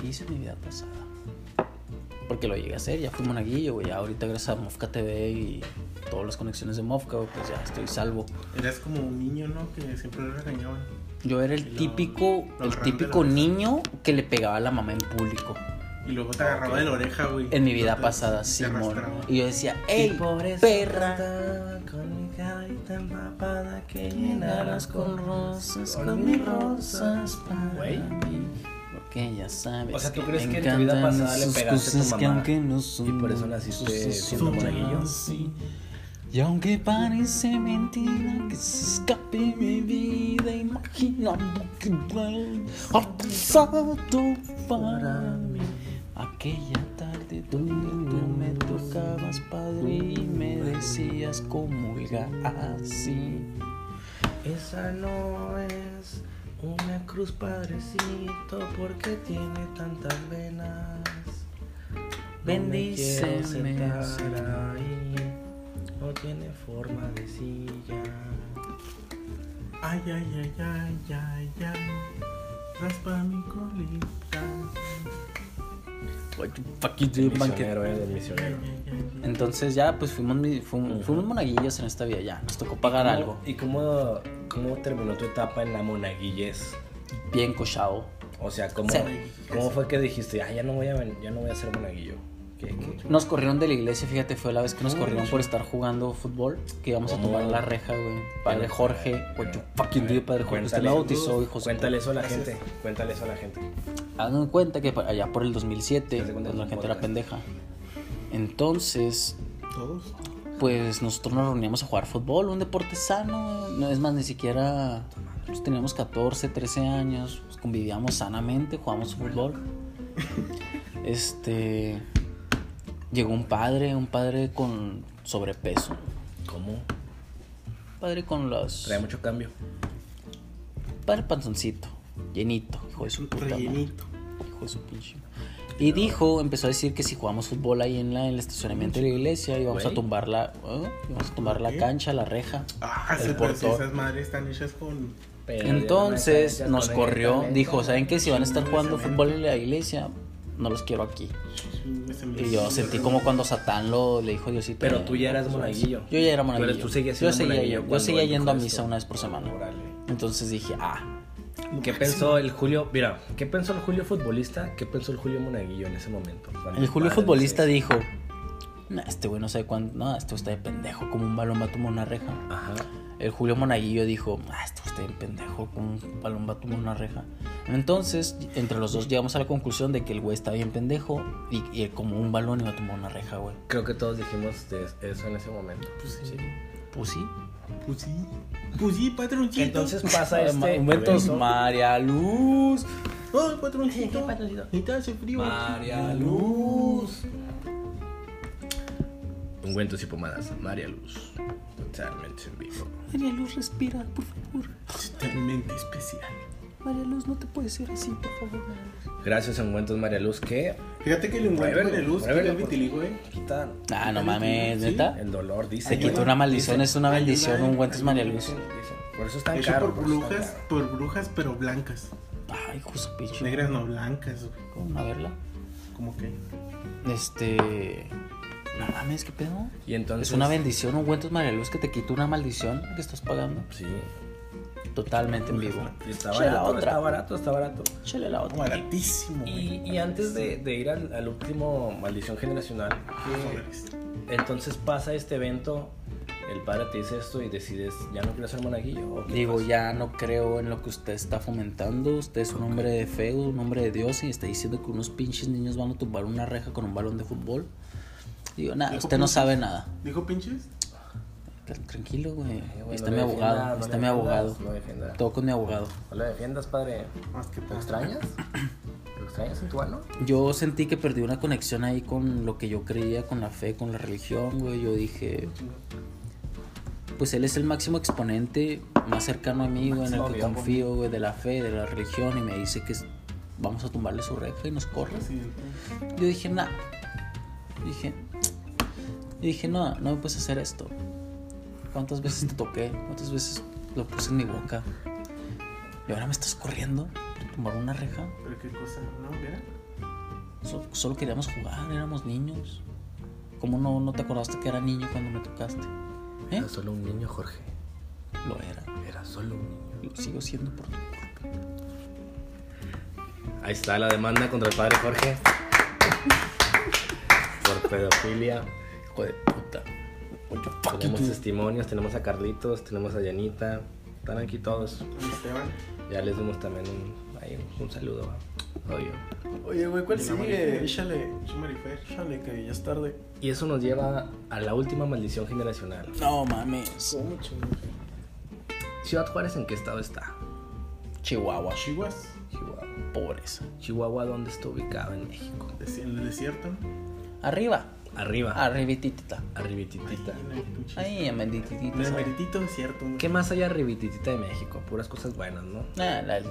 S4: ¿Qué hice en mi vida pasada? Porque lo llegué a hacer, ya fui monaguillo, güey. Ya ahorita, gracias a Mofka TV y todas las conexiones de Mofka, güey, pues ya estoy salvo.
S5: Eras como un niño, ¿no? Que siempre lo regañaban.
S4: Yo era
S5: Y
S4: el
S5: lo-
S4: típico,
S5: lo
S4: el
S5: agarraron de la
S4: típico
S5: oreja.
S4: niño que le pegaba a la mamá en público.
S5: Y luego te agarraba de la oreja, güey.
S4: Ah, En mi vida
S5: Te-
S4: pasada,
S5: te
S4: Simón.
S5: arrastraba.
S4: Y yo decía, ¡Ey, perra!
S3: Con mi carita empapada que
S4: Llenarás con rosas, con mis rosas para
S3: Güey.
S4: mí. Porque ya sabes.
S3: O sea, ¿tú
S4: me
S3: crees que en tu vida
S4: encantan
S3: pasada le
S4: esas
S3: pegaste a tu
S4: cosas que
S3: mamá
S4: aunque no son
S3: y por eso naciste
S4: dulces,
S3: siendo
S4: son
S3: monaguillo?
S4: así. Y aunque parece mentira que se escape mi vida, imaginando que vuelve
S3: Ah,
S4: al pasado para mí. Aquella tarde donde tú me tocabas, padre, y me decías comulga así.
S3: Esa no es una cruz, padrecito, porque tiene tantas venas.
S4: Bendíceme,
S3: No me quiero
S4: Señor.
S3: sentar ahí, no tiene forma de silla.
S5: Ay, ay, ay, ay, ay, ay. Raspa mi colita.
S4: What you fucking do, man, que-
S3: Misionero, eh, del
S5: Ay,
S3: misionero.
S5: ay, ay, ay.
S4: Entonces ya pues fuimos, mi- fuimos, fuimos monaguillos en esta vida ya, nos tocó pagar algo.
S3: ¿Y cómo, cómo terminó tu etapa en la monaguillez?
S4: Bien cochado.
S3: O sea, ¿cómo,
S4: Sí.
S3: ¿cómo fue que dijiste, ah, ya no voy a, ven- ya no voy a ser monaguillo? ¿Qué, qué?
S4: Nos corrieron de la iglesia, fíjate, fue la vez que nos corrieron por estar jugando fútbol, que íbamos a tomar la reja, güey. Padre Jorge, what you fucking do, Padre Jorge, usted la bautizó, hijo. de su-
S3: Cuéntale eso a la gente. Cuéntale eso a la gente.
S4: Hagan cuenta que pa- allá por el 2007,
S3: Haz de cuenta
S4: pues, la
S3: que
S4: gente
S3: es un
S4: era pendeja. Entonces,
S5: Todos.
S4: pues nosotros nos reuníamos a jugar fútbol, un deporte sano, no es más, ni siquiera pues, teníamos 14, 13 años, pues, convivíamos sanamente, jugábamos fútbol. Este llegó un padre, un padre con sobrepeso,
S3: ¿Cómo?
S4: un padre con las
S3: Trae mucho cambio.
S4: padre panzoncito, llenito, hijo de su puta madre,
S5: Rellenito.
S4: hijo de su pinche. Y dijo, empezó a decir que si jugamos fútbol ahí en la en el estacionamiento de la iglesia íbamos a
S3: Güey.
S4: tumbar la ¿eh? íbamos a tumbar la
S5: ¿Qué?
S4: cancha, la reja.
S5: Ah, sí,
S4: El
S5: pero si
S4: portón.
S5: esas madres están hechas con.
S3: Pero
S4: Entonces
S3: ya no hay
S4: nos
S3: canchas,
S4: corrió,
S3: conectale,
S4: dijo, ¿saben qué? Si van a estar
S5: Chingo de
S4: jugando
S5: cemento.
S4: fútbol en la iglesia, no los quiero aquí.
S5: se me-
S4: Y yo sentí como cuando Satán lo le dijo a Diosito.
S3: Pero
S4: eh,
S3: tú ya eras monaguillo.
S4: Yo ya
S3: Tú
S4: era
S3: eres-
S4: monaguillo.
S3: tú seguías
S4: yo
S3: siendo
S4: seguía,
S3: monaguillo
S4: yo
S3: cuando
S4: seguía
S3: él dijo
S4: yendo a
S3: esto.
S4: misa una vez por semana.
S3: Órale.
S4: Entonces dije, ah,
S3: ¿Qué pensó el Julio? Mira, ¿qué pensó el Julio futbolista? ¿Qué pensó el Julio monaguillo en ese momento?
S4: el Julio futbolista dijo, nah, este güey no sabe cuándo, no, este güey está de pendejo, como un balón va a tomar una reja.
S3: Ajá.
S4: El Julio Monaguillo dijo, ah, este usted un pendejo, con un balón va a tumbar una reja. Entonces, entre los dos llegamos a la conclusión de que el güey está bien pendejo y, y como un balón iba a tumbar una reja, güey.
S3: Creo que todos dijimos de eso en ese momento.
S4: Pues sí.
S5: Pues sí. Pues sí, patroncito.
S3: Entonces pasa este
S4: Momentos,
S3: evento.
S4: María Luz.
S5: Oh, patroncito. Ni te hace frío. Mm.
S4: María Luz.
S3: Ungüentos y pomadas. María Luz. Totalmente en vivo.
S4: María Luz, respira, por favor.
S5: Totalmente especial.
S4: María Luz, no te puedes ser así, por favor. María Luz.
S3: Gracias, Ungüentos María Luz, que
S5: Fíjate que le encuentro
S3: Pruébelo,
S5: de luz, que
S3: pruébelo,
S5: le
S3: por-
S5: vitiligo, eh.
S3: quita
S4: Ah, no mames, neta.
S3: el dolor, dice.
S4: Se Ah. quitó
S5: ayuda,
S4: una maldición, es una
S5: ayuda,
S4: bendición, un guante es
S5: ayuda,
S4: María Luz.
S3: Dicen, dicen. Por eso están
S5: Hecho
S3: caros.
S5: por brujas, por brujas, pero blancas.
S4: Ay, justo pinche.
S5: Negras no blancas, güey.
S4: ¿Cómo? A verla.
S5: Como que.
S4: Este. No mames, qué pedo.
S3: Y entonces.
S4: Es una bendición, un cuento María Luz que te quita una maldición que estás pagando
S3: Sí.
S4: totalmente en vivo.
S3: Y está
S4: Che, la
S3: barato,
S4: otra.
S3: está barato, está barato.
S4: Échale la otra.
S5: Baratísimo, güey.
S3: Y, y antes de, de ir al, al último maldición generacional,
S5: Dólares.
S3: que- entonces pasa este evento, el padre te dice esto y decides, ya no quiero ser monaguillo. ¿o qué
S4: Digo,
S3: pasa?
S4: ya no creo en lo que usted está fomentando. Usted es un hombre de fe, un hombre de Dios y está diciendo que unos pinches niños van a tumbar una reja con un balón de fútbol. Digo, nada,
S5: Dijo
S4: usted no
S5: pinches.
S4: sabe nada.
S5: ¿Dijo pinches?
S4: Tran- Tranquilo, güey.
S3: Eh,
S4: Ahí
S3: bueno,
S4: está
S3: no
S4: mi
S3: le defiendas,
S4: abogado.
S3: no
S4: ahí
S3: le
S4: Está mi
S3: defiendas,
S4: abogado.
S3: No, defiendas.
S4: Todo con mi abogado.
S3: no lo defiendas, padre.
S5: Más que
S3: ¿Lo
S5: para
S3: extrañas? ¿Lo extrañas en tu ano?
S4: Yo sentí que perdí una conexión ahí con lo que yo creía, con la fe, con la religión, güey. Yo dije, pues él es el máximo exponente más cercano a mí, güey, en el que
S3: Obvio,
S4: confío, güey, de la fe, de la religión, y me dice que es- vamos a tumbarle su reja y nos corre.
S5: Presidente.
S4: Yo dije, nah. Dije, yo dije, no, no me puedes hacer esto. ¿Cuántas veces te toqué? ¿Cuántas veces lo puse en mi boca? Y ahora me estás corriendo por tumbar una reja.
S5: Pero qué cosa, ¿no? ¿Vera?
S4: Solo, solo queríamos jugar, éramos niños. ¿Cómo no, no te acordaste que era niño cuando me tocaste? ¿Eh?
S3: Era solo un niño, Jorge.
S4: Lo era.
S3: Era solo un niño.
S4: Lo sigo siendo por tu culpa.
S3: Ahí está la demanda contra el padre Jorge. Por pedofilia.
S4: Hijo de puta.
S3: Tenemos testimonios, tenemos a Carlitos, tenemos a Yanita. Están aquí todos.
S5: Don Esteban.
S3: Ya les dimos también un. ahí un- un saludo, va. Obvio.
S5: Oye, güey, ¿cuál
S6: De la
S5: sigue?
S6: Marifer.
S5: Échale, Marifer.
S6: Chale, que ya es tarde.
S3: Y eso nos lleva a la última maldición generacional.
S4: No mames.
S3: Ciudad Juárez, ¿en qué estado está?
S4: Chihuahua.
S5: Chihuas,
S3: Chihuahua.
S4: Pobreza.
S3: Chihuahua, ¿dónde está ubicado en México?
S5: des- en el desierto.
S4: Arriba. Ah.
S3: Arriba.
S4: Arribititita.
S3: Arribititita.
S5: En el tu chiste.
S4: Ahí, en bendititita.
S5: En el
S4: ¿sabes?
S5: meritito desierto, güey.
S3: ¿Qué más hay arribititita de México? Puras cosas buenas, ¿no?
S4: Ah, la- el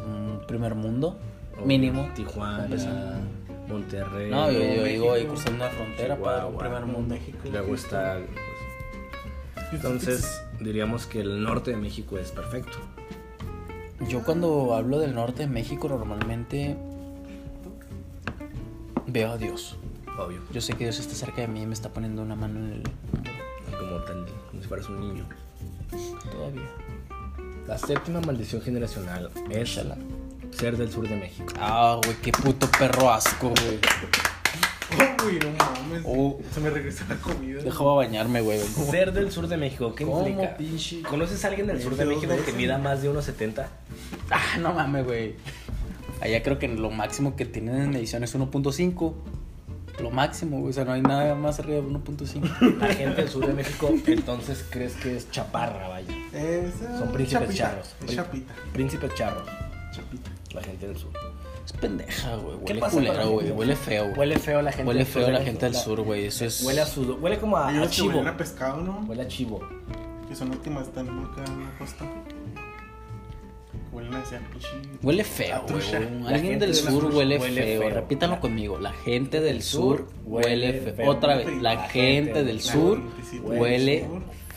S4: primer mundo. Mínimo.
S3: Tijuana,
S4: Empezando.
S3: Monterrey.
S4: No, yo, yo
S5: México,
S4: digo ahí cruzando la frontera para un
S3: Eh, Chihuahua,
S4: primer mundo.
S5: México.
S3: Luego está. Entonces, diríamos que el norte de México es perfecto.
S4: Yo cuando hablo del norte de México normalmente veo a Dios.
S3: Obvio.
S4: Yo sé que Dios está cerca de mí y me está poniendo una mano en el
S3: Como tal, como si fueras un niño.
S4: todavía.
S3: La séptima maldición generacional es
S4: Échala.
S3: ser del sur de México.
S4: Ah, güey, qué puto perro asco, güey.
S5: Oh, güey, no mames.
S4: Oh.
S5: Se me regresó la comida.
S4: Déjame bañarme, güey. vengo.
S3: Ser del sur de México, ¿qué
S4: ¿Cómo,
S3: implica?
S4: pinche?
S3: ¿Conoces a alguien del sur de
S5: Dos
S3: México que
S5: veces.
S3: mida más de 1,70?
S4: Ah, no mames, güey. Allá creo que lo máximo que tienen en edición es 1.5. Lo máximo, güey. O sea, no hay nada más arriba de 1.5.
S3: La gente del sur de México, entonces crees que es chaparra, vaya.
S5: Es, eh,
S3: Son príncipes
S5: chapita,
S3: charros.
S5: es chapita.
S3: Príncipe charro,
S5: Chapita.
S3: la gente del sur.
S4: Es pendeja, güey. Huele
S3: pasa con la
S4: culero,
S3: gente?
S4: güey. Huele feo, güey.
S3: Huele feo la gente
S4: Huele
S3: del sur
S4: feo
S3: de
S4: la
S3: México.
S4: gente del sur, güey. Eso es.
S3: Huele a sudo, huele como a,
S5: Hay
S3: a
S5: unos que
S3: Ah, chivo.
S5: huelen a pescado, ¿no?
S3: Huele a chivo.
S5: Que son últimas están acá en la costa. Huelen hacia pinche.
S4: Huele feo, güey.
S5: Atrucha.
S4: güey.
S3: La
S4: Alguien
S3: gente
S4: del
S3: de la
S4: sur
S3: sur
S4: huele,
S3: huele
S4: feo.
S3: feo.
S4: Repítalo conmigo. La gente del sur huele feo.
S3: feo.
S4: Otra vez. La,
S3: La
S4: gente,
S3: gente
S4: del
S3: del
S4: sur
S5: sur
S4: huele
S5: huele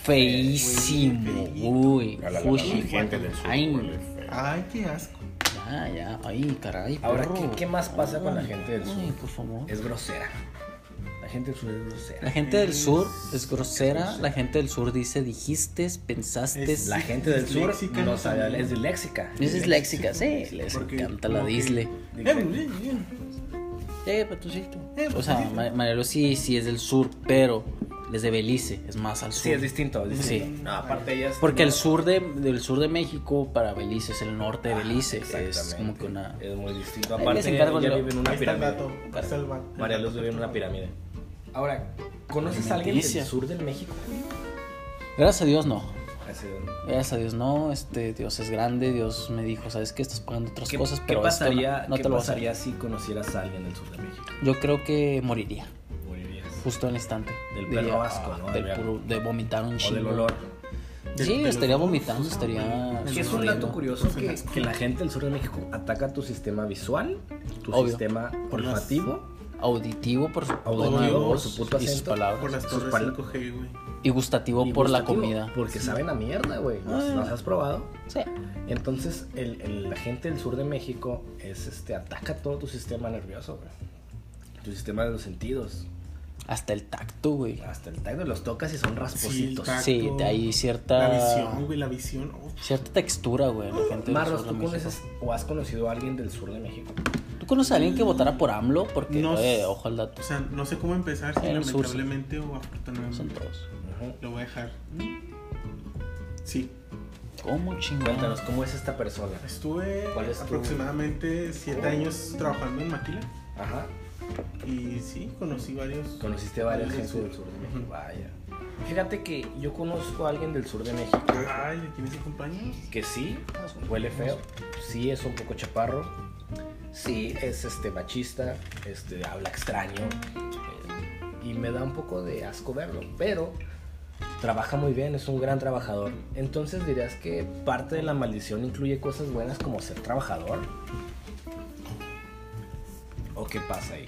S4: feísimo.
S5: feíto.
S4: Uy,
S10: La, la, la, la, la
S4: fushi.
S10: gente del sur
S4: Ay,
S10: huele feo.
S5: Ay, qué asco.
S4: ya, Ah, ya. Ay, caray.
S3: Ahora,
S4: perro.
S3: ¿qué- qué más pasa con la
S4: Ay,
S3: gente del sur?
S4: Ay, por favor.
S3: Es grosera. La gente del sur es
S4: La
S3: grosera.
S4: gente del sur es grosera. La gente del sur dice dijiste, pensaste.
S5: Es-
S3: La gente del sur
S5: Disléxica
S3: no sabe,
S5: también.
S3: es disléxica.
S4: Es disléxica, sí. Les
S5: Porque-
S4: encanta la
S5: porque-
S4: disle.
S5: Eh, eh,
S4: Eh, Patucito.
S5: Eh,
S4: O sea,
S5: Patucito.
S4: Ma- Marielo sí, sí es del sur, pero es de Belice, es más al sur.
S3: Sí, es distinto. es distinto.
S4: Sí.
S3: No, aparte ella es-
S4: Porque el
S3: no,
S4: sur de, del sur de México para Belice es el norte de Belice. Es
S3: Ah, exactamente.
S4: como que una.
S3: Es muy distinto.
S4: Ahí
S3: Aparte
S4: les
S3: ella,
S4: encargo el-
S3: vive en
S5: eh.
S3: una
S5: Ahí está el
S3: pirámide.
S5: vato. Ahí está el vato.
S3: María Luz vive en una pirámide. Ahora, ¿conoces a alguien
S4: Alimenticia.
S3: del sur del México?
S4: Gracias a Dios no.
S3: Así,
S4: Gracias a Dios no. Este Dios es grande. Dios me dijo, sabes que estás pagando otras
S3: ¿Qué,
S4: cosas,
S3: qué
S4: pero esto
S3: pasaría,
S4: no, no
S3: qué
S4: te lo vas a hacer.
S3: pasaría si conocieras a alguien del sur de México?
S4: Yo creo que moriría
S3: Morirías.
S4: justo en el instante.
S3: Del perro
S4: Diría,
S3: asco,
S4: "Ah,
S3: ¿no?
S4: del
S3: Del-
S4: puro- de vomitar un
S3: O
S4: chingo.
S3: del olor.
S4: Sí, estaría vomitando, estaría.
S3: Que es un dato curioso que, que la gente del sur de México ataca tu sistema visual, tu
S4: Obvio.
S3: sistema olfativo,
S4: Auditivo por su tono de
S3: Auditivo por
S4: voz
S3: su puto
S4: y sus
S3: acento.
S4: palabras.
S5: Por las
S3: Sus
S5: torres
S3: pal-
S5: 5G, güey.
S4: Y gustativo
S3: y
S4: por la
S3: gustativo,
S4: comida.
S3: Porque saben a mierda, güey. ¿Los,
S4: Ah.
S3: los has probado?
S4: Sí.
S3: Entonces, el, el- la gente del sur de México es este ataca todo tu sistema nervioso, güey. Tu sistema de los sentidos.
S4: Hasta el tacto, güey.
S3: Hasta el tacto los tocas y son raspositos.
S5: tacto.
S4: Sí, de ahí
S5: La
S4: cierta.
S5: visión, güey, la visión. Uf,
S4: Cierta textura, güey. La gente del
S3: Marlos,
S4: sur de
S3: ¿tú
S4: México.
S3: conoces o has conocido a alguien del sur de México?
S4: ¿Tú conoces a alguien que votara por AMLO? Porque,
S5: No
S4: eh,
S5: sé.
S4: ojo al
S5: o
S4: dato.
S5: sea, no sé cómo empezar, si
S4: En el sur, sí.
S5: lamentablemente o
S4: Son
S5: afortunadamente.
S4: todos.
S3: Ujú.
S5: Lo voy a dejar. Sí,
S4: ¿Cómo chingados?
S3: Cuéntanos, ¿cómo es esta persona?
S5: estuve
S3: ¿Cuál es tu-
S5: aproximadamente 7 años trabajando en Maquila.
S3: Ajá.
S5: Y sí, conocí varios.
S3: Conociste varias
S5: varios
S3: gente del sur de México. Vaya. Fíjate que yo conozco a alguien del sur de México
S5: Ay, ¿de quiénes acompañan?
S3: que sí huele feo, sí es un poco chaparro, sí es este machista, este habla extraño eh, y me da un poco de asco verlo, pero trabaja muy bien, es un gran trabajador. Entonces dirías que parte de la maldición incluye cosas buenas como ser trabajador. ¿O qué pasa ahí?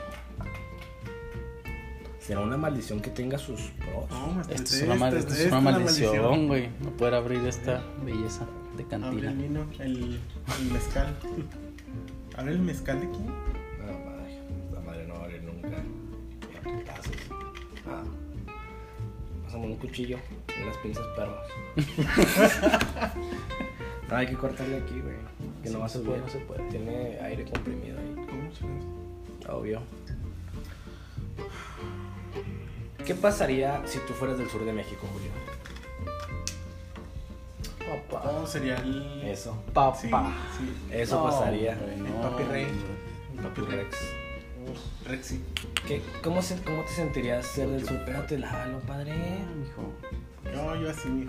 S3: ¿Será una maldición que tenga sus pros?
S5: No, me
S4: Esto es
S5: estresé,
S4: una, mal-
S5: esta-
S4: esto es
S5: esta
S4: una
S5: la
S4: maldición, güey. No poder abrir esta belleza de
S5: Abre el
S4: cantina.
S5: vino, el, el mezcal. ¿Abre el mezcal de quién?
S3: No, madre, la madre no vale nunca. A putazos. Ah. Pasamos un cuchillo y unas pinzas perros. no, hay que cortarle aquí, güey. Que no va a
S4: se
S3: subir.
S4: puede, no se puede.
S3: Tiene aire comprimido ahí.
S5: ¿Cómo chingados?
S3: Obvio. ¿Qué pasaría si tú fueras del sur de México, Julio?
S5: Oh, sería el.
S3: Eso.
S5: Papá. Sí, sí.
S3: Eso
S4: No,
S3: pasaría.
S4: güey,
S5: El papi rey. El papi
S3: Papi
S5: Rex.
S3: Rex.
S5: Rexy.
S3: ¿Qué, cómo, se- ¿Cómo te sentirías ser del sur? Pero te lávalo, padre.
S4: Hijo.
S5: No, yo así.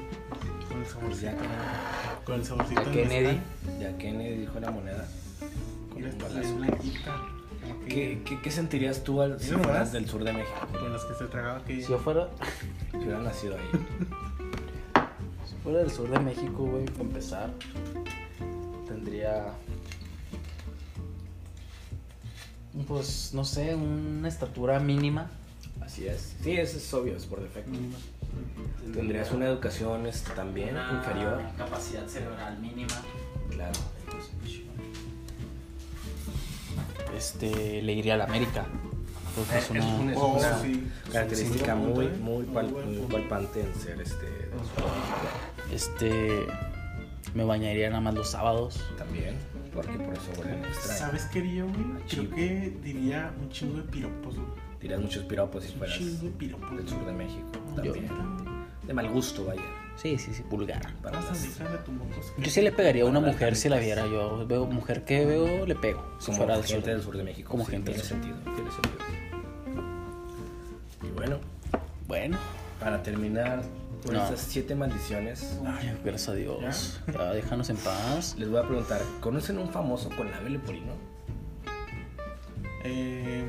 S5: Con el
S3: Ya,
S5: saborcito.
S3: que-
S5: Con el saborcito.
S4: Ya
S5: del
S4: Kennedy.
S5: mezcal,
S3: ya Kennedy dijo la moneda.
S5: Con
S3: un
S5: esta
S3: balazo.
S5: la blanquita. como que-
S3: ¿Qué, qué, qué sentirías tú al, si
S5: ¿Mira nomás?
S3: fueras del sur de México?
S5: Con las que se tragaba que.
S4: Si yo fuera,
S3: Si hubieras nacido ahí.
S4: si fuera del sur de México, güey, para empezar, tendría. Pues, no sé, una estatura mínima.
S3: Así es. Sí, eso es obvio, es por defecto.
S5: Mm,
S3: Tendrías una educación este, también
S4: Una
S3: inferior.
S4: Capacidad cerebral mínima.
S3: Claro.
S4: Este, le iría a la América. Creo que es
S3: Eh, es un-
S4: una-
S3: es
S5: Oh,
S3: una
S5: sí.
S3: Característica
S5: Sí,
S3: muy,
S5: sí,
S3: muy,
S5: ¿eh? muy
S3: pal-
S5: buen
S3: muy
S5: punto.
S3: palpante en ser este del sur.
S4: Este, me bañaría nada más los sábados.
S3: también. Porque por eso huelen extraño.
S5: ¿Sabes qué diría, güey? Creo
S3: Chivo.
S5: que diría un chingo de piropos, güey.
S3: Tiras muchos piropos si
S5: Un
S3: fueras
S5: chingo de
S3: del
S5: piropos.
S3: sur de México.
S4: Yo-
S3: También. De mal gusto, vaya.
S4: Sí, sí, sí, vulgar.
S3: Para
S5: Vas a
S3: las-
S5: dejar de tu mocos.
S4: Yo sí le pegaría a una
S3: Para
S4: mujer
S3: las
S4: si la viera. Yo veo mujer que veo, le pego. Si
S3: como
S4: fuera del
S3: gente
S4: sur.
S3: del sur de México.
S4: Como
S3: sí,
S4: gente
S3: tiene
S4: del sur.
S3: sentido, tiene sentido. Y bueno,
S4: Bueno,
S3: para terminar con
S4: No.
S3: estas siete maldiciones,
S4: ay, gracias a Dios. Ya, déjanos en paz.
S3: les voy a preguntar, ¿conocen un famoso con labio leporino?
S5: Eh.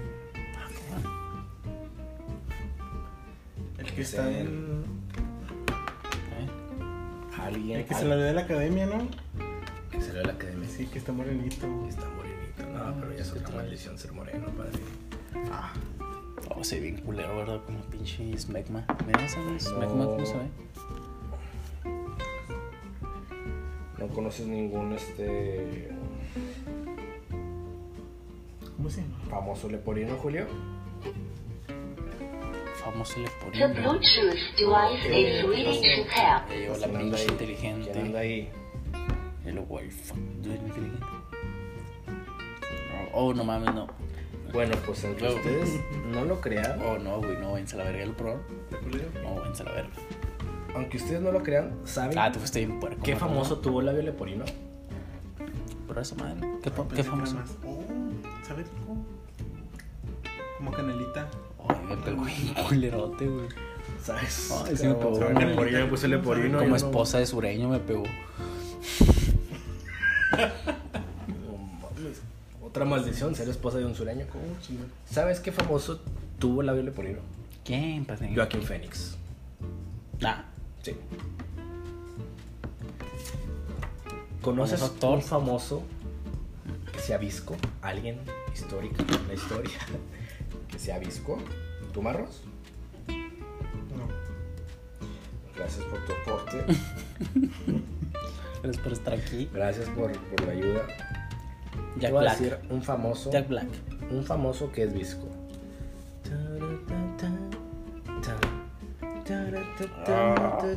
S5: El que
S3: Es
S5: está
S3: el-
S5: en.
S4: ¿eh?
S3: Alguien
S5: El que se la dio de la academia, ¿no?
S3: que se le ve la academia.
S5: Sí, que está morenito. güey.
S3: Está morenito.
S5: Ah,
S3: No, pero ya es otra maldición ser moreno, padre.
S4: Oh, se ve bien culero, ¿verdad? Como pinche smegma. ¿Mira esa güey? smegma? ¿Cómo se ve?
S3: No conoces ningún este
S5: ¿Cómo se llama?
S3: famoso leporino, Julio.
S4: Famoso le ponía.
S10: The Bluetooth device is ready to pair.
S4: Yo, la
S3: ¿Quién anda
S4: pinche
S3: ahí? ¿Quién Eh, pues, anda
S4: inteligente.
S3: ahí?
S4: El wifi. Yo era inteligente. No, Oh, no mames, no.
S3: Bueno, pues aunque
S4: No.
S3: ustedes no lo crean,
S4: Oh, no, güey, no, váyanse a la verga el pro. No, váyanse a la verga.
S3: aunque ustedes no lo crean, ¿saben
S4: Ah, tú fuiste bien puerco.
S3: qué
S4: ¿no?
S3: famoso tuvo labio leporino?
S4: Por esa madre. ¿Qué, po- qué
S5: Pensé que era
S4: famoso?
S5: más. Oh, ¿sabe rico? Como canelita.
S4: Ay, me pegó un culerote, güey.
S3: ¿Sabes?
S4: Ay, sí me pegó.
S3: Como- leporino, le puse leporino.
S4: Como
S3: yo no-
S4: esposa de sureño me pegó.
S3: No mames. Otra maldición, ser esposa de un sureño.
S5: ¿Cómo chingo?
S3: ¿Sabes qué famoso tuvo labio leporino?
S4: ¿Quién, padre?
S3: Joaquín Fénix.
S4: Nah.
S3: Sí. ¿Conoces
S4: Famoso actor.
S3: un famoso que sea visco? ¿Alguien histórico en la historia que sea visco? ¿Tú, Marros?
S5: No.
S3: Gracias por tu aporte.
S4: Gracias por estar aquí.
S3: Gracias por, por la ayuda. Te
S4: Jack
S3: voy a
S4: Black.
S3: decir un famoso,
S4: Jack Black.
S3: un famoso que es visco.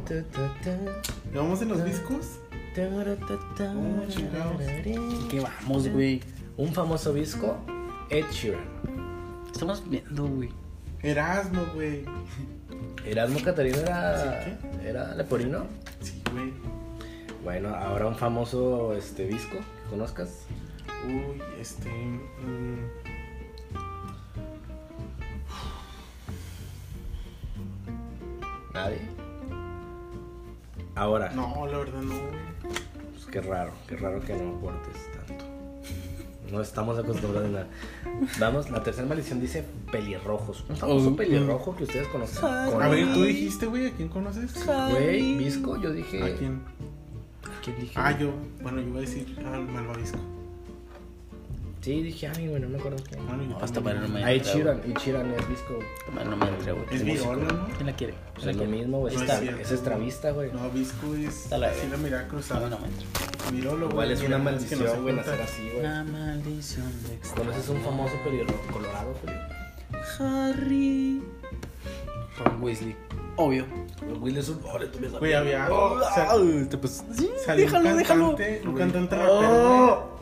S5: ¿Le vamos en
S4: Ah.
S5: los discos? Oh,
S4: ¿Qué vamos, güey?
S3: Un famoso visco, Ed Sheeran.
S4: Estamos viendo, güey.
S5: Erasmo, güey.
S3: Erasmo Catarino era,
S5: ¿Sí,
S3: era leporino.
S5: Sí, güey.
S3: Bueno, ahora un famoso este disco que conozcas.
S5: Uy, este. mm,
S3: Nadie. Ahora,
S5: no, la verdad no.
S3: pues qué raro, qué raro que no aportes tanto. No estamos acostumbrados a nada. Vamos, la tercera maldición dice pelirrojos. Un famoso
S4: Oh,
S3: pelirrojo que ustedes conozcan.
S5: A ver, tú dijiste, güey, ¿a quién conoces? ¿A
S3: Güey, Visco, yo dije.
S5: quién?
S3: ¿Quién dije?
S5: Ah, yo. Bueno, yo iba a decir al malvavisco.
S3: Sí, dije, ay, bueno, no me acuerdo quién.
S5: Bueno, yo
S4: No,
S5: también.
S4: esta madre no me
S3: Ah, Ed
S4: entra,
S3: Sheeran, Ed Sheeran es Visco.
S4: güey. Esta madre no me entra, güey.
S5: Es viola, ¿no?
S4: ¿Quién la quiere?
S3: Pues es lo mismo, güey.
S5: No es
S3: Esta-
S5: cierto.
S3: Es extravista, güey.
S5: No, Visco es.
S4: Está la
S5: así
S4: verga.
S5: la mirada
S4: A mí
S5: cruzada.
S4: no me entra.
S5: Virólogo,
S3: Igual es
S5: güey,
S3: una
S5: que no se
S3: maldición, güey,
S5: junta.
S3: nacer así, güey. Pues
S4: La maldición de
S3: ¿Conoces un famoso pelirrojo colorado, Felipe?
S4: Harry. Ron Weasley. Obvio.
S3: Will es un pobre, tú me sabes.
S5: Güey, había. sa-
S4: te Oh, pues. Sí,
S5: salió
S4: déjalo,
S5: un
S4: déjalo. Oh.
S5: cantante, un cantante rapero, güey,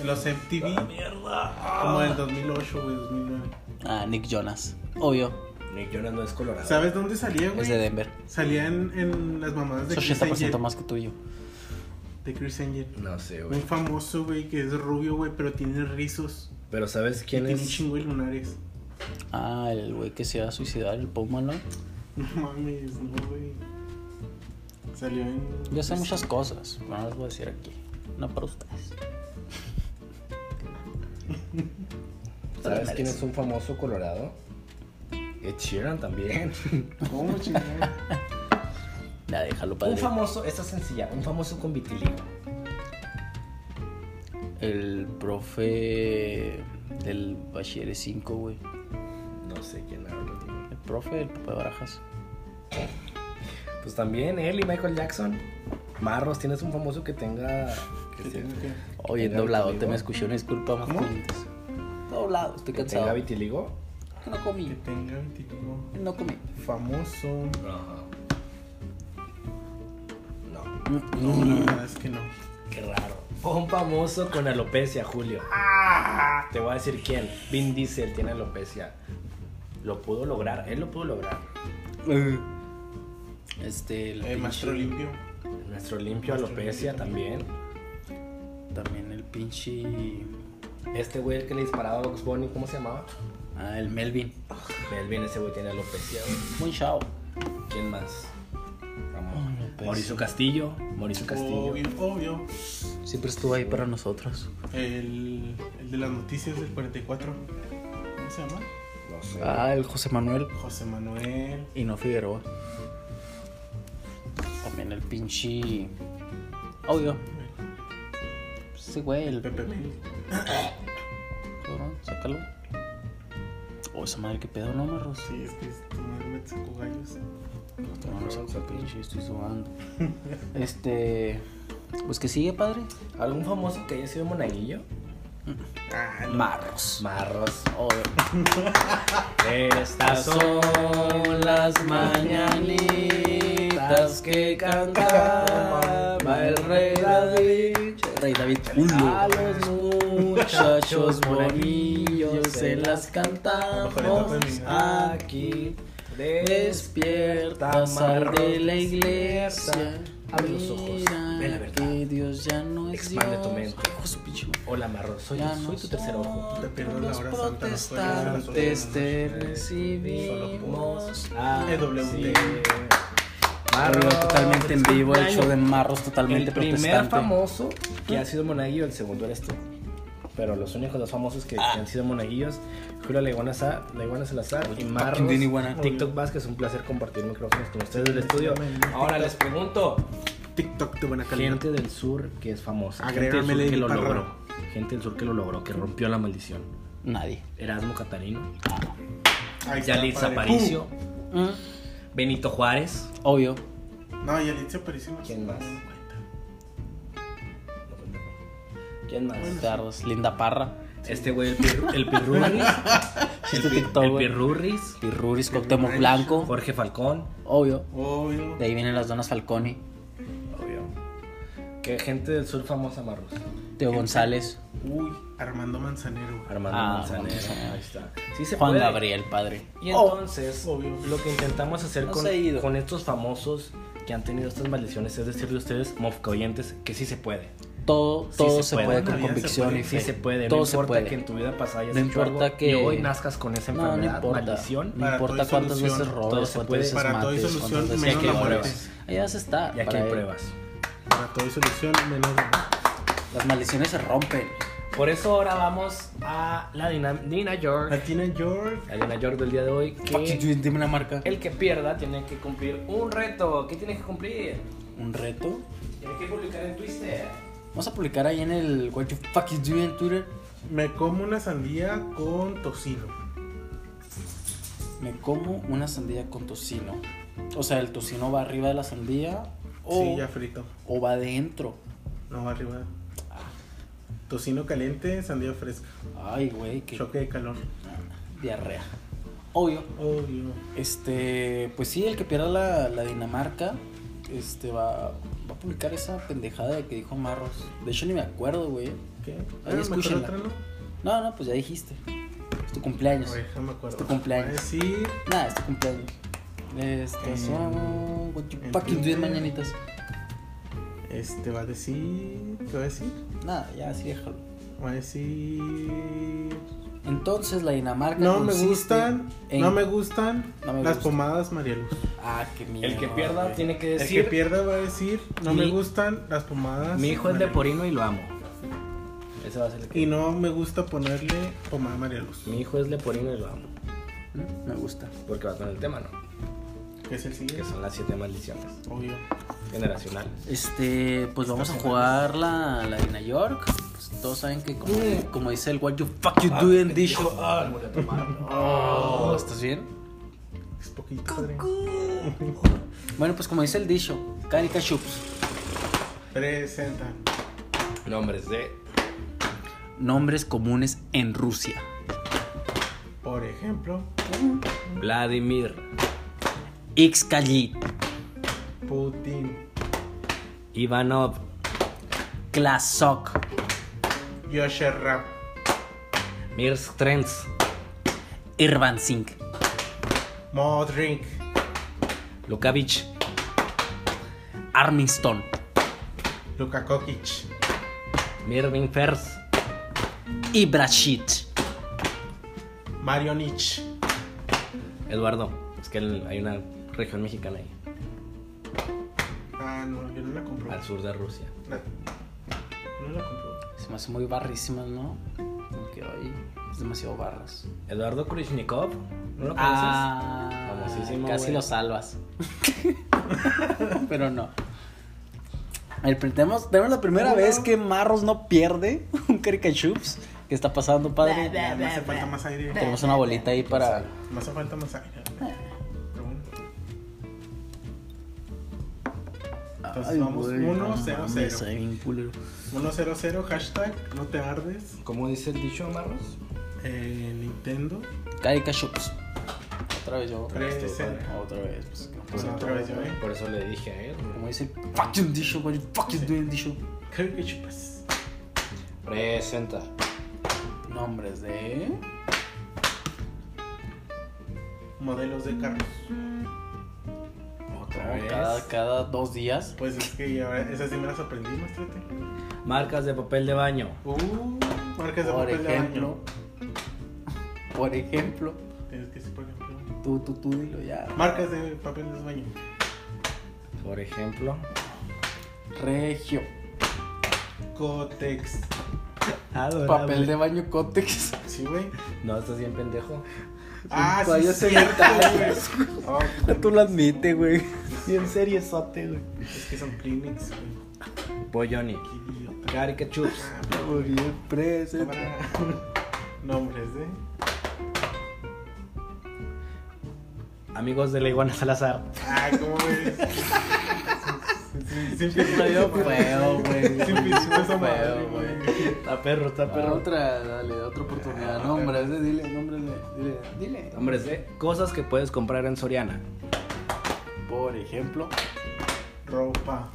S5: En los MTV,
S3: ¡Mierda!
S5: como del 2008, güey, 2009.
S4: Ah, Nick Jonas. Obvio.
S3: Nick Jonas no es colorado.
S5: ¿Sabes dónde
S4: Ah.
S5: salía,
S4: Es
S5: güey?
S4: de Denver.
S5: Salía en, en las mamadas de
S4: Es
S5: Chris
S4: 80%
S5: Angel.
S4: más que tuyo.
S5: de Chris Angel.
S3: No sé, güey.
S5: Un famoso, güey, que es rubio, güey, pero tiene rizos.
S3: Pero ¿sabes
S5: Y
S3: quién
S5: tiene un
S3: es?
S5: chingo de lunares.
S4: Ah, el güey que se va a suicidar, el Poe Malone.
S5: No mames, no, güey. Salió en.
S4: Yo sé muchas cosas, pero no las voy a decir aquí. No para ustedes.
S3: ¿Sabes quién es un famoso colorado? Ed Sheeran también.
S5: ¿Cómo chingada?
S4: Ya, déjalo
S3: un
S4: padre.
S3: famoso, esta es sencilla, un famoso con vitiligo.
S4: El profe del Bachiller 5, güey.
S3: No sé quién habla. güey.
S4: El profe del Papá de Barajas.
S3: Pues también él y Michael Jackson. Marros, tienes un famoso que tenga. Que,
S5: ¿Qué
S3: se-
S5: tiene que-
S4: Oye,
S3: ¿Tenga
S4: doblado, te
S3: vitiligo?
S4: me escuché una disculpa más Doblado, estoy
S3: que tenga
S4: cansado.
S3: vitiligo.
S4: No
S5: Que
S4: comí,
S5: tenga un título
S4: no comí.
S5: famoso.
S3: Ah. No,
S5: No, la verdad es que no. Eh,
S3: qué raro. Un famoso con alopecia, Julio. Te voy a decir quién. Vin Diesel tiene alopecia. Lo pudo lograr, él lo pudo lograr.
S4: Este, el
S5: Eh, Maestro
S4: pinche-
S5: Limpio.
S3: Nuestro limpio alopecia también.
S4: También el pinche.
S3: Este güey el que le disparaba a Box Bunny, ¿cómo se llamaba?
S4: Ah, el Melvin.
S3: Melvin, ese güey tiene alopecia. güey.
S4: Muy chao.
S3: ¿Quién más? Vamos.
S4: Alopecia.
S3: Mauricio Castillo. Mauricio Castillo.
S5: Obvio, obvio.
S4: Siempre estuvo ahí para nosotros.
S5: El, el de las noticias del 44. ¿Cómo se llama?
S3: No sé.
S4: Ah, el José Manuel.
S5: José Manuel.
S4: Y no Figueroa. También el pinche. Obvio. Ese güey, el.
S5: Pepe Mel.
S4: Cabrón, sácalo. Oh, esa madre que pedo, no, marros.
S5: Sí, es que es tu madre me sacó gallos.
S4: No, no saco el pinche, estoy sudando. Este. Pues que sigue, padre.
S3: ¿Algún famoso que haya sido monaguillo?
S4: Marros.
S3: Marros.
S4: Ah, Obvio.
S3: Estas
S4: son las mañanitas que cantaba el rey David. Rey David. A los muchachos bonillos se las cantamos aquí. Despierta, sal de la iglesia.
S3: Abre los ojos, ve la
S4: Mira
S3: verdad.
S4: que Dios Pues ya no es
S3: Expande tu
S4: Dios.
S3: mente.
S4: Hijo de su pinche madre.
S3: Hola Marros, soy,
S4: Ya
S3: soy
S4: no
S3: tu tercer ojo.
S4: son
S5: Te pierdes la
S4: los
S5: hora santa, no soy yo, no soy yo, no soy yo.
S4: protestantes te
S3: Eh,
S4: recibimos.
S5: EWT.
S4: Marros totalmente en vivo, el show de Marros totalmente
S3: El primer
S4: protestante.
S3: famoso que ha sido monaguillo, el segundo eres tú. Pero los únicos dos famosos que, que han sido monaguillos, Julio Leguana, Sa- Leguana Salazar y Marros.
S4: Dini Guana.
S3: TikTok Vázquez, un placer compartir micrófonos con ustedes del estudio. Ahora les pregunto,
S5: TikTok de buena calidad.
S3: gente del sur que es famosa, gente del
S5: Agrégame
S3: sur que
S5: Lady
S3: lo
S5: Parra.
S3: logró, gente del sur que lo logró, que rompió la maldición.
S4: Nadie.
S3: Erasmo Catalino,
S5: Ahí está,
S3: Yalitza
S5: padre.
S3: Aparicio,
S4: Mm,
S3: Benito Juárez.
S4: Obvio.
S5: Uh, No, Yalitza Aparicio. no
S3: ¿Quién
S5: sé,
S3: más?
S5: no cuenta.
S3: ¿Quién más?
S4: Carlos, Linda Parra.
S3: Este güey, el, Pirru- el Pirurris, el,
S4: Chiste
S3: Pi-
S4: Este TikTok,
S3: el
S4: güey.
S3: Pirurris,
S4: Pirruris, Coctemo Blanco.
S3: Jorge Falcón.
S4: Obvio.
S5: Obvio.
S4: De ahí vienen las donas Falconi.
S3: Obvio. ¿Qué gente del sur famosa Marros?
S4: Teo González.
S5: Uy, Armando Manzanero. güey.
S3: Armando
S4: Ah,
S3: Manzanero.
S4: Manzanero.
S3: Ahí está. Sí se
S4: Juan
S3: puede.
S4: Gabriel, padre. Oh,
S3: Y entonces,
S5: Obvio.
S3: lo que intentamos hacer
S4: No
S3: con,
S4: se ha ido.
S3: con estos famosos que han tenido estas maldiciones es decirle a ustedes, mofca oyentes, que sí se puede.
S4: Todo,
S3: Sí
S4: todo
S3: se
S4: se
S3: puede.
S4: puede
S5: La
S4: con
S5: vida se
S4: convicción
S5: puede.
S4: y
S3: Sí
S4: fe.
S3: se puede.
S4: Todo
S3: no
S4: se
S3: importa
S4: puede.
S3: que en tu vida pasada hayas
S4: No
S3: hecho
S4: importa
S3: algo
S4: que-
S3: y hoy nazcas con esa
S4: No, no
S3: enfermedad,
S4: importa.
S3: maldición.
S4: No
S5: Para
S4: importa
S5: todo hay
S4: cuántas
S5: solución.
S4: veces
S3: Todo
S4: robes,
S3: se
S4: cuántas
S3: puede.
S4: veces
S5: Para todo hay
S4: mates,
S5: solución,
S4: cuántas veces
S5: menos
S4: te
S5: la
S4: mueras.
S5: muerte.
S4: Ahí vas a estar.
S3: Y aquí
S4: para
S3: hay
S4: él.
S3: pruebas.
S5: Para todo hay solución, menos.
S4: Las maldiciones se rompen.
S3: Por eso ahora vamos a la Dina, Dina York.
S5: Latina York.
S3: La Dina York del día de hoy. Que
S4: Dime una marca.
S3: el que pierda tiene que cumplir un reto. ¿Qué tiene que cumplir?
S4: Un reto.
S3: Tiene que publicar en Twitter.
S4: Vamos a publicar ahí en el What You Fuck Is Doing en Twitter.
S5: Me como una sandía con tocino.
S4: Me como una sandía con tocino. O sea, el tocino va arriba de la sandía o,
S5: Sí, ya frito.
S4: o va adentro.
S5: No, va arriba. Tocino caliente, sandía fresca.
S4: Ay, güey, qué
S5: Choque de calor.
S4: diarrea. Obvio.
S5: Obvio.
S4: Este, pues sí, el que pierda la, la Dinamarca, este, va, va a publicar esa pendejada de que dijo Marros. De hecho, ni me acuerdo, güey.
S5: ¿Qué? Ah,
S4: Ahí escúchenla. No, no, pues ya dijiste. Es tu
S5: A
S4: cumpleaños.
S5: ver, no me acuerdo.
S4: Es tu cumpleaños.
S5: Voy a decir
S4: Nada, es tu cumpleaños. Este,
S5: En-
S4: son. What you fucking
S5: en
S4: doing
S5: Twitter.
S4: mañanitas.
S5: Este va a decir. ¿Qué va a decir?
S4: Nada, ya así déjalo.
S5: Va a decir.
S4: Entonces la Dinamarca
S5: No me
S4: consiste
S5: gustan.
S4: en-
S5: No me gustan
S4: No me
S5: las
S4: gustan.
S5: pomadas Marieluz.
S4: Ah, qué mierda.
S3: El que pierda
S4: güey.
S3: tiene que
S5: El que
S3: decir.
S5: pierda va a decir. No
S3: Mi-
S5: me gustan las pomadas.
S3: Mi hijo es de
S5: María Luz".
S3: Porino y lo amo. Ese va a ser el que.
S5: Y no me gusta ponerle pomada Marieluz.
S3: Mi hijo es leporino y lo amo.
S4: Mm, Me gusta.
S3: Porque va con el tema, ¿no?
S5: Que es el
S3: Que
S5: siguiente.
S3: son las siete maldiciones
S5: Obvio.
S3: generacionales.
S4: Este, pues vamos a jugar la, la Dina York. Pues todos saben que como, como dice el What you fuck you doing this show. Ah, voy a tomar. Oh, ¿Estás bien?
S5: Es poquito. padre.
S4: Bueno, pues como dice el dicho, Canica Chups.
S5: Presenta.
S3: Nombres de.
S4: Nombres comunes en Rusia.
S5: Por ejemplo.
S3: Vladimir.
S4: Xkali,
S5: Putin.
S3: Ivanov.
S4: Klasok,
S5: Yosher Rap.
S3: Mirsk Trends.
S4: Irvansink,
S5: Modrink.
S3: Lukavich.
S4: Arminston,
S5: Luka Kokic.
S3: Mirvin Fers.
S4: Ibrashit,
S5: Marionich.
S3: Eduardo. Es que el- hay una región mexicana ahí,
S5: Ah, no, yo no la compro.
S3: al sur de Rusia.
S5: La- No la compro.
S4: Se me hace muy barrísimas, ¿no? Como que hoy es demasiado barras.
S3: Eduardo Kurishnikov. ¿No lo conoces?
S4: Ah,
S3: Famosísimo,
S4: casi
S3: güey.
S4: lo salvas. Pero no. A ver, pero tenemos, tenemos la primera vez que Marros no pierde un Caricachups. ¿Qué está pasando, padre?
S5: Ya, Me hace falta más aire.
S4: Tenemos una bolita ahí para.
S5: Me hace falta más aire. Pero bueno. Entonces
S4: Ay,
S5: vamos
S4: güey, no mames, eh.
S5: 1-0-0.
S4: soy bien culero.
S5: 1-0-0, hashtag no te ardes.
S3: ¿Cómo dice el dicho, Marros?
S5: Eh, Nintendo.
S4: Carica Shops. Otra vez yo.
S5: Presenta.
S4: Otra vez, pues. que no
S5: Pues
S4: pasa nada.
S5: otra vez yo, eh.
S3: Por eso le dije a él.
S4: Como dice, fucking disho, güey. Fucking doing disho.
S5: Creo que chupas.
S3: Presenta.
S4: Nombres de.
S5: Modelos de carros.
S3: Otra vez.
S4: Cada, cada dos días.
S5: Pues es que ya ahora esas sí me las aprendí, maestrate.
S3: Marcas de papel de baño.
S5: Uh, marcas de
S4: Por
S5: papel de
S4: ejemplo.
S5: baño.
S4: Por ejemplo.
S5: Tienes que decir, por ejemplo.
S4: Tú, tú, tú, dilo ya.
S5: Marcas de papel de baño.
S3: Por ejemplo.
S4: Regio.
S5: Cotex.
S4: Papel de baño Cotex.
S5: Sí, güey.
S3: No, estás bien pendejo.
S5: Ah, sí,
S4: toallas
S5: es cierto, güey. Oh,
S4: Tú lo admites, güey.
S3: Bien seriosote, güey.
S5: es que son Kleenex, güey.
S3: Boyoni.
S5: Qué idiota.
S3: Carica Chups.
S5: Ah,
S4: Muy bien, presente.
S5: cámara. Nombres de
S3: Amigos de la iguana Salazar.
S5: Ah, ¿cómo ves? Siempre
S4: Está bien feo, güey.
S5: Siempre
S4: Feo,
S5: esa madre,
S4: güey.
S5: güey.
S3: Está perro, está
S4: Pero otra, dale, otra oportunidad. Nombres de, dile, nombres de, dile, dile.
S3: Hombres de cosas que puedes comprar en Soriana.
S4: Por ejemplo.
S5: Ropa.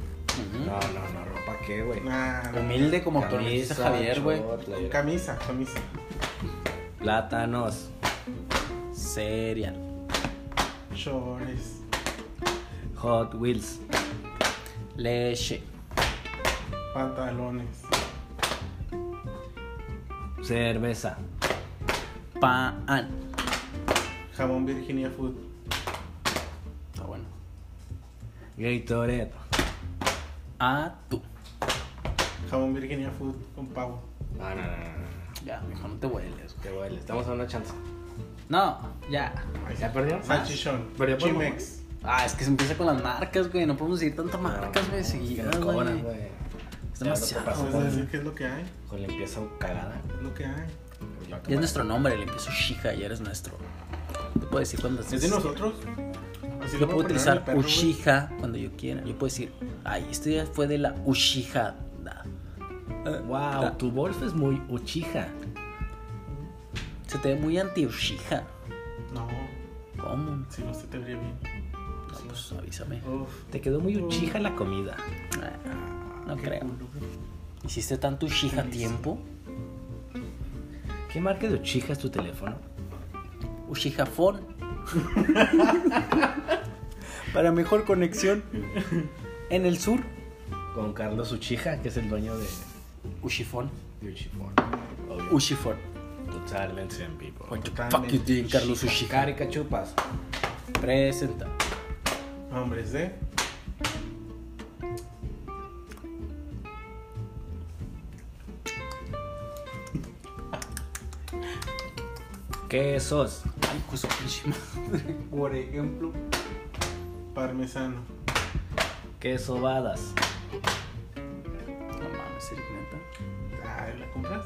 S3: No, no, ¿Mm? no, ropa qué, güey.
S5: Nah, no.
S4: Humilde como tú dice Javier, güey.
S3: short, playera.
S5: Camisa, camisa.
S3: Plátanos.
S4: Cereal.
S5: Shorts.
S3: Hot Wheels.
S4: Leche.
S5: Pantalones.
S3: Cerveza.
S4: Pan.
S5: Jabón Virginia Food.
S4: Está bueno.
S3: Gatorade.
S4: A tú.
S5: Jabón Virginia Food con pavo.
S3: No, no, no, no, no.
S4: Ya, mejor no te hueles.
S3: Te huele. Estamos a una chance.
S4: No, ya.
S3: ¿Ya perdió?
S5: Salchichón.
S3: Pero ya por
S5: Chimex.
S4: Ah, es que se empieza con las marcas, güey. No podemos decir tantas marcas, güey, seguidas,
S3: Nos cobran,
S4: güey.
S3: güey. Ya no
S4: Es
S3: te
S4: demasiado.
S3: pases.
S5: Vamos a decir qué es lo que hay.
S3: Con limpieza cagada. pues,
S5: Es lo que hay.
S4: Ya es nuestro nombre, le empiezo Ushija, ya eres nuestro. Te puedo decir cuando
S5: ¿Es de nosotros? Así
S4: Yo puedo
S5: lo voy a poner
S4: utilizar
S5: al perro, güey.
S4: Ushija cuando yo quiera. Yo puedo decir, ay, esto ya fue de la Ushija.
S3: Wow, tu Wolf es muy uchija.
S4: Se te ve muy anti-Ushija.
S5: No,
S4: ¿Cómo?
S5: si no se te vería bien.
S4: No, pues avísame.
S5: Uf,
S3: Te quedó muy uchija la comida.
S4: Ah, No
S5: qué
S4: creo.
S5: culo, güey.
S4: ¿Hiciste tanto Ushija a tiempo?
S3: ¿Qué marca de uchija es tu teléfono?
S4: Ushija Phone. Para mejor conexión. En el sur,
S3: con Carlos Uchija, que es el dueño de,
S4: Ushifón.
S3: de Uchifón. Obvio.
S4: Ushifón.
S3: Totalmente en vivo.
S4: What the fuck you doing, Carlos Ushifón?
S3: Carica chupas.
S4: Presenta.
S5: Hombres de.
S3: ¿Qué sos?
S4: Ay, hijo de su pinche madre.
S5: Por ejemplo, parmesano.
S3: ¿Qué sobadas?
S4: No mames, Eric, neta.
S5: Ah, ¿La compras?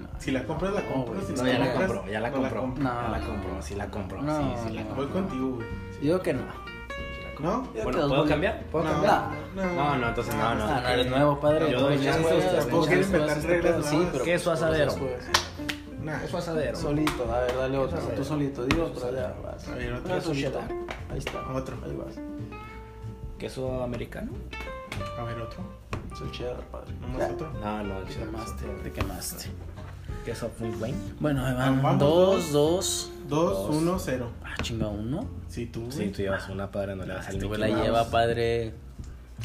S4: No.
S5: Si la compras, la
S4: No,
S5: compro.
S4: güey.
S5: si
S3: No, ya la
S5: compras,
S3: compró, ya la
S5: no
S3: compró.
S5: compro.
S4: No,
S3: ya la
S4: no.
S3: compró, sí la compró.
S4: No,
S3: sí, sí la
S4: no.
S3: compró.
S5: Voy contigo, güey.
S4: Yo creo que no.
S5: ¿No?
S4: Yo creo que
S3: Bueno, ¿puedo
S4: dos bolas.
S3: cambiar? ¿Puedo
S5: no,
S3: cambiar?
S5: no, pues,
S3: No, no, entonces no, no.
S4: Ah, no eres nuevo, padre.
S3: Yo
S4: Tú
S3: doy
S4: ya
S3: chance,
S4: juegas,
S3: chance, pues,
S4: tú ya
S5: quieren
S4: juegas
S5: inventar
S4: este
S5: reglas
S4: pedo, Sí,
S5: nuevas.
S4: pero.
S3: ¿Qué es su
S4: pues,
S3: asadero?
S4: tú ya juegas.
S5: Nah.
S3: Eso asadero.
S4: Solito, a ver, dale otro.
S3: asadero.
S4: pues, Tú solito, di otro. Ya vas.
S5: A ver, otro
S4: Una
S3: pues,
S4: solita.
S5: solito.
S4: Ahí está.
S5: Otro.
S4: Ahí vas.
S3: ¿Queso americano?
S5: A ver, otro.
S4: Soy cheddar, padre.
S5: Nomás
S4: Ya.
S5: otro.
S3: No, no,
S4: Te
S3: chido.
S4: quemaste, te quemaste.
S3: ¿Queso full wine?
S4: Bueno, ahí van.
S5: Vamos,
S4: dos, dos.
S5: Dos, uno, cero.
S4: Ah, chinga, uno.
S5: Si tú,
S3: Sí,
S5: güey.
S3: tú llevas una padre, no le vas
S4: Ah,
S3: al
S4: Este
S3: Mickey
S4: güey la
S3: Mouse.
S4: lleva, padre.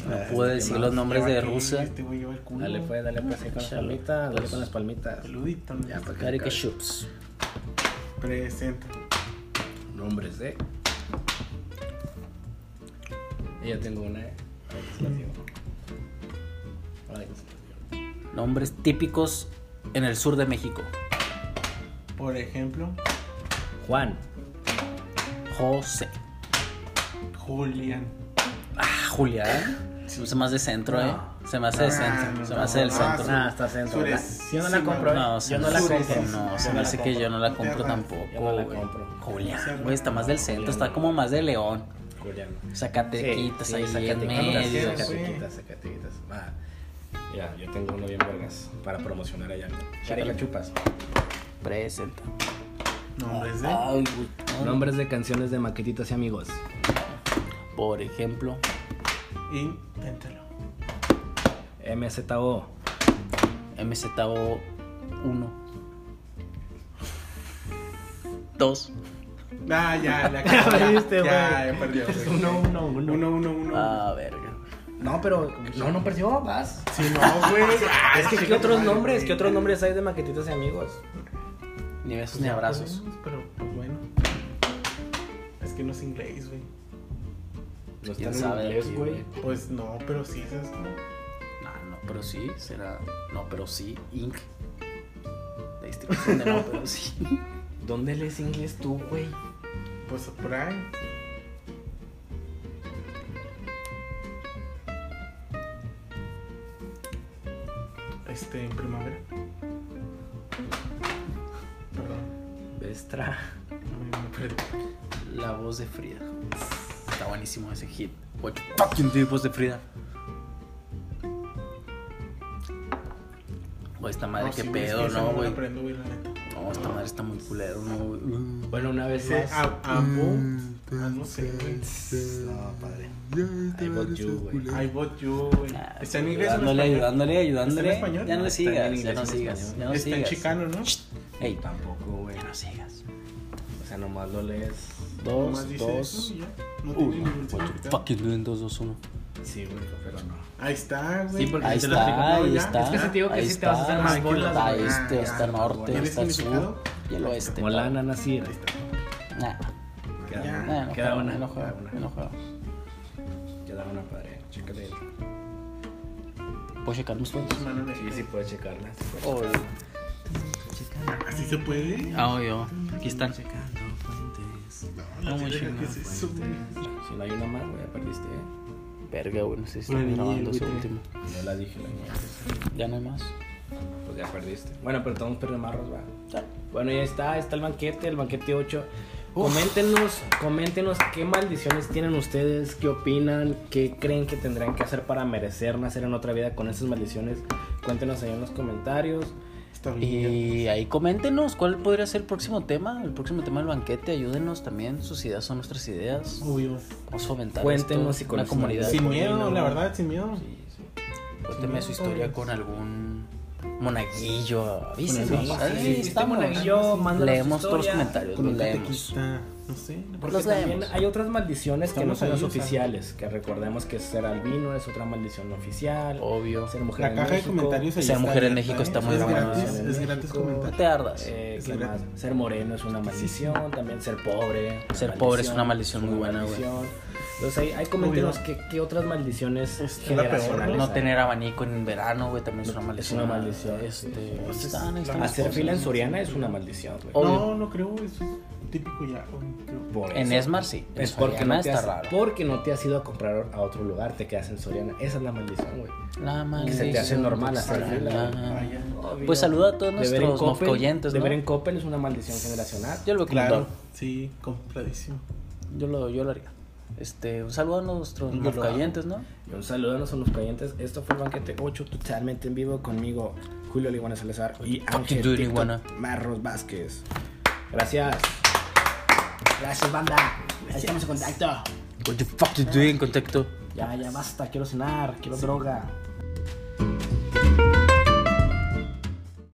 S3: Ah,
S4: No pude
S3: este
S4: decir
S3: Mouse.
S4: los nombres de
S5: Lleva aquí,
S4: Rusia.
S5: Este güey lleva el culo.
S3: Dale, pues, dale, pues, ahí con las
S4: Échale,
S3: palmitas, dale
S4: pues.
S3: con las palmitas.
S5: Peludito, ¿no?
S3: Ya, pues. para
S4: Carica Shoots.
S5: Presenta.
S3: Nombres de. Y Yo tengo una, eh. Ahí se las digo. Ahí se las digo.
S4: Nombres típicos en el sur de México.
S5: Por ejemplo,
S3: Juan.
S4: José.
S5: Julián.
S4: Ah, Julián. Se me hace centro, eh. Se me hace de centro.
S5: Ah,
S4: Se me hace del
S5: no,
S4: centro.
S5: no,
S3: Nah, Ah, está centro.
S5: Sures.
S3: ¿verdad? Si yo no la
S5: Sí,
S3: compro,
S5: no,
S3: eh.
S4: se
S3: Yo
S4: me
S3: no la
S4: hace-
S5: Sures.
S3: compro.
S4: No, se
S5: Yo
S4: me
S5: no
S4: hace
S5: la
S4: que
S5: compro.
S4: yo no la
S5: Yo
S4: compro
S5: no la
S4: tampoco,
S3: compro.
S4: güey. Julián,
S5: Sí,
S4: güey, está más del centro, está
S3: Julián.
S4: como más de León.
S3: Julián.
S4: Zacatequitas ahí en medio.
S5: quieras,
S3: Zacatequitas,
S5: güey.
S3: Zacatequitas, Zacatequitas. Va. Mira, yo tengo uno bien vergas para promocionar allá. Carica Chupas.
S4: Presenta.
S5: Nombres de.
S4: Ay, güey. no.
S3: Nombres de canciones de maquetitas y amigos.
S4: Por ejemplo,
S5: Inténtalo.
S3: MZO.
S4: MZO 1. 2.
S5: Ah, ya, la cagó, ya.
S3: perdiste,
S5: Ya,
S3: güey.
S5: ya perdió. güey.
S3: Uno, uno, uno.
S5: Uno, uno, uno.
S4: Ah, verga.
S3: No, pero no, no perdió, vas.
S5: Si no, güey. Ah,
S3: Es que, ¿qué
S5: chica,
S3: otros
S5: madre,
S3: nombres?
S5: güey.
S3: ¿Qué otros nombres hay de maquetitas y amigos?
S4: Ni besos ni abrazos.
S5: Pero, pues bueno. Es que no es inglés, güey.
S3: No
S4: ¿Quién sabe de aquí, güey?
S5: Pues no, pero sí, ¿sabes cómo?
S4: No, no, pero sí, será. No, pero sí, Inc. La distribución de no, pero sí.
S3: ¿Dónde lees inglés tú, güey?
S5: Pues por ahí. Este, en primavera. Perdón,
S3: Vestra.
S5: me, me perdí.
S4: La voz de Frida. Está buenísimo ese hit. What the fucking do, voz de Frida. Güey, esta madre,
S5: No,
S4: qué
S5: sí, güey, es
S4: pedo,
S5: que esa
S4: ¿no,
S5: la
S4: güey?
S5: aprendo, güey, la neta.
S4: No, esta madre está muy culero, ¿no, güey? Uh.
S3: Bueno, una vez
S5: Ese
S3: más.
S5: a- amo. Ah, no sé, güey.
S3: No, padre. I bought you, güey.
S5: I bought you, güey.
S4: Ah,
S5: Está en inglés o en
S4: ayudándole,
S5: español?
S4: ayudándole, ayudándole.
S5: ¿Está en español?
S4: Ya no le
S3: Está en
S4: sigas,
S3: inglés,
S4: ya no
S3: en
S4: sigas,
S3: español.
S4: ya no
S5: Está en
S4: sigas.
S5: chicano, ¿no?
S4: Ey,
S3: Tampoco, güey.
S4: ya no sigas.
S3: O sea, nomás lo lees.
S5: Nomás
S4: Dos,
S5: dice eso
S4: dos,
S5: y ya. No tiene
S4: uno.
S5: ningún
S4: What the
S5: significado.
S4: fuck you doing? Dos, dos, uno.
S3: Sí, güey, pero no.
S5: Ahí está, güey.
S3: Sí, porque
S4: Ahí
S3: si te lo explico,
S4: está,
S3: no,
S4: ahí
S3: ya.
S4: está.
S3: Es que si te digo que
S4: Ah, ahí
S3: sí te vas a hacer más
S4: ahí
S3: bolas,
S4: Está
S3: güey.
S4: este,
S5: Ah,
S4: está
S5: ya,
S4: norte,
S5: ¿tiene
S4: está sur
S5: significado?
S4: y el oeste.
S3: Molana Nasir.
S5: Ahí está.
S4: Nah,
S3: Queda
S5: Ya.
S3: una.
S4: nah, no
S3: Queda
S4: juego,
S3: una.
S4: yo no
S3: Queda
S4: juego, yo no
S3: una.
S4: juego.
S3: Queda una, padre. Chécale.
S4: ¿Puedo checar mis cuentas?
S5: Mano de-
S3: Sí, sí, puedes checarla. sí puedes.
S4: Oh,
S5: Así se puede.
S4: ah, oh, yo. Aquí están.
S5: No, la verga, ¿qué es eso, güey?
S4: Oh.
S3: Si no hay una más, güey, ya perdiste, eh.
S4: Verga, güey, no sé si
S5: Una
S4: estoy
S5: niña,
S4: grabando ese
S5: güey,
S4: último.
S3: No la dije la mía.
S4: Ya no hay más.
S3: Pues ya perdiste. Bueno, pero todos perdemos marros, va. Bueno, ya está, está el banquete, el banquete 8. Coméntenos, coméntenos qué maldiciones tienen ustedes, qué opinan, qué creen que tendrán que hacer para merecer nacer en otra vida con esas maldiciones. Cuéntenos ahí en los comentarios.
S5: Está bien.
S4: Y ahí coméntenos cuál podría ser el próximo tema, el próximo tema del banquete, ayúdenos también, sus ideas son nuestras ideas.
S5: Obvio.
S4: Vamos a fomentar
S3: Cuéntenos si
S4: esto,
S3: conocen
S4: una comunidad.
S5: Sin
S3: ¿por qué
S5: miedo,
S3: no?
S5: la verdad, sin miedo.
S4: Cuénteme su historia con algún monaguillo, avísenos.
S3: Monaguillo,
S4: ahí
S3: sí, sí,
S4: estamos.
S3: monaguillo, mándanos su
S4: leemos todos los
S3: historia.
S4: comentarios,
S5: Con
S4: los
S5: un
S4: leemos.
S5: catequista. No sé.
S3: Porque
S4: Los
S3: también
S4: leemos.
S3: hay otras maldiciones que
S5: Estamos
S3: no son
S5: ahí,
S3: las
S5: o sea.
S3: oficiales, que recordemos que ser albino es otra maldición no oficial.
S4: Obvio.
S3: Ser mujer
S5: La
S3: en
S5: caja de
S3: México,
S5: comentarios ahí
S4: Ser
S5: está
S4: mujer en
S5: abierta,
S4: México
S5: ¿eh?
S4: está muy
S5: es
S4: buena,
S5: gratis,
S3: en
S5: es
S3: México.
S5: gratis
S4: No
S5: comentar.
S4: te ardas.
S3: Eh,
S5: Es
S3: ¿qué
S5: verdad.
S3: más? Ser moreno es una maldición, también ser pobre. una
S4: Ser pobre es una maldición muy buena, güey.
S3: maldición. Entonces hay, hay comentarios
S5: Obvio.
S3: que, que otras maldiciones
S5: Este, la peor,
S3: generacionales.
S4: No
S3: hay.
S4: tener abanico en verano, güey, también es una
S3: Es
S4: maldición.
S3: una maldición.
S4: Este,
S5: Pues es-
S4: están- están las
S3: Hacer
S4: cosas.
S3: fila en Soriana es una maldición, güey.
S4: Obvio.
S5: No, no creo, eso es típico ya. güey, creo.
S3: Por
S4: En
S3: eso.
S4: Esmar sí. En
S3: Es porque
S4: Soriana
S3: no, te
S4: está
S3: has,
S4: raro.
S3: porque no te has ido a comprar a otro lugar, te quedas en Soriana. Esa es la maldición, güey.
S4: La
S3: Que se te hace
S4: maldición
S3: normal
S4: de
S3: hacer
S4: Soriana.
S3: fila. Ah,
S5: Vaya.
S4: Pues saluda a todos
S3: Beber en
S4: nuestros
S3: Coppel-
S4: mofcoyentes, ¿no?
S3: Beber en Coppel es una maldición generacional.
S4: Yo lo veo como un
S5: Claro,
S4: don.
S5: sí, compradísimo.
S4: Yo lo, yo lo haría. Este, un saludo a nuestros
S3: Yo lo hago.
S4: mofcoyentes, ¿no?
S3: Y un saludo a nuestros clientes. Esto fue Banquete 8, totalmente en vivo conmigo, Julio Liguana Salazar y Ángel
S4: Duty,
S3: "Tic-Tac"
S4: Liguana.
S3: Marros Vázquez. Gracias. Gracias, banda. Ahí estamos en contacto.
S4: What the fuck you doing, contacto?
S3: Ya, ya basta. Quiero cenar, quiero droga.